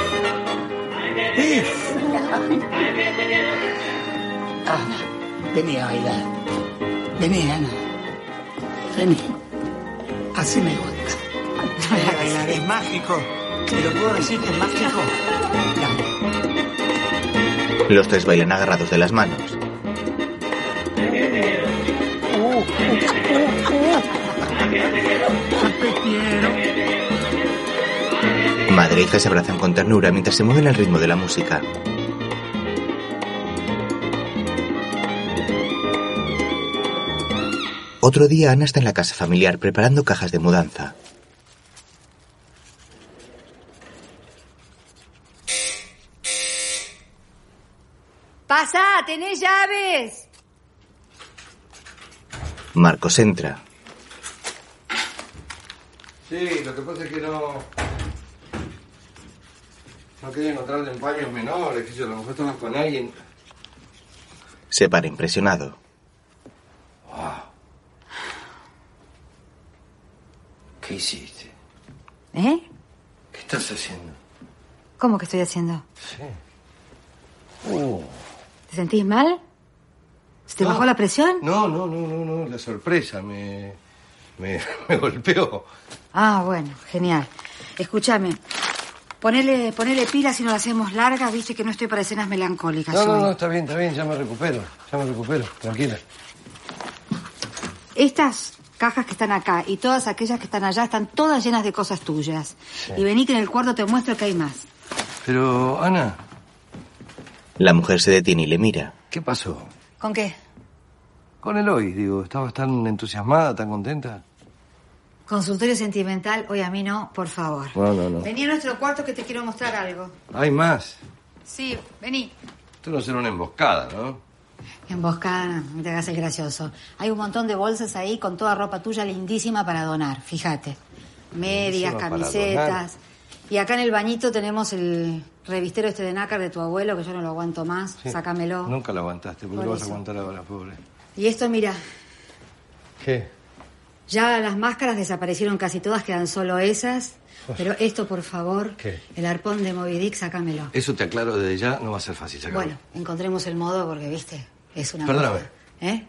[SPEAKER 3] Ana, Ah, vení a bailar. Vení, Ana. Vení. Así me gusta. Vení a bailar, es mágico. Te lo puedo decir que es mágico.
[SPEAKER 1] Los tres bailan agarrados de las manos. Madre e hija se abrazan con ternura mientras se mueven al ritmo de la música. Otro día Ana está en la casa familiar preparando cajas de mudanza.
[SPEAKER 11] Pasá, tenés llaves.
[SPEAKER 1] Marcos entra.
[SPEAKER 2] Sí, lo que pasa es que no. No quería encontrarle en paños menores, que yo a lo mejor estaban con alguien.
[SPEAKER 1] Se para impresionado.
[SPEAKER 2] ¿Qué hiciste?
[SPEAKER 7] ¿Eh?
[SPEAKER 2] ¿Qué estás haciendo?
[SPEAKER 7] ¿Cómo que estoy haciendo?
[SPEAKER 2] Sí. Oh.
[SPEAKER 7] ¿Te sentís mal? ¿Se te bajó la presión?
[SPEAKER 2] No, no, no, no, no. La sorpresa me. me, me golpeó.
[SPEAKER 7] Ah, bueno, genial. Escúchame. Ponele, ponele pilas si no la hacemos larga, viste que no estoy para escenas melancólicas
[SPEAKER 2] No, no,
[SPEAKER 7] hoy.
[SPEAKER 2] no, está bien, está bien, ya me recupero. Ya me recupero, tranquila.
[SPEAKER 7] Estas cajas que están acá y todas aquellas que están allá están todas llenas de cosas tuyas. Y vení que en el cuarto te muestro que hay más.
[SPEAKER 2] Pero, Ana,
[SPEAKER 1] La mujer se detiene y le mira.
[SPEAKER 2] ¿qué pasó?
[SPEAKER 7] ¿Con qué?
[SPEAKER 2] Con el hoy, digo, estabas tan entusiasmada, tan contenta.
[SPEAKER 7] Consultorio sentimental, hoy a mí no, por favor.
[SPEAKER 2] No, no, no.
[SPEAKER 7] Vení a nuestro cuarto que te quiero mostrar algo.
[SPEAKER 2] Hay más.
[SPEAKER 7] Sí, vení.
[SPEAKER 2] Esto no será una emboscada, ¿no?
[SPEAKER 7] Emboscada, no te hagas el gracioso. Hay un montón de bolsas ahí con toda ropa tuya lindísima para donar, fíjate. Medias,
[SPEAKER 11] Lindísima para
[SPEAKER 7] camisetas. Y acá en el bañito tenemos el revistero este de nácar de tu abuelo, que yo no lo aguanto más,
[SPEAKER 2] Sí.
[SPEAKER 7] sácamelo.
[SPEAKER 2] Nunca la aguantaste, ¿por qué
[SPEAKER 7] Por
[SPEAKER 2] lo vas a
[SPEAKER 7] eso.
[SPEAKER 2] aguantar ahora, pobre?
[SPEAKER 7] Y esto, mira,
[SPEAKER 2] ¿Qué?
[SPEAKER 7] ya las máscaras desaparecieron casi todas, quedan solo esas. Pero esto, por favor,
[SPEAKER 2] ¿Qué?
[SPEAKER 7] el arpón de Moby Dick, sácamelo.
[SPEAKER 2] Eso te aclaro desde ya, no va a ser fácil sacarlo.
[SPEAKER 7] Bueno, encontremos el modo porque, viste, es una...
[SPEAKER 2] Perdóname,
[SPEAKER 7] ¿Eh?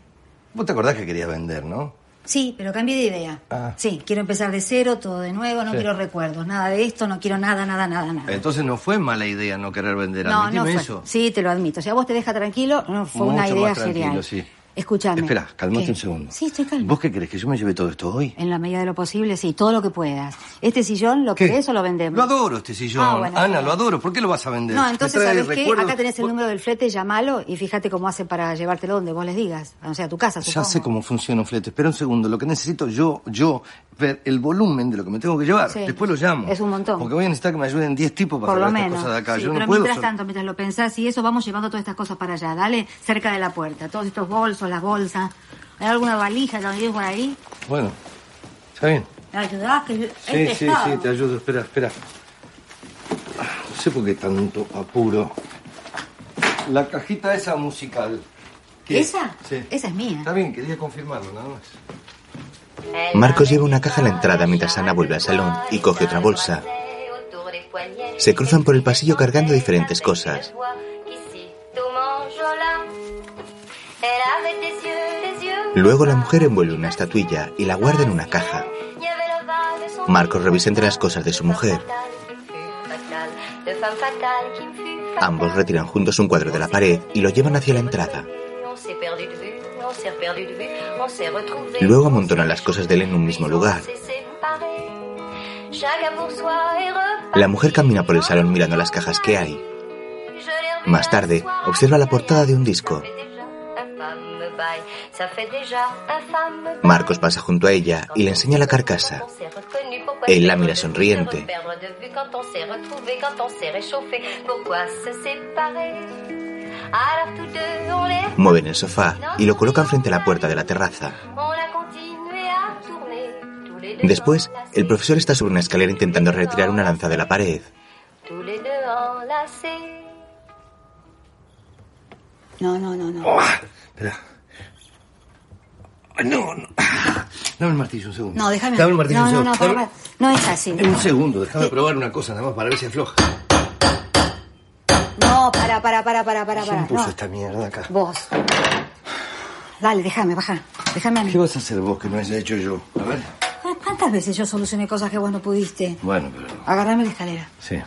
[SPEAKER 2] vos te acordás que querías vender, ¿no?
[SPEAKER 7] Sí, pero cambié de idea.
[SPEAKER 2] Ah.
[SPEAKER 7] Sí, quiero empezar de cero, todo de nuevo, no
[SPEAKER 2] Sí.
[SPEAKER 7] quiero recuerdos, nada de esto, no quiero nada, nada, nada, nada.
[SPEAKER 2] Entonces no fue mala idea no querer vender,
[SPEAKER 7] no, no
[SPEAKER 2] admitime
[SPEAKER 7] fue.
[SPEAKER 2] eso.
[SPEAKER 7] Sí, te lo admito. Si a vos te deja tranquilo, no fue una
[SPEAKER 2] Mucho
[SPEAKER 7] idea
[SPEAKER 2] más tranquilo,
[SPEAKER 7] genial.
[SPEAKER 2] sí.
[SPEAKER 7] Escúchame.
[SPEAKER 2] Espera, calmate
[SPEAKER 7] ¿Qué?
[SPEAKER 2] un segundo.
[SPEAKER 7] Sí, estoy calma.
[SPEAKER 2] ¿Vos qué crees? ¿Que yo me lleve todo esto hoy?
[SPEAKER 7] En la medida de lo posible, sí, todo lo que puedas. Este sillón, ¿lo
[SPEAKER 2] ¿Qué?
[SPEAKER 7] querés o lo vendemos?
[SPEAKER 2] Lo adoro este sillón.
[SPEAKER 7] Ah, bueno,
[SPEAKER 2] Ana,
[SPEAKER 7] está
[SPEAKER 2] lo adoro. ¿Por qué lo vas a vender?
[SPEAKER 7] No,
[SPEAKER 2] Me
[SPEAKER 7] entonces,
[SPEAKER 2] trae
[SPEAKER 7] ¿sabés qué?
[SPEAKER 2] recuerdos.
[SPEAKER 7] Acá tenés el número del flete, llamalo y fíjate cómo hace para llevártelo donde vos les digas. O sea, a tu casa,
[SPEAKER 2] Ya
[SPEAKER 7] supongo.
[SPEAKER 2] sé cómo funciona un flete. Espera un segundo. Lo que necesito yo, yo, ver el volumen de lo que me tengo que llevar.
[SPEAKER 7] Sí.
[SPEAKER 2] Después lo llamo.
[SPEAKER 7] Es un montón.
[SPEAKER 2] Porque voy a necesitar que me ayuden 10 tipos para
[SPEAKER 7] Por lo
[SPEAKER 2] sacar estas
[SPEAKER 7] menos.
[SPEAKER 2] cosas de acá.
[SPEAKER 7] Sí,
[SPEAKER 2] yo no
[SPEAKER 7] pero
[SPEAKER 2] puedo.
[SPEAKER 7] mientras
[SPEAKER 2] sol-
[SPEAKER 7] tanto, mientras lo pensás y eso, vamos llevando todas estas cosas para allá, dale, cerca de la puerta. Todos estos bolsos, las bolsas. ¿Hay alguna valija también por ahí?
[SPEAKER 2] Bueno, está bien.
[SPEAKER 7] ¿Me ayudás? Que yo-
[SPEAKER 33] este
[SPEAKER 2] Sí,
[SPEAKER 7] Este es
[SPEAKER 2] sí,
[SPEAKER 7] pesado.
[SPEAKER 2] sí, te ayudo. Espera, espera. No sé por qué tanto apuro. La cajita esa musical. ¿Qué?
[SPEAKER 7] ¿Esa?
[SPEAKER 2] Sí.
[SPEAKER 7] Esa es mía.
[SPEAKER 2] Está bien, quería confirmarlo nada más.
[SPEAKER 1] Marcos lleva una caja a la entrada mientras Ana vuelve al salón y coge otra bolsa. Se cruzan por el pasillo cargando diferentes cosas. Luego la mujer envuelve una estatuilla y la guarda en una caja. Marcos revisa entre las cosas de su mujer. Ambos retiran juntos un cuadro de la pared y lo llevan hacia la entrada. Luego amontonan las cosas de él en un mismo lugar. La mujer camina por el salón mirando las cajas que hay. Más tarde, observa la portada de un disco.
[SPEAKER 18] Ça fait déjà infâme.
[SPEAKER 1] Marcos pasa junto a ella y le enseña la carcasa.
[SPEAKER 18] On s'est reconnu, pourquoi
[SPEAKER 1] Él
[SPEAKER 18] se
[SPEAKER 1] la mira
[SPEAKER 18] re-
[SPEAKER 1] sonriente.
[SPEAKER 18] se reperdre de vue quand on s'est retrouvé, quand on s'est réchauffé, pourquoi se séparer Alors tous deux, on est,
[SPEAKER 1] Mueven el sofá y lo colocan frente a la puerta de la terraza.
[SPEAKER 18] on a continué à tourner. Tous les deux,
[SPEAKER 1] Después, el profesor está sobre una escalera intentando retirar una lanza de la pared.
[SPEAKER 18] tous les deux enlacés.
[SPEAKER 33] No, no, no, no.
[SPEAKER 2] Ah, Ay, Ah, No, no. Dame el martillo un segundo.
[SPEAKER 33] No, déjame.
[SPEAKER 2] Dame el martillo
[SPEAKER 33] no,
[SPEAKER 2] un
[SPEAKER 33] no,
[SPEAKER 2] segundo.
[SPEAKER 33] no, para,
[SPEAKER 2] Dame-
[SPEAKER 33] para. no es así.
[SPEAKER 2] Un segundo, déjame probar una cosa nada más para ver si afloja.
[SPEAKER 7] Ah.
[SPEAKER 33] No, para, para, para, para, para, para.
[SPEAKER 2] ¿Quién puso
[SPEAKER 33] No,
[SPEAKER 2] esta mierda acá?
[SPEAKER 33] vos. Dale, déjame, baja. Déjame a mí.
[SPEAKER 2] ¿Qué vas a hacer vos que no haya hecho yo? A ver.
[SPEAKER 33] Ay, Ah, ¿Cuántas veces yo solucioné cosas que vos no pudiste?
[SPEAKER 2] Bueno, pero.
[SPEAKER 33] Agarrame la escalera.
[SPEAKER 2] Sí.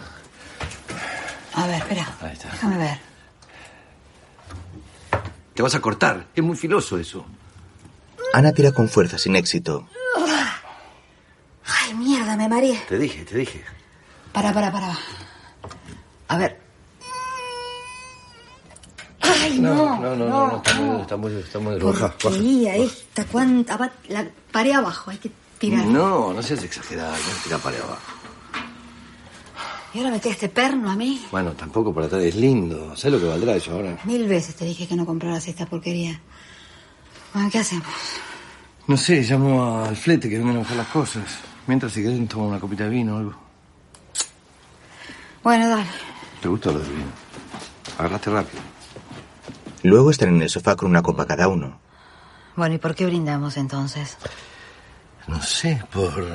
[SPEAKER 33] A ver, espera.
[SPEAKER 2] Ahí está.
[SPEAKER 33] Déjame ver.
[SPEAKER 2] Te vas a cortar. Es muy filoso eso.
[SPEAKER 1] Ana tira con fuerza sin éxito.
[SPEAKER 33] Ay, mierda, me mareé.
[SPEAKER 2] Te dije, te dije.
[SPEAKER 33] Para, para, para. A ver. Ay, no.
[SPEAKER 2] No, no, no, no, está muy duro, está muy duro, está muy duro. Baja, baja.
[SPEAKER 33] Porquería esta, cuánta. va- La pared abajo, hay que tirar.
[SPEAKER 2] No, no seas exagerada, no tira para abajo.
[SPEAKER 33] Y ahora me queda este perno a mí.
[SPEAKER 2] Bueno, tampoco para atrás es lindo. ¿Sabes lo que valdrá eso ahora?
[SPEAKER 33] Mil veces te dije que no compraras esta porquería. Bueno, ¿qué hacemos?
[SPEAKER 2] No sé, llamo al flete que venga a buscar las cosas. Mientras, si quieren, tomar una copita de vino o algo.
[SPEAKER 33] Bueno, dale.
[SPEAKER 34] ¿Te gusta lo del vino? Agarraste rápido.
[SPEAKER 1] Luego están en el sofá con una copa cada uno.
[SPEAKER 7] Bueno, ¿y por qué brindamos entonces?
[SPEAKER 2] No sé, por.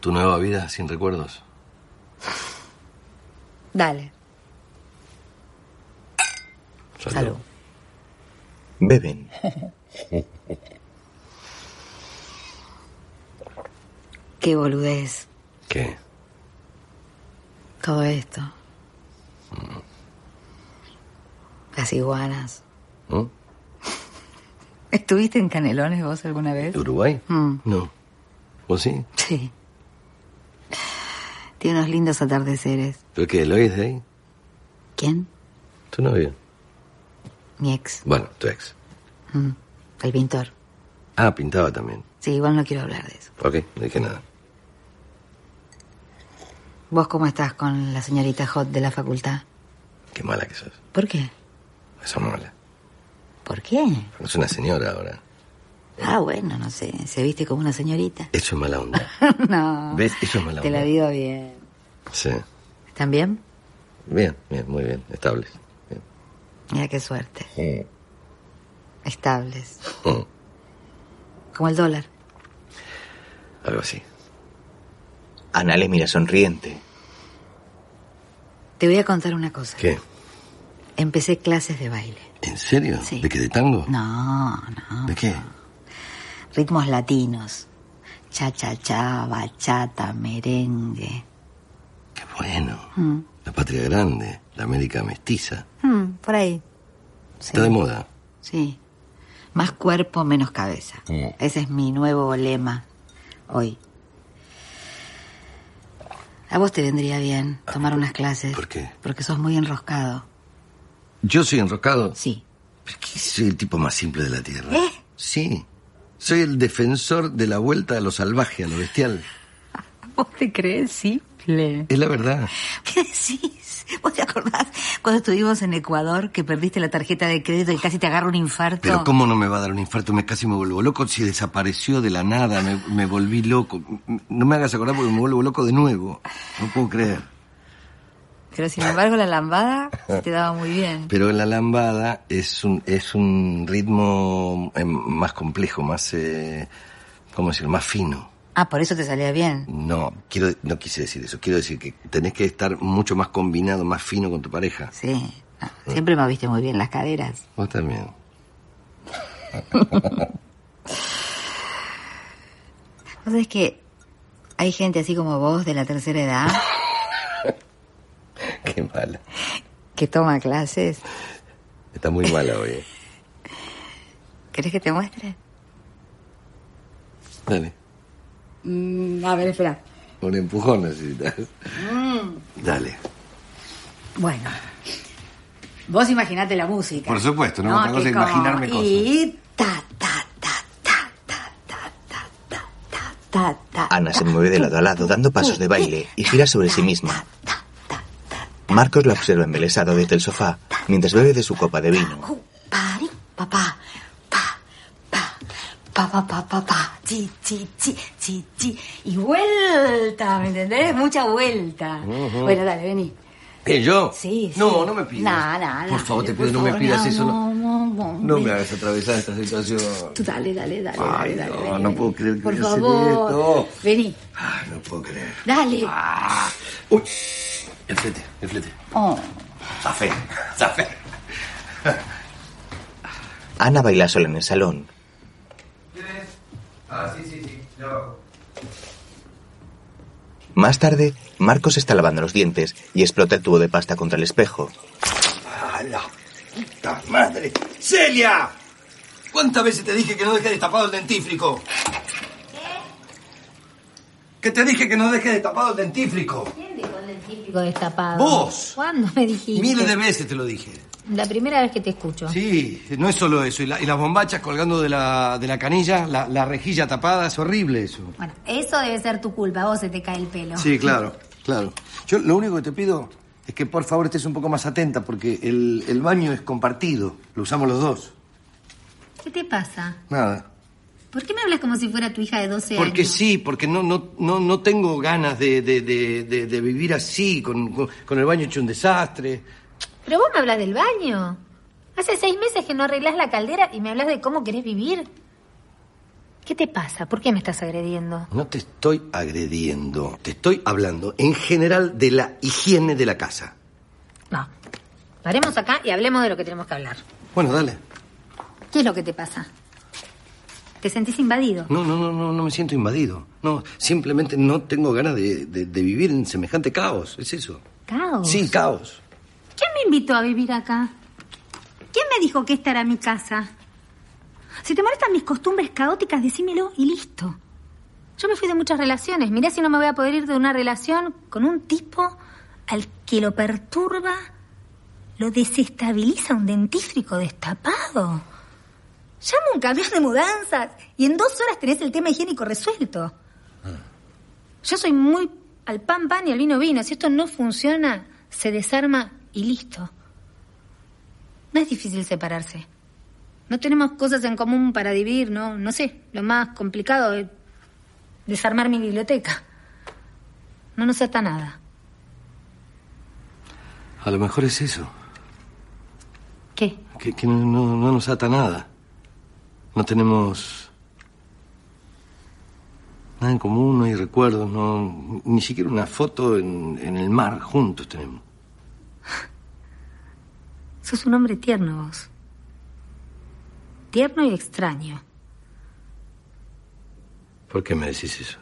[SPEAKER 2] Tu nueva vida sin recuerdos.
[SPEAKER 7] Dale.
[SPEAKER 1] Salud. Beben.
[SPEAKER 7] Qué boludez
[SPEAKER 2] ¿Qué?
[SPEAKER 7] todo esto. Las iguanas.
[SPEAKER 2] ¿Mm?
[SPEAKER 7] ¿Estuviste en Canelones vos alguna vez?
[SPEAKER 2] ¿Uruguay?
[SPEAKER 7] Mm,
[SPEAKER 2] No. ¿Vos sí?
[SPEAKER 7] sí. Tiene unos lindos atardeceres.
[SPEAKER 2] ¿Pero qué? ¿Lo oís de ahí?
[SPEAKER 7] ¿Quién?
[SPEAKER 2] Tu novio.
[SPEAKER 7] Mi ex.
[SPEAKER 2] Bueno, tu ex.
[SPEAKER 7] Mm, el pintor.
[SPEAKER 2] Ah, pintaba también.
[SPEAKER 7] Sí, igual no quiero hablar de eso.
[SPEAKER 2] Ok, no dije nada.
[SPEAKER 7] ¿Vos cómo estás con la señorita Hot de la facultad?
[SPEAKER 2] Qué mala que sos.
[SPEAKER 7] ¿Por qué?
[SPEAKER 2] Esa mala.
[SPEAKER 7] ¿Por qué?
[SPEAKER 2] No es una señora ahora.
[SPEAKER 7] Ah, bueno, no sé. Se viste como una señorita. Ah.
[SPEAKER 2] Eso es mala onda.
[SPEAKER 7] no.
[SPEAKER 2] ¿Ves? Eso es mala
[SPEAKER 7] Te la
[SPEAKER 2] onda.
[SPEAKER 7] digo bien.
[SPEAKER 2] Sí.
[SPEAKER 7] ¿Están bien?
[SPEAKER 2] Bien, bien, muy bien. Estables.
[SPEAKER 7] Mira qué suerte.
[SPEAKER 2] Sí.
[SPEAKER 7] Estables.
[SPEAKER 2] Mm,
[SPEAKER 7] Como el dólar.
[SPEAKER 2] algo así.
[SPEAKER 1] Ana le mira sonriente.
[SPEAKER 7] Te voy a contar una cosa.
[SPEAKER 2] ¿Qué?
[SPEAKER 7] Empecé clases de baile.
[SPEAKER 2] ¿En serio?
[SPEAKER 7] Sí. Ah.
[SPEAKER 2] ¿De qué? ¿De tango?
[SPEAKER 7] No, no.
[SPEAKER 2] ¿De qué?
[SPEAKER 7] Ritmos latinos. Cha-cha-cha, bachata, merengue.
[SPEAKER 2] Bueno,
[SPEAKER 7] Mm,
[SPEAKER 2] la patria grande, la América mestiza.
[SPEAKER 7] mm, por ahí.
[SPEAKER 2] Está de moda.
[SPEAKER 7] Sí. Más cuerpo, menos cabeza.
[SPEAKER 2] Mm.
[SPEAKER 7] Ese es mi nuevo lema hoy. A vos te vendría bien tomar unas clases. ¿Por
[SPEAKER 2] qué?
[SPEAKER 7] Porque sos muy enroscado.
[SPEAKER 2] ¿Yo soy enrocado?
[SPEAKER 7] Sí.
[SPEAKER 2] Porque soy el tipo más simple de la tierra.
[SPEAKER 7] ¿Eh?
[SPEAKER 2] Sí. Soy el defensor de la vuelta a lo salvaje, a lo bestial.
[SPEAKER 7] ¿Vos te crees simple?
[SPEAKER 2] Es la verdad.
[SPEAKER 7] ¿Qué decís? ¿Vos te acordás cuando estuvimos en Ecuador que perdiste la tarjeta de crédito y casi te agarra un infarto?
[SPEAKER 2] Pero ¿cómo no me va a dar un infarto? Me casi me vuelvo loco si desapareció de la nada, me, me volví loco. M- No me hagas acordar porque me vuelvo loco de nuevo. No puedo creer.
[SPEAKER 7] Pero sin embargo la lambada se te daba muy bien.
[SPEAKER 2] Pero la lambada es un, es un ritmo eh, más complejo, más, eh, ¿cómo decir? Más fino.
[SPEAKER 7] Ah, por eso te salía bien.
[SPEAKER 2] No, quiero, no quise decir eso. Quiero decir que tenés que estar mucho más combinado, más fino con tu pareja.
[SPEAKER 7] Sí. Siempre me viste muy bien las caderas.
[SPEAKER 2] Vos también.
[SPEAKER 7] ¿Vos sabés que hay gente así como vos de la tercera edad
[SPEAKER 2] Qué mala.
[SPEAKER 7] que toma clases?
[SPEAKER 2] Está muy mala hoy. eh.
[SPEAKER 7] ¿Querés que te muestre?
[SPEAKER 2] Dale.
[SPEAKER 7] Mm, a ver, espera.
[SPEAKER 2] Un empujón necesitas.
[SPEAKER 7] Mm,
[SPEAKER 2] Dale.
[SPEAKER 7] bueno.
[SPEAKER 35] Vos imaginate la música.
[SPEAKER 36] Por supuesto, no,
[SPEAKER 35] No,
[SPEAKER 36] otra cosa
[SPEAKER 35] que
[SPEAKER 36] es
[SPEAKER 35] como-
[SPEAKER 36] imaginarme cosas.
[SPEAKER 35] Y
[SPEAKER 1] Ana se mueve de lado a lado dando pasos de baile y gira sobre sí misma. Marcos la observa embelesado desde el sofá mientras bebe de su copa de vino.
[SPEAKER 7] Pari, papá, pa, pa, pa, pa, pa, pa, chi, chi, chi, chi, chi. Y vuelta, ¿me entendés? Mucha vuelta.
[SPEAKER 2] Ujú.
[SPEAKER 7] Bueno, dale, vení.
[SPEAKER 2] ¿Eh, yo?
[SPEAKER 7] Sí, sí.
[SPEAKER 2] No, no me pidas.
[SPEAKER 7] Nah, nah,
[SPEAKER 2] Por
[SPEAKER 7] nah,
[SPEAKER 2] favor, te
[SPEAKER 7] por
[SPEAKER 2] pido, no me
[SPEAKER 7] favor,
[SPEAKER 2] pidas
[SPEAKER 7] no,
[SPEAKER 2] eso. No,
[SPEAKER 7] no, no,
[SPEAKER 2] no
[SPEAKER 7] ven.
[SPEAKER 2] me hagas atravesar esta situación.
[SPEAKER 7] Tú dale, dale, dale,
[SPEAKER 2] Ay,
[SPEAKER 7] dale, dale.
[SPEAKER 2] no,
[SPEAKER 7] vení,
[SPEAKER 2] no
[SPEAKER 7] vení.
[SPEAKER 2] puedo creer que
[SPEAKER 7] Por
[SPEAKER 2] voy a hacer
[SPEAKER 7] favor,
[SPEAKER 2] esto.
[SPEAKER 7] vení,
[SPEAKER 2] Ay, no puedo creer.
[SPEAKER 7] dale.
[SPEAKER 2] Ah. Uy, el flete, el flete.
[SPEAKER 7] Oh.
[SPEAKER 2] Zafé, zafé.
[SPEAKER 1] Ana baila sola en el salón.
[SPEAKER 2] Ah, sí, sí, sí. Yo.
[SPEAKER 1] Más tarde, Marcos está lavando los dientes y explota el tubo de pasta contra el espejo.
[SPEAKER 2] ¡A la puta madre! ¡Celia! ¿Cuántas veces te dije que no dejes destapado el dentífrico? Que te dije que no dejes destapado el dentífrico.
[SPEAKER 11] Típico destapado.
[SPEAKER 2] Vos.
[SPEAKER 11] ¿Cuándo me dijiste?
[SPEAKER 2] Miles de veces te lo dije.
[SPEAKER 11] La primera vez que te escucho.
[SPEAKER 2] Sí, no es solo eso. Y, la- y las bombachas colgando de la, de la canilla, la, la rejilla tapada, es horrible eso.
[SPEAKER 11] Bueno, eso debe ser tu culpa, vos se te cae el pelo.
[SPEAKER 2] Sí, claro, claro. Yo lo único que te pido es que por favor estés un poco más atenta porque el, el baño es compartido. Lo usamos los dos.
[SPEAKER 11] ¿Qué te pasa?
[SPEAKER 2] Nada.
[SPEAKER 11] ¿Por qué me hablas como si fuera tu hija de 12
[SPEAKER 2] Porque
[SPEAKER 11] años?
[SPEAKER 2] sí, porque no, no, no, no tengo ganas de, de- de- de- de vivir así, con, con- con el baño hecho un desastre.
[SPEAKER 11] Pero vos me hablas del baño. Hace seis meses que no arreglás la caldera y me hablas de cómo querés vivir. ¿Qué te pasa? ¿Por qué me estás agrediendo?
[SPEAKER 2] No te estoy agrediendo, te estoy hablando en general de la higiene de la casa.
[SPEAKER 11] No. Paremos acá y hablemos de lo que tenemos que hablar.
[SPEAKER 2] Bueno, dale.
[SPEAKER 11] ¿Qué es lo que te pasa? ¿Te sentís invadido?
[SPEAKER 2] No, no, no, no, no me siento invadido. No, simplemente no tengo ganas de, de- de vivir en semejante caos. Es eso.
[SPEAKER 11] ¿Caos?
[SPEAKER 2] Sí, caos.
[SPEAKER 11] ¿Quién me invitó a vivir acá? ¿Quién me dijo que esta era mi casa? Si te molestan mis costumbres caóticas, decímelo y listo. Yo me fui de muchas relaciones. Mirá si no me voy a poder ir de una relación con un tipo al que lo perturba, lo desestabiliza un dentífrico destapado. Llama un camión de mudanzas y en dos horas tenés el tema higiénico resuelto. Yo soy muy al pan pan y al vino vino. Si esto no funciona, se desarma y listo. No es difícil separarse. No tenemos cosas en común para vivir, no, no sé. Lo más complicado es desarmar mi biblioteca. No nos ata nada.
[SPEAKER 2] A lo mejor es eso.
[SPEAKER 11] ¿Qué?
[SPEAKER 2] Que, que no, no- no nos ata nada. No tenemos nada en común, no hay recuerdos, no, ni siquiera una foto en, en el mar juntos tenemos.
[SPEAKER 11] Sos un hombre tierno vos. Tierno y extraño.
[SPEAKER 2] ¿Por qué me decís eso?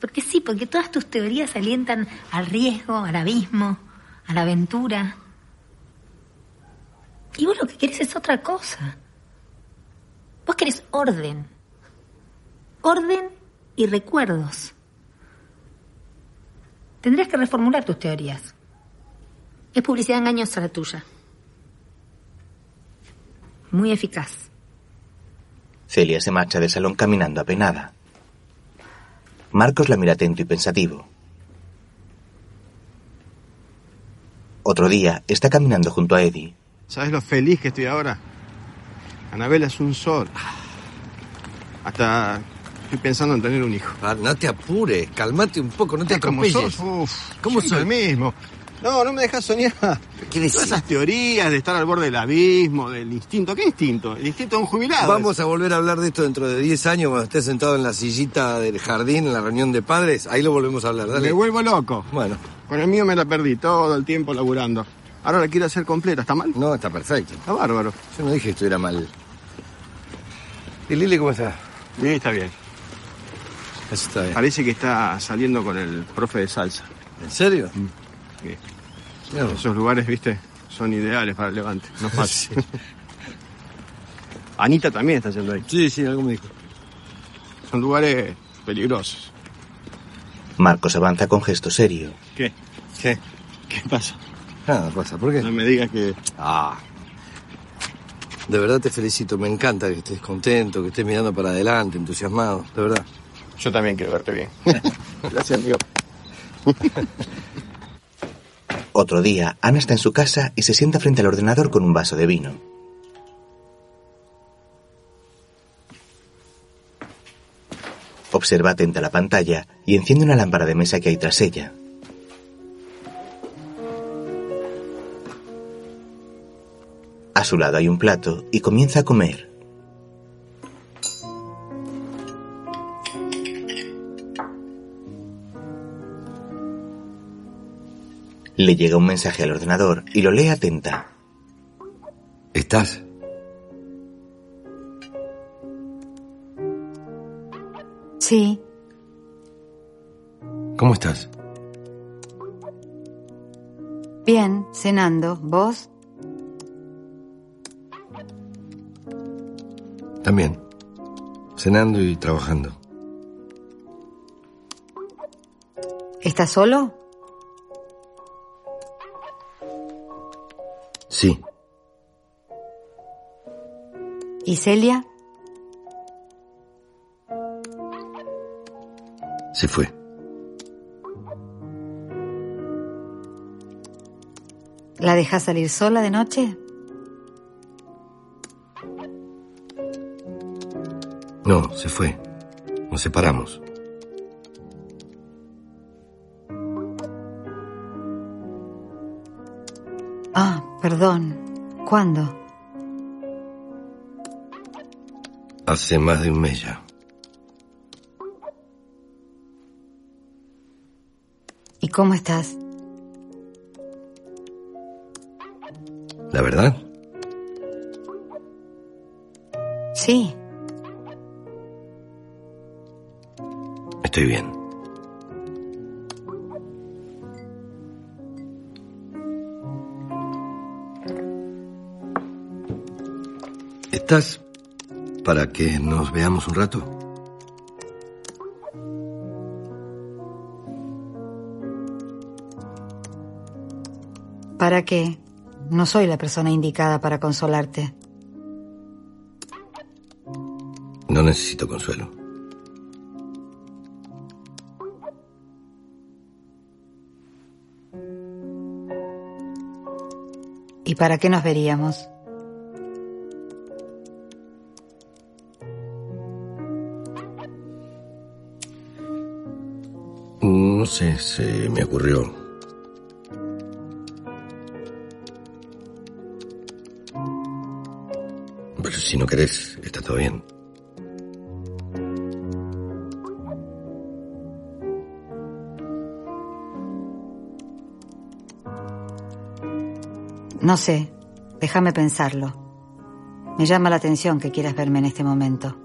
[SPEAKER 11] Porque sí, porque todas tus teorías alientan al riesgo, al abismo, a la aventura. Y vos lo que querés es otra cosa. Vos querés orden. Orden y recuerdos. Tendrías que reformular tus teorías. Es publicidad engañosa la tuya. Muy eficaz.
[SPEAKER 1] Celia se marcha del salón caminando apenada. Marcos la mira atento y pensativo. Otro día está caminando junto a Eddie.
[SPEAKER 6] ¿Sabes lo feliz que estoy ahora? Anabela es un sol. Hasta estoy pensando en tener un hijo.
[SPEAKER 2] Ah, no te apures, calmate un poco, no te
[SPEAKER 6] como
[SPEAKER 2] atropelles.
[SPEAKER 6] sos? Uf,
[SPEAKER 2] ¿Cómo soy?
[SPEAKER 6] siempre el mismo. No, no me dejas soñar. Todas esas teorías de estar al borde del abismo, del instinto. ¿Qué instinto? El instinto de un jubilado.
[SPEAKER 2] Vamos a volver a hablar de esto dentro de 10 años cuando estés sentado en la sillita del jardín, en la reunión de padres. Ahí lo volvemos a hablar, dale.
[SPEAKER 6] Me vuelvo loco.
[SPEAKER 2] Bueno.
[SPEAKER 6] Con el mío me la perdí todo el tiempo laburando. Ahora la quiero hacer completa. ¿Está mal?
[SPEAKER 2] No, está perfecto.
[SPEAKER 6] Está bárbaro.
[SPEAKER 2] Yo no dije que estuviera mal. ¿Y Lili cómo está?
[SPEAKER 6] Sí, está bien.
[SPEAKER 2] Eso está bien.
[SPEAKER 6] Parece que está saliendo con el profe de salsa. Mm.
[SPEAKER 2] ¿En serio?
[SPEAKER 6] Sí.
[SPEAKER 2] Claro.
[SPEAKER 6] Esos lugares, viste, son ideales para el levante. No es fácil.
[SPEAKER 2] Sí.
[SPEAKER 6] Anita también está yendo ahí.
[SPEAKER 2] Sí, sí, algo me dijo.
[SPEAKER 6] Son lugares peligrosos.
[SPEAKER 1] Marcos avanza con gesto serio.
[SPEAKER 6] ¿Qué? ¿Qué? ¿Qué pasa?
[SPEAKER 2] Nada Ah, pasa, ¿por qué?
[SPEAKER 6] No me digas que.
[SPEAKER 2] Ah.
[SPEAKER 3] De verdad te felicito, me encanta que estés contento, que estés mirando para adelante, entusiasmado, de verdad. Yo también quiero verte bien. Gracias, amigo.
[SPEAKER 1] Otro día, Ana está en su casa y se sienta frente al ordenador con un vaso de vino. Observa atenta la pantalla y enciende una lámpara de mesa que hay tras ella. A su lado hay un plato y comienza a comer. Le llega un mensaje al ordenador y lo lee atenta.
[SPEAKER 2] ¿Estás?
[SPEAKER 7] Sí,
[SPEAKER 2] ¿Cómo estás?
[SPEAKER 7] bien, cenando. ¿Vos?
[SPEAKER 2] También. Cenando y trabajando.
[SPEAKER 7] ¿Estás solo?
[SPEAKER 2] Sí.
[SPEAKER 7] ¿Y Celia?
[SPEAKER 2] Se fue.
[SPEAKER 7] ¿La dejás salir sola de noche?
[SPEAKER 2] No, se fue. Nos separamos.
[SPEAKER 7] Ah, perdón. ¿Cuándo?
[SPEAKER 2] Hace más de un mes ya.
[SPEAKER 7] ¿Y cómo estás?
[SPEAKER 2] ¿La verdad?
[SPEAKER 7] Sí,
[SPEAKER 2] Estoy bien. ¿Estás para que nos veamos un rato?
[SPEAKER 7] ¿para qué? No soy la persona indicada para consolarte.
[SPEAKER 2] No necesito consuelo.
[SPEAKER 7] ¿Y para qué nos veríamos?
[SPEAKER 2] No sé, se Mm, me ocurrió. Pero si no querés, está todo bien.
[SPEAKER 7] No sé, déjame pensarlo. Me llama la atención que quieras verme en este momento.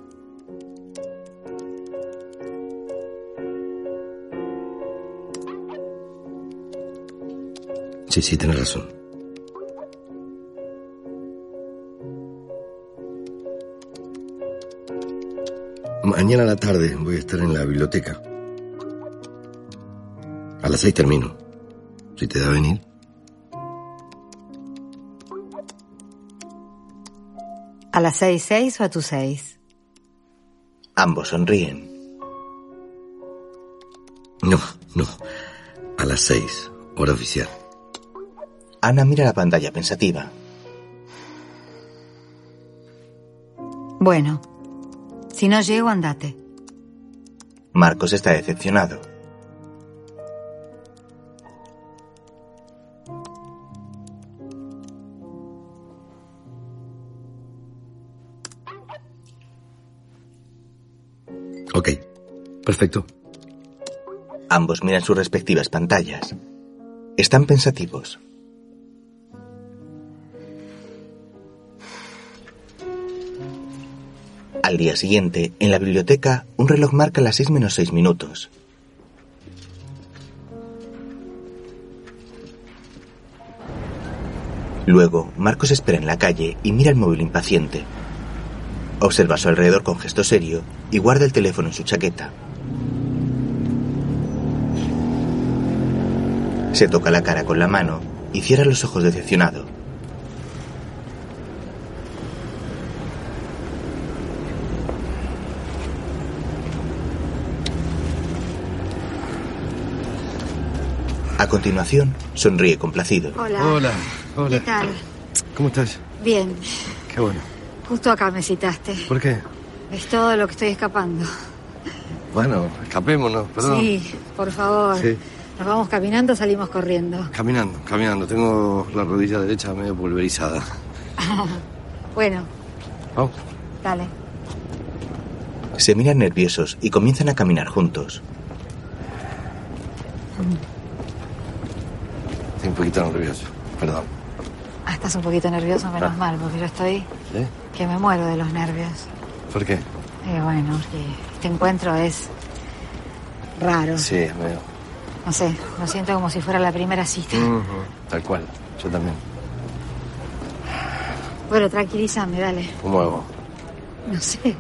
[SPEAKER 2] Sí, sí, tenés razón. Mañana a la tarde voy a estar en la biblioteca. A las seis termino. Si te da venir.
[SPEAKER 7] ¿A las seis seis o a tus seis?
[SPEAKER 1] Ambos sonríen.
[SPEAKER 2] No, no. A las seis, hora oficial.
[SPEAKER 1] Ana mira la pantalla pensativa.
[SPEAKER 7] Bueno, si no llego, andate.
[SPEAKER 1] Marcos está decepcionado.
[SPEAKER 2] Ok, perfecto.
[SPEAKER 1] Ambos miran sus respectivas pantallas. Están pensativos. Al día siguiente, en la biblioteca, un reloj marca las 6 menos 6 minutos. Luego, Marcos espera en la calle y mira el móvil impaciente. Observa a su alrededor con gesto serio y guarda el teléfono en su chaqueta. Se toca la cara con la mano y cierra los ojos decepcionado. A continuación, sonríe complacido.
[SPEAKER 7] Hola.
[SPEAKER 2] Hola, hola.
[SPEAKER 7] ¿Qué tal?
[SPEAKER 2] ¿Cómo estás?
[SPEAKER 7] Bien,
[SPEAKER 2] Qué bueno.
[SPEAKER 7] justo acá me citaste.
[SPEAKER 2] ¿Por qué?
[SPEAKER 7] Es todo lo que estoy escapando.
[SPEAKER 2] Bueno, escapémonos, perdón.
[SPEAKER 7] Sí, por favor.
[SPEAKER 2] Sí.
[SPEAKER 7] Nos vamos caminando, salimos corriendo.
[SPEAKER 2] Caminando, caminando. Tengo la rodilla derecha medio pulverizada.
[SPEAKER 7] bueno,
[SPEAKER 2] Vamos.
[SPEAKER 7] dale.
[SPEAKER 1] Se miran nerviosos y comienzan a caminar juntos.
[SPEAKER 2] Estoy un poquito nervioso. Perdón.
[SPEAKER 7] Ah, estás un poquito nervioso, menos
[SPEAKER 2] Ah.
[SPEAKER 7] mal, porque yo estoy
[SPEAKER 2] ¿Eh?
[SPEAKER 7] que me muero de los nervios.
[SPEAKER 2] ¿Por qué?
[SPEAKER 7] Y bueno, porque este encuentro es raro.
[SPEAKER 2] Sí, es medio.
[SPEAKER 7] No sé, lo siento como si fuera la primera cita.
[SPEAKER 2] Ujú, Tal cual. Yo también.
[SPEAKER 7] Bueno, tranquilízame, dale.
[SPEAKER 2] ¿Cómo hago?
[SPEAKER 7] No sé.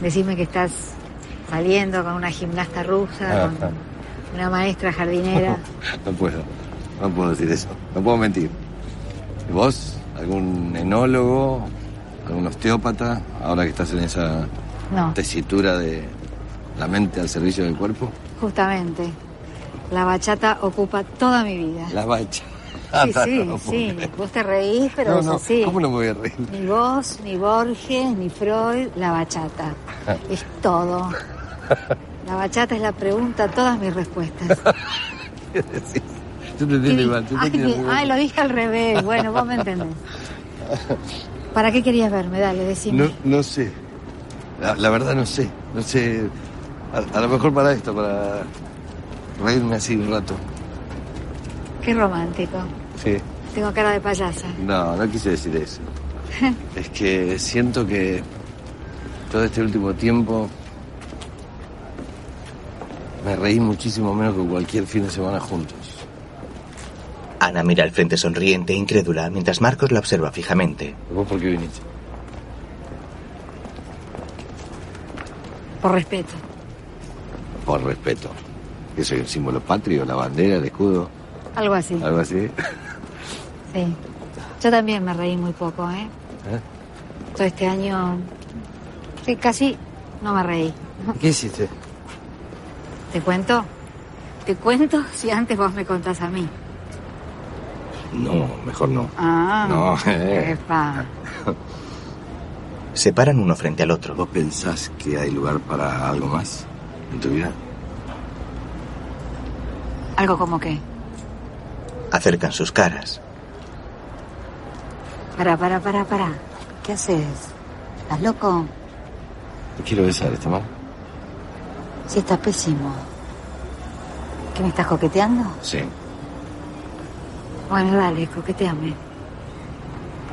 [SPEAKER 7] Decime que estás saliendo con una gimnasta rusa,
[SPEAKER 2] Ah,
[SPEAKER 7] con
[SPEAKER 2] ah,
[SPEAKER 7] una maestra jardinera.
[SPEAKER 2] no puedo. No puedo decir eso. No puedo mentir. ¿Y vos? ¿Algún enólogo? ¿Algún osteópata? Ahora que estás en esa
[SPEAKER 7] No,
[SPEAKER 2] tesitura de la mente al servicio del cuerpo.
[SPEAKER 7] justamente. La bachata ocupa toda mi vida.
[SPEAKER 2] La bacha.
[SPEAKER 7] Sí, sí, sí. Vos te reís, pero
[SPEAKER 2] No,
[SPEAKER 7] es
[SPEAKER 2] no,
[SPEAKER 7] así.
[SPEAKER 2] ¿Cómo no me voy a reír?
[SPEAKER 7] Ni vos, ni Borges, ni Freud, la bachata. Es todo. La bachata es la pregunta a todas mis respuestas.
[SPEAKER 2] ¿Qué decís? Yo te entiendo igual. yo te
[SPEAKER 7] Ay,
[SPEAKER 2] entiendo
[SPEAKER 7] que-
[SPEAKER 2] igual.
[SPEAKER 7] ay, lo dije al revés. Bueno, vos me entendés. ¿Para qué querías verme? Dale, decime.
[SPEAKER 2] No, no sé. La, la verdad no sé. No sé. A, a lo mejor para esto, para reírme así un rato.
[SPEAKER 7] Qué romántico.
[SPEAKER 2] Sí.
[SPEAKER 7] Tengo cara de payasa.
[SPEAKER 2] No, no quise decir eso. Es que siento que todo este último tiempo me reí muchísimo menos que cualquier fin de semana juntos.
[SPEAKER 1] Ana mira al frente sonriente e incrédula mientras Marcos la observa fijamente.
[SPEAKER 2] ¿Vos por qué viniste?
[SPEAKER 7] Por respeto.
[SPEAKER 3] Por respeto. ¿Qué soy el símbolo patrio, la bandera, el escudo?
[SPEAKER 7] Algo así.
[SPEAKER 3] Algo así.
[SPEAKER 7] Sí. Yo también me reí muy poco, ¿eh?
[SPEAKER 2] ¿Eh?
[SPEAKER 7] Todo este año. Sí, casi no me reí.
[SPEAKER 2] ¿Qué hiciste?
[SPEAKER 7] ¿Te cuento? ¿Te cuento si antes vos me contás a mí?
[SPEAKER 3] No, mejor no.
[SPEAKER 7] Ah.
[SPEAKER 3] No, eh.
[SPEAKER 7] Epa.
[SPEAKER 1] Se paran uno frente al otro.
[SPEAKER 3] ¿Vos pensás que hay lugar para algo más en tu vida?
[SPEAKER 7] Algo como que.
[SPEAKER 1] Acercan sus caras.
[SPEAKER 7] Pará, pará, pará, pará. ¿Qué haces? ¿Estás loco?
[SPEAKER 2] Te quiero besar, este ¿está mal?
[SPEAKER 7] Sí, estás pésimo. ¿Qué me estás coqueteando?
[SPEAKER 3] Sí.
[SPEAKER 7] Bueno, dale, coqueteame.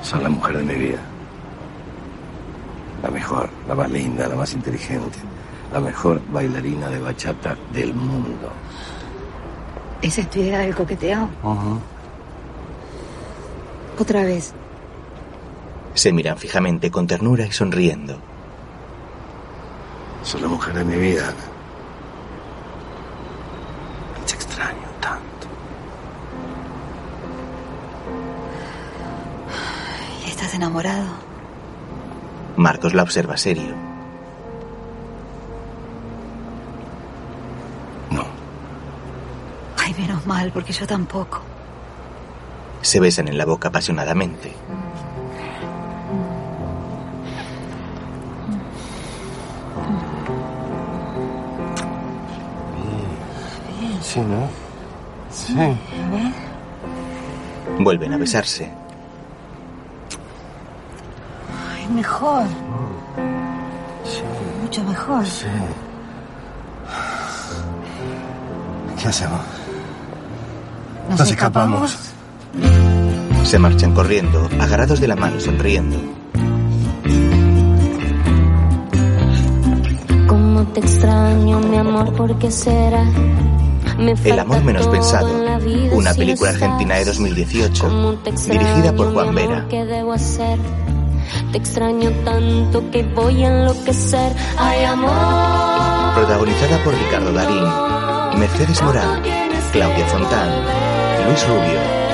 [SPEAKER 3] Sos la mujer de mi vida. La mejor, la más linda, la más inteligente. La mejor bailarina de bachata del mundo.
[SPEAKER 7] ¿Esa es tu idea del coqueteo? Otra vez.
[SPEAKER 1] Se miran fijamente con ternura y sonriendo.
[SPEAKER 3] Sos la mujer de mi vida. Te extraño tanto.
[SPEAKER 7] ¿Y estás enamorado?
[SPEAKER 1] Marcos la observa serio.
[SPEAKER 7] Ay, menos mal, porque yo tampoco.
[SPEAKER 1] Se besan en la boca apasionadamente.
[SPEAKER 2] Sí, ¿no? Sí.
[SPEAKER 1] Vuelven a besarse.
[SPEAKER 7] Ay, mejor.
[SPEAKER 3] Mm.
[SPEAKER 7] Mucho mejor. Sí.
[SPEAKER 3] ¿Qué hacemos?
[SPEAKER 1] Nos, escapamos. Se marchan corriendo, agarrados de la mano, sonriendo.
[SPEAKER 24] Cómo te extraño, mi amor, ¿por qué será? Me
[SPEAKER 1] El amor menos pensado.
[SPEAKER 24] en la vida
[SPEAKER 1] Una
[SPEAKER 24] si
[SPEAKER 1] película
[SPEAKER 24] no estás.
[SPEAKER 1] argentina de 2018.
[SPEAKER 24] te extraño,
[SPEAKER 1] Dirigida por Juan
[SPEAKER 24] mi amor,
[SPEAKER 1] Vera.
[SPEAKER 24] ¿Qué debo hacer? Te extraño tanto que voy a enloquecer. Ay, amor,
[SPEAKER 1] Protagonizada por Ricardo Darín, Mercedes Morán, Claudia Fontán, Luis Rubio,